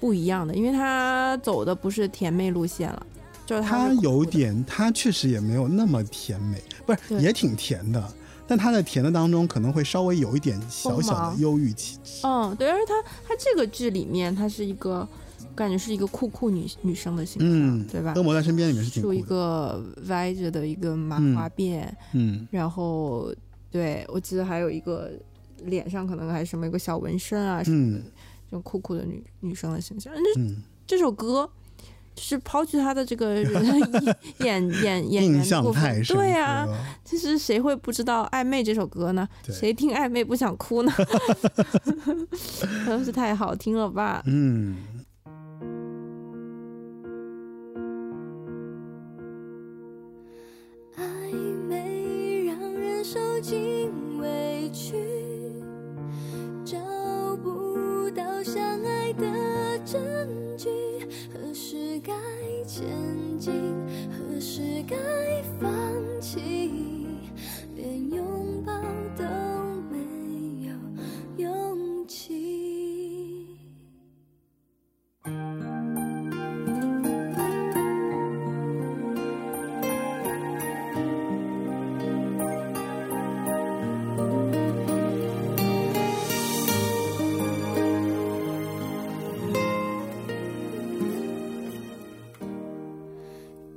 Speaker 3: 不一样的，因为他走的不是甜妹路线了，就是
Speaker 2: 她
Speaker 3: 他是
Speaker 2: 有
Speaker 3: 酷的
Speaker 2: 点，她确实也没有那么甜美，不是
Speaker 3: 对
Speaker 2: 也挺甜的，但她在甜的当中可能会稍微有一点小小
Speaker 3: 锋
Speaker 2: 的
Speaker 3: 芒
Speaker 2: 忧郁气。
Speaker 3: 嗯，对，而且他他这个剧里面，他是一个感觉是一个酷酷女女生的形象，
Speaker 2: 嗯，
Speaker 3: 对吧
Speaker 2: 恶？魔在身边里面是挺
Speaker 3: 梳一
Speaker 2: 酷的。
Speaker 3: 个歪着的一个麻
Speaker 2: 嗯
Speaker 3: 花辫，
Speaker 2: 嗯，
Speaker 3: 然后对我记得还有一个脸上可能还什么一个小纹身啊什么的，
Speaker 2: 嗯
Speaker 3: 这种酷酷的女女生的形象。那
Speaker 2: 嗯，
Speaker 3: 这首歌就是抛去她的这个 演演演员
Speaker 2: 印
Speaker 3: 的
Speaker 2: 象
Speaker 3: 部分
Speaker 2: 太深刻了。
Speaker 3: 对啊， 其实谁会不知道《暧昧》这首歌呢？
Speaker 2: 对
Speaker 3: 谁听《暧昧》不想哭 呢？ 真是太好听了吧！
Speaker 2: 嗯，
Speaker 6: 暧昧让人受尽委屈，找不到相爱的证据。何时该前进，何时该放弃，连拥抱都没有勇气。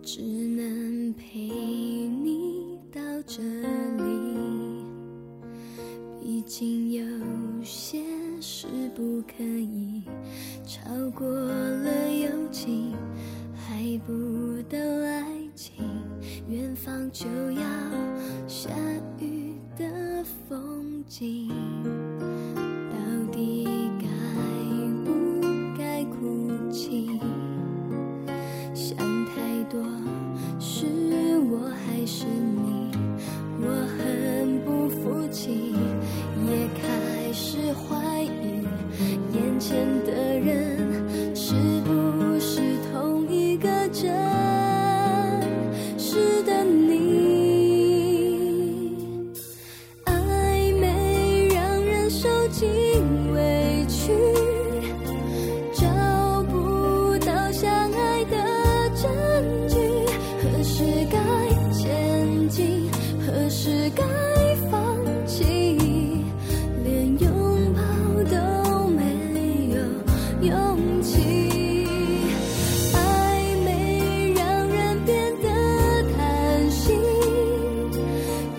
Speaker 6: 只能陪你到这里，毕竟有些事不可以超过了友情，还不到爱情，远方就要下雨的风景，到底该不该哭泣？想太多，是我还是你？我很不服气，也开始怀疑眼前的人是不是同一个真实的你。暧昧让人受尽委屈，找不到相爱的证据，何时该前进，何时该放弃，连拥抱都没有勇气。暧昧让人变得贪心，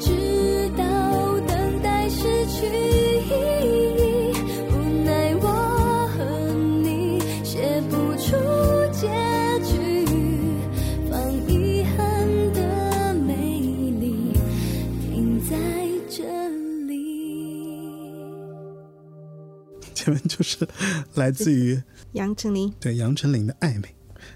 Speaker 6: 直到等待失去意义，无奈我和你写不出结局，放遗憾的美丽停在这里。
Speaker 2: 前面就是来自于
Speaker 3: 杨丞琳，
Speaker 2: 对杨丞琳的暧昧。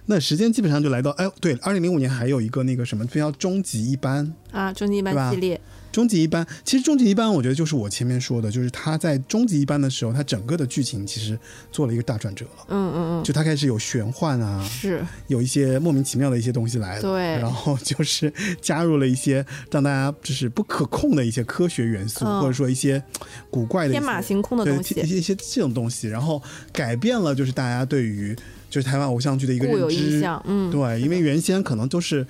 Speaker 2: 那时间基本上就来到，哎，对，二零零五年还有一个那个什么，叫《终极一班》。
Speaker 3: 啊，终极一
Speaker 2: 对吧
Speaker 3: 班系列，
Speaker 2: 终极一班，其实终极一班，我觉得就是我前面说的，就是他在终极一班的时候，他整个的剧情其实做了一个大转折了，
Speaker 3: 嗯嗯
Speaker 2: 就他开始有玄幻啊
Speaker 3: 嗯，，是
Speaker 2: 有一些莫名其妙的一些东西来了，
Speaker 3: 对
Speaker 2: 然后就是加入了一些让大家就是不可控的一些科学元素，
Speaker 3: 嗯
Speaker 2: 或者说一些古怪的一
Speaker 3: 天马
Speaker 2: 些
Speaker 3: 行空的
Speaker 2: 对
Speaker 3: 东
Speaker 2: 一
Speaker 3: 西，
Speaker 2: 些一些这种东西，然后改变了就是大家对于就是台湾偶像剧的一个
Speaker 3: 固
Speaker 2: 认
Speaker 3: 有印
Speaker 2: 知，
Speaker 3: 象，嗯，
Speaker 2: 对，因为原先可能都是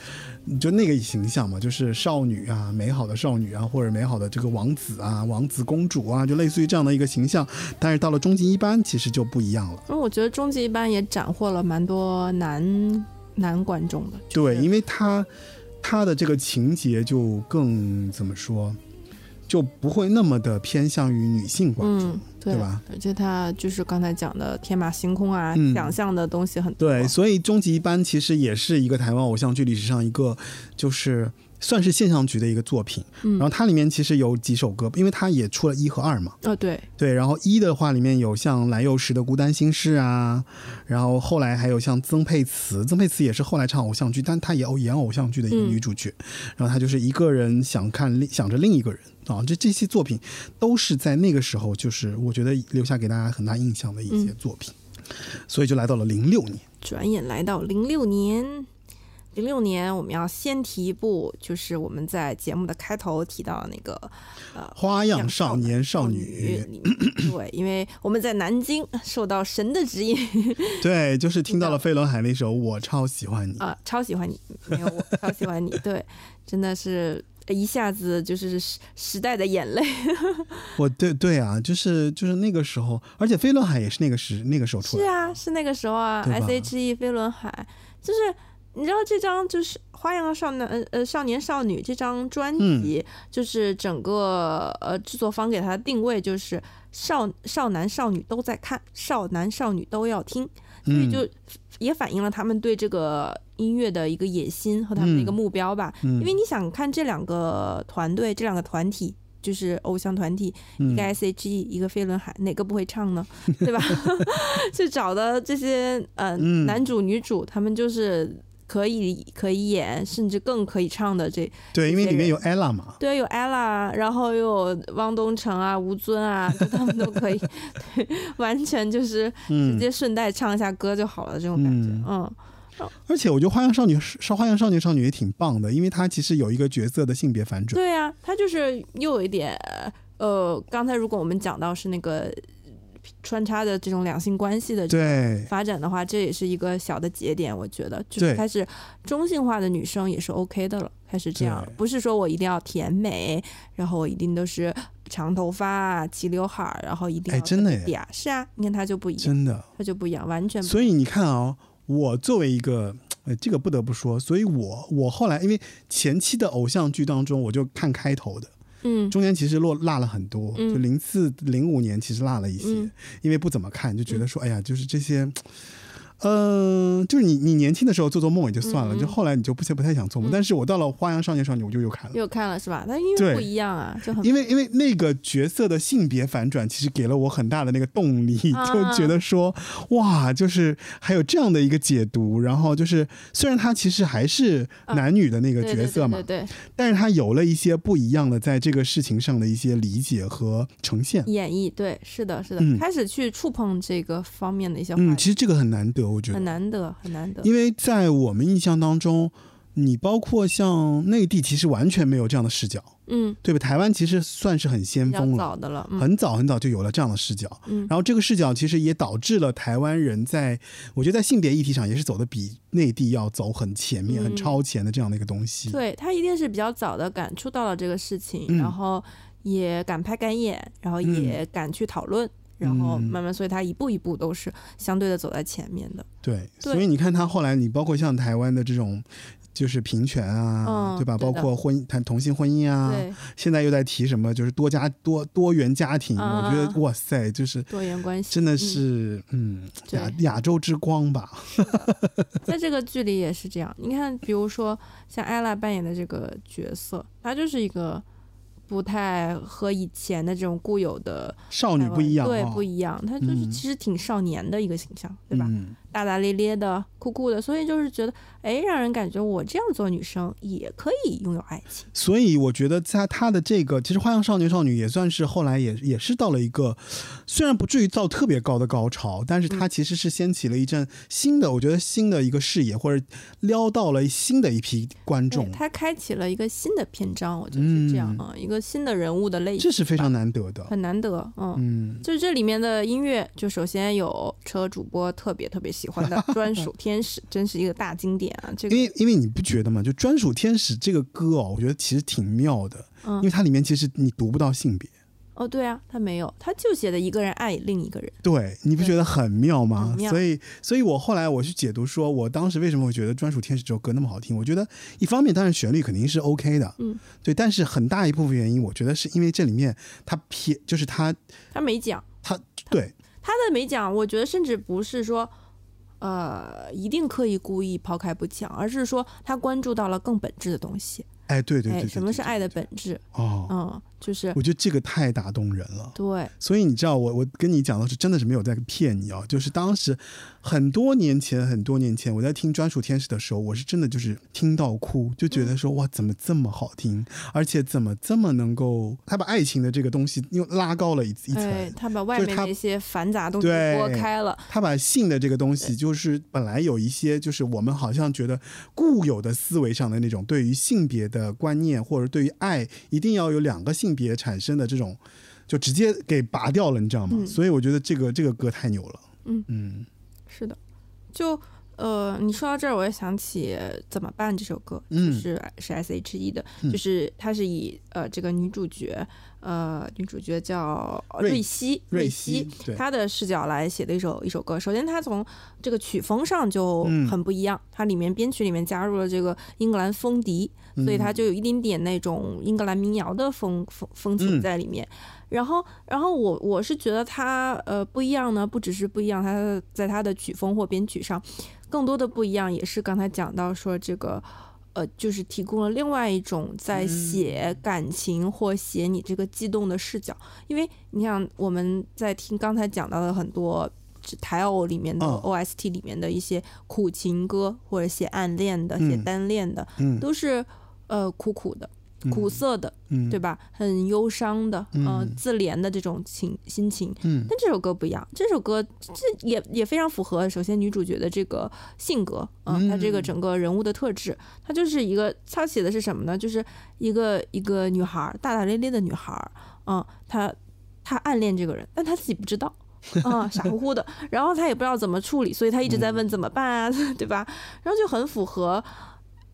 Speaker 2: 就那个形象嘛，就是少女啊，美好的少女啊，或者美好的这个王子啊、王子公主啊，就类似于这样的一个形象。但是到了终极一班，其实就不一样了。
Speaker 3: 因为我觉得终极一班也斩获了蛮多男男观众的，
Speaker 2: 对，因为他他的这个情节就更怎么说，就不会那么的偏向于女性观众。
Speaker 3: 嗯，对
Speaker 2: 对吧？
Speaker 3: 而且他就是刚才讲的天马行空啊，
Speaker 2: 嗯
Speaker 3: 想象的东西很多，
Speaker 2: 对，所以《终极一班》其实也是一个台湾偶像剧历史上一个就是算是现象级的一个作品。
Speaker 3: 嗯
Speaker 2: 然后它里面其实有几首歌，因为它也出了一和二嘛。
Speaker 3: 哦对，
Speaker 2: 对，然后一的话里面有像蓝又时的《孤单心事》啊，然后后来还有像曾沛慈，曾沛慈也是后来唱偶像剧，但她也有演偶像剧的一个女主角，然后她就是一个人想看另想着另一个人啊，这这些作品都是在那个时候，就是我觉得留下给大家很大印象的一些作品，所以就来到了零六年。
Speaker 3: 转眼来到零六年，零六年我们要先提一部，就是我们在节目的开头提到的那个呃
Speaker 2: 《花样少年少女》
Speaker 3: 里 面对，因为我们在南京受到神的指引
Speaker 2: 对，就是听到了飞轮海那首《我超喜欢你》。
Speaker 3: 啊、超喜欢你，没有我超喜欢你，对，真的是一下子就是时时代的眼泪，
Speaker 2: 我对对啊，就是就是那个时候，而且飞轮海也是那个时那个时候出
Speaker 3: 是
Speaker 2: 来的。
Speaker 3: 啊，是那个时候啊
Speaker 2: 对吧
Speaker 3: ，S H E 飞轮海，就是你知道这张就是《花样少男》呃呃少年少女这张专
Speaker 2: 嗯
Speaker 3: 辑，就是整个呃制作方给它的定位就是少少男少女都在看，少男少女都要听，所以
Speaker 2: 嗯
Speaker 3: 就也反映了他们对这个音乐的一个野心和他们的一个
Speaker 2: 嗯
Speaker 3: 目标吧。因为你想看这两个团队，这两个团体。就是偶像团体，一
Speaker 2: 嗯
Speaker 3: 个 S.H.E，、一个飞轮海，哪个不会唱呢？ 对吧？就找的这些呃、
Speaker 2: 嗯
Speaker 3: 男主女主，他们就是可以可以演，甚至更可以唱的这
Speaker 2: 对，因为
Speaker 3: 这些
Speaker 2: 里面
Speaker 3: 人
Speaker 2: 有 ella 嘛，
Speaker 3: 对，有 ella，然啊后又有汪东城啊、吴尊啊，就他们都可以， 对，完全就是直接顺带唱一下歌就好了，这种感觉，
Speaker 2: 嗯
Speaker 3: 嗯
Speaker 2: 而且我觉得《花样少女》少《花样少年少女》也挺棒的，因为它其实有一个角色的性别反转。
Speaker 3: 对呀、他就是又有一点，呃，刚才如果我们讲到是那个穿插的这种两性关系的这
Speaker 2: 对
Speaker 3: 发展的话，这也是一个小的节点，我觉得就
Speaker 2: 对
Speaker 3: 是开始中性化的女生也是 OK 的了，开始这样了
Speaker 2: 对，
Speaker 3: 不是说我一定要甜美，然后我一定都是长头发、齐刘海儿，然后一定
Speaker 2: 哎
Speaker 3: 要
Speaker 2: 真的耶
Speaker 3: 特别嗲，是啊，你看她就不一样，
Speaker 2: 真的。
Speaker 3: 她就不一样，完全不
Speaker 2: 所
Speaker 3: 一样
Speaker 2: 以你看啊、我作为一个。呃，这个不得不说，所以我我后来因为前期的偶像剧当中，我就看开头的，
Speaker 3: 嗯
Speaker 2: 中间其实落落了很多，
Speaker 3: 嗯
Speaker 2: 就零四零五年其实落了一些，
Speaker 3: 嗯
Speaker 2: 因为不怎么看，就觉得说，哎呀，就是这些。嗯、就是你你年轻的时候做做梦也就算了，
Speaker 3: 嗯嗯嗯
Speaker 2: 就后来你就不太不太想做梦。但是我到了《花样少年少女》，我就又看了，
Speaker 3: 又看了是吧？但因
Speaker 2: 对
Speaker 3: 为不一样啊，就很
Speaker 2: 因为因为那个角色的性别反转，其实给了我很大的那个动力，
Speaker 3: 啊
Speaker 2: 就觉得说，哇，就是还有这样的一个解读。然后就是，虽然他其实还是男女的那个
Speaker 3: 啊对
Speaker 2: 角
Speaker 3: 对
Speaker 2: 色
Speaker 3: 对
Speaker 2: 嘛，
Speaker 3: 对对，
Speaker 2: 但是他有了一些不一样的在这个事情上的一些理解和呈现。
Speaker 3: 演绎对，是的，是的，
Speaker 2: 嗯
Speaker 3: 开始去触碰这个方面的一些话
Speaker 2: 嗯，
Speaker 3: 题，
Speaker 2: 其实这个很难得，我觉
Speaker 3: 很
Speaker 2: 得，
Speaker 3: 难得，很难得，
Speaker 2: 因为在我们印象当中，你包括像内地，其实完全没有这样的视角，
Speaker 3: 嗯，
Speaker 2: 对吧？台湾其实算是很先
Speaker 3: 比较
Speaker 2: 锋了。
Speaker 3: 早的了，嗯
Speaker 2: 很早很早就有了这样的视角，
Speaker 3: 嗯
Speaker 2: 然后这个视角其实也导致了台湾人在，我觉得在性别议题上也是走的比内地要走很前面、
Speaker 3: 嗯
Speaker 2: 很超前的这样的一个东西。
Speaker 3: 对他一定是比较早的感触到了这个事情，
Speaker 2: 嗯
Speaker 3: 然后也敢拍敢演，然后也敢去讨论，然后
Speaker 2: 嗯
Speaker 3: 慢慢，所以他一步一步都是相对的走在前面的。
Speaker 2: 对，
Speaker 3: 对
Speaker 2: 所以你看他后来，你包括像台湾的这种。就是平权啊，
Speaker 3: 嗯
Speaker 2: 对吧？
Speaker 3: 对
Speaker 2: 包
Speaker 3: 的
Speaker 2: 括婚谈同性婚姻啊，
Speaker 3: 对，
Speaker 2: 现在又在提什么就是多家多多元家庭，
Speaker 3: 啊
Speaker 2: 我觉得哇塞，就是
Speaker 3: 多元关系
Speaker 2: 真的是嗯
Speaker 3: 嗯对
Speaker 2: 亚亚洲之光吧，
Speaker 3: 在这个剧里也是这样。你看，比如说像艾拉扮演的这个角色，她就是一个不太和以前的这种固有的
Speaker 2: 少女
Speaker 3: 台湾
Speaker 2: 不一样、哦，
Speaker 3: 对，不一样，她就是
Speaker 2: 嗯
Speaker 3: 其实挺少年的一个形象，对吧？
Speaker 2: 嗯
Speaker 3: 大大咧咧的、酷酷的，所以就是觉得，哎，让人感觉我这样做女生也可以拥有爱情。
Speaker 2: 所以我觉得在他的这个，其实《花样少年少女》也算是后来也也是到了一个，虽然不至于到特别高的高潮，但是它其实是掀起了一阵新的，我觉得新的一个视野，或者撩到了新的一批观众
Speaker 3: 对，她开启了一个新的篇章，我觉得是这样
Speaker 2: 嗯
Speaker 3: 啊、一个新的人物的类型，
Speaker 2: 这是非常难得的。
Speaker 3: 很难得，嗯。
Speaker 2: 嗯，
Speaker 3: 就是这里面的音乐，就首先有车主播特别特别喜欢的 《专属天使》，真是一个大经典啊！这个
Speaker 2: 因为因为你不觉得吗？就《专属天使》这个歌哦，我觉得其实挺妙的，
Speaker 3: 嗯
Speaker 2: 因为它里面其实你读不到性别，
Speaker 3: 哦，对啊，他没有，他就写的一个人爱另一个人，
Speaker 2: 对，你不觉得很妙吗
Speaker 3: 很？妙
Speaker 2: 所以，所以我后来我去解读说，我当时为什么会觉得《专属天使》这首歌那么好听？我觉得一方面当然旋律肯定是 OK 的，
Speaker 3: 嗯，
Speaker 2: 对，但是很大一部分原因，我觉得是因为这里面它偏，就是它
Speaker 3: 他没讲，
Speaker 2: 它对
Speaker 3: 他的没讲，我觉得甚至不是说，呃，一定刻意故意抛开不讲，而是说他关注到了更本质的东西。
Speaker 2: 哎，对对对
Speaker 3: 哎，
Speaker 2: 对
Speaker 3: 什么
Speaker 2: 对
Speaker 3: 是爱的本质？
Speaker 2: 哦？
Speaker 3: 嗯，就是
Speaker 2: 我觉得这个太打动人了。
Speaker 3: 对，
Speaker 2: 所以你知道我，我跟你讲的是真的是没有在骗你哦，就是当时很多年前，很多年前我在听《专属天使》的时候，我是真的就是听到哭，就觉得说哇，怎么这么好听，而且怎么这么能够，他把爱情的这个东西又拉高了一一层，
Speaker 3: 哎，他把外
Speaker 2: 就是
Speaker 3: 面
Speaker 2: 他
Speaker 3: 那些繁杂东西
Speaker 2: 对
Speaker 3: 拨开了，
Speaker 2: 他把性的这个东西，就是本来有一些就是我们好像觉得固有的思维上的那种对于性别的观念，或者对于爱一定要有两个性别产生的这种，就直接给拔掉了，你知道吗？
Speaker 3: 嗯
Speaker 2: 所以我觉得这个这个歌太牛了。
Speaker 3: 嗯
Speaker 2: 嗯，
Speaker 3: 是的，就呃，你说到这儿，我也想起《怎么办》这首歌，
Speaker 2: 嗯
Speaker 3: 就是是 S.H.E 的，
Speaker 2: 嗯
Speaker 3: 就是它是以呃这个女主角，呃女主角叫呃
Speaker 2: 瑞
Speaker 3: 瑞希，
Speaker 2: 瑞
Speaker 3: 希
Speaker 2: 希。对，
Speaker 3: 她的视角来写的一首一首歌。首先，她从这个曲风上就
Speaker 2: 嗯
Speaker 3: 很不一样，它里面编曲里面加入了这个英格兰风笛，
Speaker 2: 嗯
Speaker 3: 所以它就有一点点那种英格兰民谣的风风风
Speaker 2: 嗯
Speaker 3: 情在里面。然后，然后我我是觉得它呃不一样呢，不只是不一样，它在它的曲风或编曲上，更多的不一样也是刚才讲到说这个。呃，就是提供了另外一种在
Speaker 2: 嗯
Speaker 3: 写感情或写你这个悸动的视角，因为你想我们在听刚才讲到的很多台偶里面的
Speaker 2: 嗯
Speaker 3: OST 里面的一些苦情歌，或者写暗恋的、写
Speaker 2: 嗯
Speaker 3: 单恋的，
Speaker 2: 嗯
Speaker 3: 都是呃苦苦的、
Speaker 2: 嗯
Speaker 3: 苦涩的，
Speaker 2: 嗯
Speaker 3: 对吧？很忧伤的，
Speaker 2: 嗯
Speaker 3: 呃，自怜的这种情心情。
Speaker 2: 嗯
Speaker 3: 但这首歌不一样，这首歌这也也非常符合首先女主角的这个性格，嗯，她这个整个人物的特质，她就是一个，她写的是什么呢？就是一个一个女孩儿，大大咧咧的女孩儿，嗯，她她暗恋这个人，但她自己不知道。啊、傻乎乎的，然后她也不知道怎么处理，所以她一直
Speaker 2: 嗯
Speaker 3: 在问怎么办啊， 对吧？然后就很符合，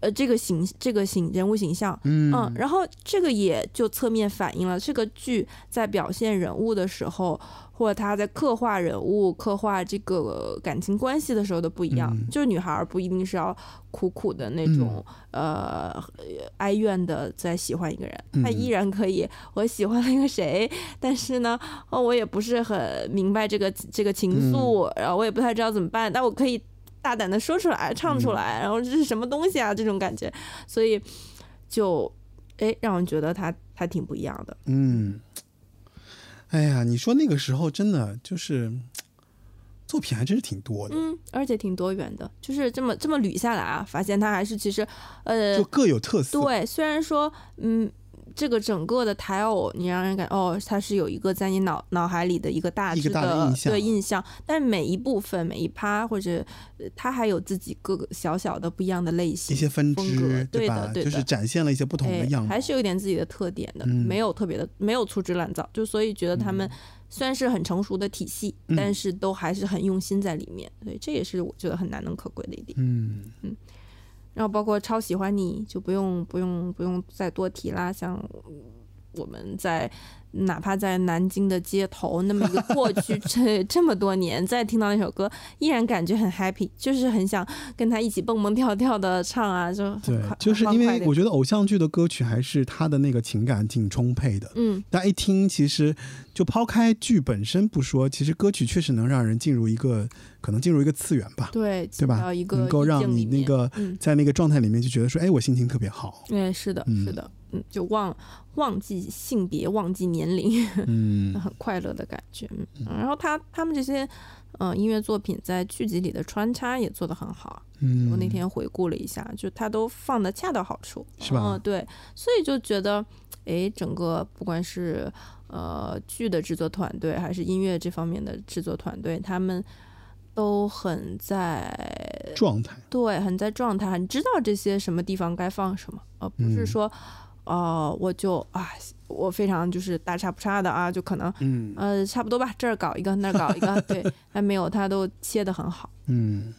Speaker 3: 呃，这个形这个形人物形象，
Speaker 2: 嗯
Speaker 3: 嗯，然后这个也就侧面反映了这个剧在表现人物的时候，或者他在刻画人物、刻画这个感情关系的时候的不一样。
Speaker 2: 嗯
Speaker 3: 就是女孩儿不一定是要苦苦的那种、
Speaker 2: 嗯
Speaker 3: 呃哀怨的在喜欢一个人，她依然可以我喜欢了一个谁，但是呢，哦，我也不是很明白这个这个情愫，然后我也不太知道怎么办，但我可以大胆的说出来、唱出来，然后这是什么东西啊？这种感觉，所以就哎，让人觉得他他挺不一样的。
Speaker 2: 嗯，哎呀，你说那个时候真的就是作品还真是挺多的，
Speaker 3: 嗯，而且挺多元的，就是这么这么捋下来啊，发现他还是其实，呃
Speaker 2: 就，各有特色。
Speaker 3: 对，虽然说，嗯，这个整个的台偶，你让人感哦，它是有一个在你脑脑海里的一个大
Speaker 2: 一个
Speaker 3: 致
Speaker 2: 大的印象
Speaker 3: 对印象，但每一部分、每一趴或者呃它还有自己各个小小的不一样的类
Speaker 2: 一
Speaker 3: 型，
Speaker 2: 些分
Speaker 3: 风
Speaker 2: 支，
Speaker 3: 格对的
Speaker 2: 吧？
Speaker 3: 对
Speaker 2: 就是
Speaker 3: 的
Speaker 2: 展现了一些不同的
Speaker 3: 哎
Speaker 2: 样貌，
Speaker 3: 还是有一点自己的特点的，
Speaker 2: 嗯
Speaker 3: 没有特别的，没有粗制滥造，就所以觉得他们虽然是很成熟的体系，
Speaker 2: 嗯
Speaker 3: 但是都还是很用心在里面，所以这也是我觉得很难能可贵的一点。
Speaker 2: 嗯。
Speaker 3: 然后包括超喜欢你就不用不用不用再多提啦，像我们在哪怕在南京的街头那么一个过 去这这么多年，再听到那首歌，依然感觉很 happy，就是很想跟他一起蹦蹦跳跳的唱啊，就很
Speaker 2: 对
Speaker 3: 快，
Speaker 2: 就是因为我
Speaker 3: 觉
Speaker 2: 觉得偶像剧的歌曲还是他的那个情感挺充沛的。
Speaker 3: 嗯
Speaker 2: 大家一听，其实就抛开剧本身不说，其实歌曲确实能让人进入一个可能进入一个次元吧，
Speaker 3: 对
Speaker 2: 对吧
Speaker 3: 到一？个
Speaker 2: 能够
Speaker 3: 意境
Speaker 2: 让你
Speaker 3: 里
Speaker 2: 那
Speaker 3: 面
Speaker 2: 个
Speaker 3: 嗯
Speaker 2: 在那个状态里面就觉得说，哎，我心情特别好。
Speaker 3: 对是的
Speaker 2: 嗯
Speaker 3: 是的嗯嗯就忘忘记性别，忘记年龄，
Speaker 2: 嗯
Speaker 3: 很快乐的感觉。嗯，然后他他们这些呃音乐作品在剧集里的穿插也做得很好。
Speaker 2: 嗯，
Speaker 3: 我那天回顾了一下，就它都放的恰到好处，
Speaker 2: 是吧
Speaker 3: 嗯，对，所以就觉得，哎，整个不管是呃剧的制作团队，还是音乐这方面的制作团队，他们都很在
Speaker 2: 状态，
Speaker 3: 对，很在状态，很知道这些什么地方该放什么，而不是
Speaker 2: 嗯
Speaker 3: 说，哦、我就啊，我非常就是大差不差的啊，就可能
Speaker 2: 嗯
Speaker 3: 呃差不多吧，这儿搞一个，那儿搞一个， 对，还没有，他都切得很好。
Speaker 2: 嗯。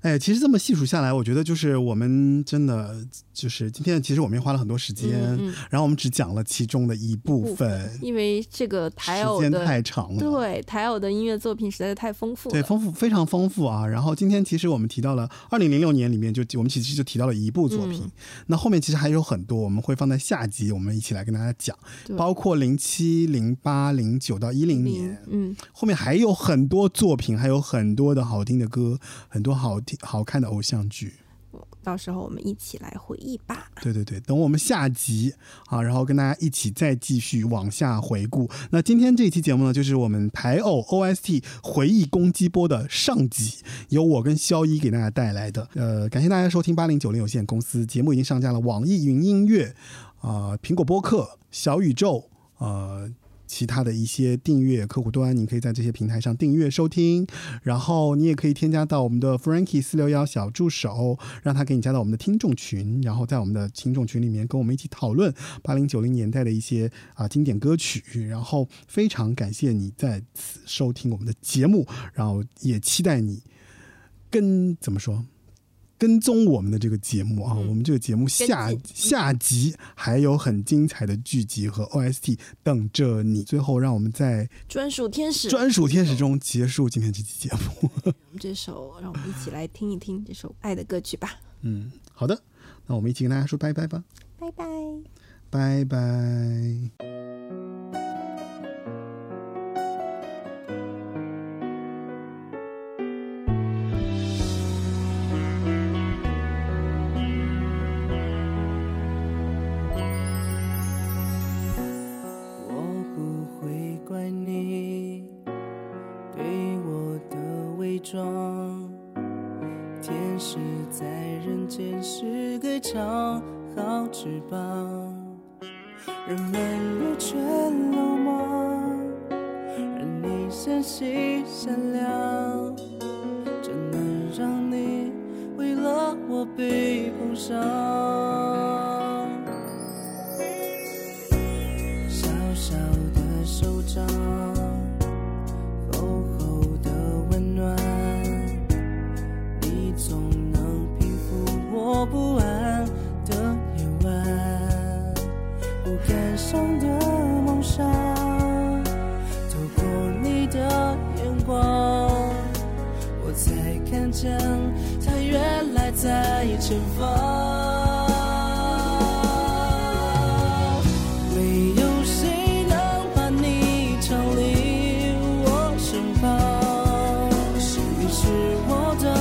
Speaker 2: 哎，其实这么细数下来，我觉得就是我们真的就是今天，其实我们也花了很多时间，
Speaker 3: 嗯嗯，
Speaker 2: 然后我们只讲了其中的一部分，
Speaker 3: 因为这个台
Speaker 2: 时
Speaker 3: 偶
Speaker 2: 间
Speaker 3: 的
Speaker 2: 太长了。
Speaker 3: 对台偶的音乐作品实在是太丰富了。
Speaker 2: 对，丰富非常丰富啊。然后今天其实我们提到了二零零六年里面就我们其实就提到了一部作品，
Speaker 3: 嗯
Speaker 2: 那后面其实还有很多，我们会放在下集我们一起来跟大家讲，
Speaker 3: 对
Speaker 2: 包括零七、零八、零九到一零年，
Speaker 3: 嗯，
Speaker 2: 后面还有很多作品，还有很多的好听的歌，很多好听好看的偶像剧。
Speaker 3: 到时候我们一起来回忆吧。
Speaker 2: 对对对，等我们下集啊，然后跟大家一起再继续往下回顾。那今天这期节目呢，就是我们台偶 OST 回忆攻击波的上集，由我跟肖一给大家带来的。呃，感谢大家收听八零九零有限公司节目，已经上架了网易云音乐、啊、苹果播客、小宇宙、呃。其他的一些订阅客户端，你可以在这些平台上订阅收听，然后你也可以添加到我们的 Frankie 四六幺小助手，让他给你加到我们的听众群，然后在我们的听众群里面跟我们一起讨论八零九零年代的一些啊、经典歌曲。然后非常感谢你在此收听我们的节目，然后也期待你跟怎么说。跟踪我们的这个节目啊，
Speaker 3: 嗯
Speaker 2: 我们这个节目下
Speaker 3: 跟进
Speaker 2: 下集还有很精彩的剧集和 OST 等着你。最后，让我们在
Speaker 3: 专属天使，
Speaker 2: 专属天使中结束今天这期节目。
Speaker 3: 这首让我们一起来听一听这首爱的歌曲吧。
Speaker 2: 嗯，好的，那我们一起跟大家说拜拜吧。
Speaker 3: 拜拜。
Speaker 2: 拜拜。
Speaker 1: 我不会怪你对我的伪装，天使在人间是个长好翅膀，让软弱全鲁莽，让你相信善良，这能让你为了我被碰伤。小小的手掌，厚厚的温暖，你总能平复我不安的夜晚。不敢想的梦想，透过你的眼光，我才看见它原来在前方。没有谁能把你长离我身旁，你是我的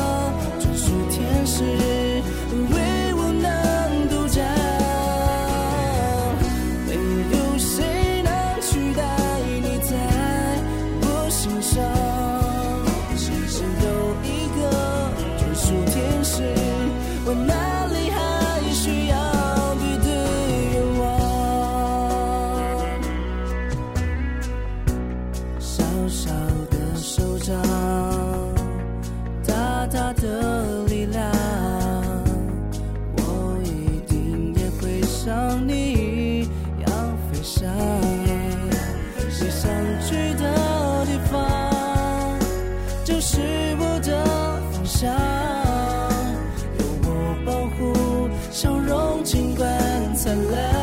Speaker 1: 专属天使，唯我能独占。没有谁能取代你在我心上，谁有一个专属天使，我哪里还需要别的愿望？小小的手掌，大大的力量，我一定也会像你一样飞翔。你想去的地方，就是我的方向。有我保护，笑容尽管灿烂。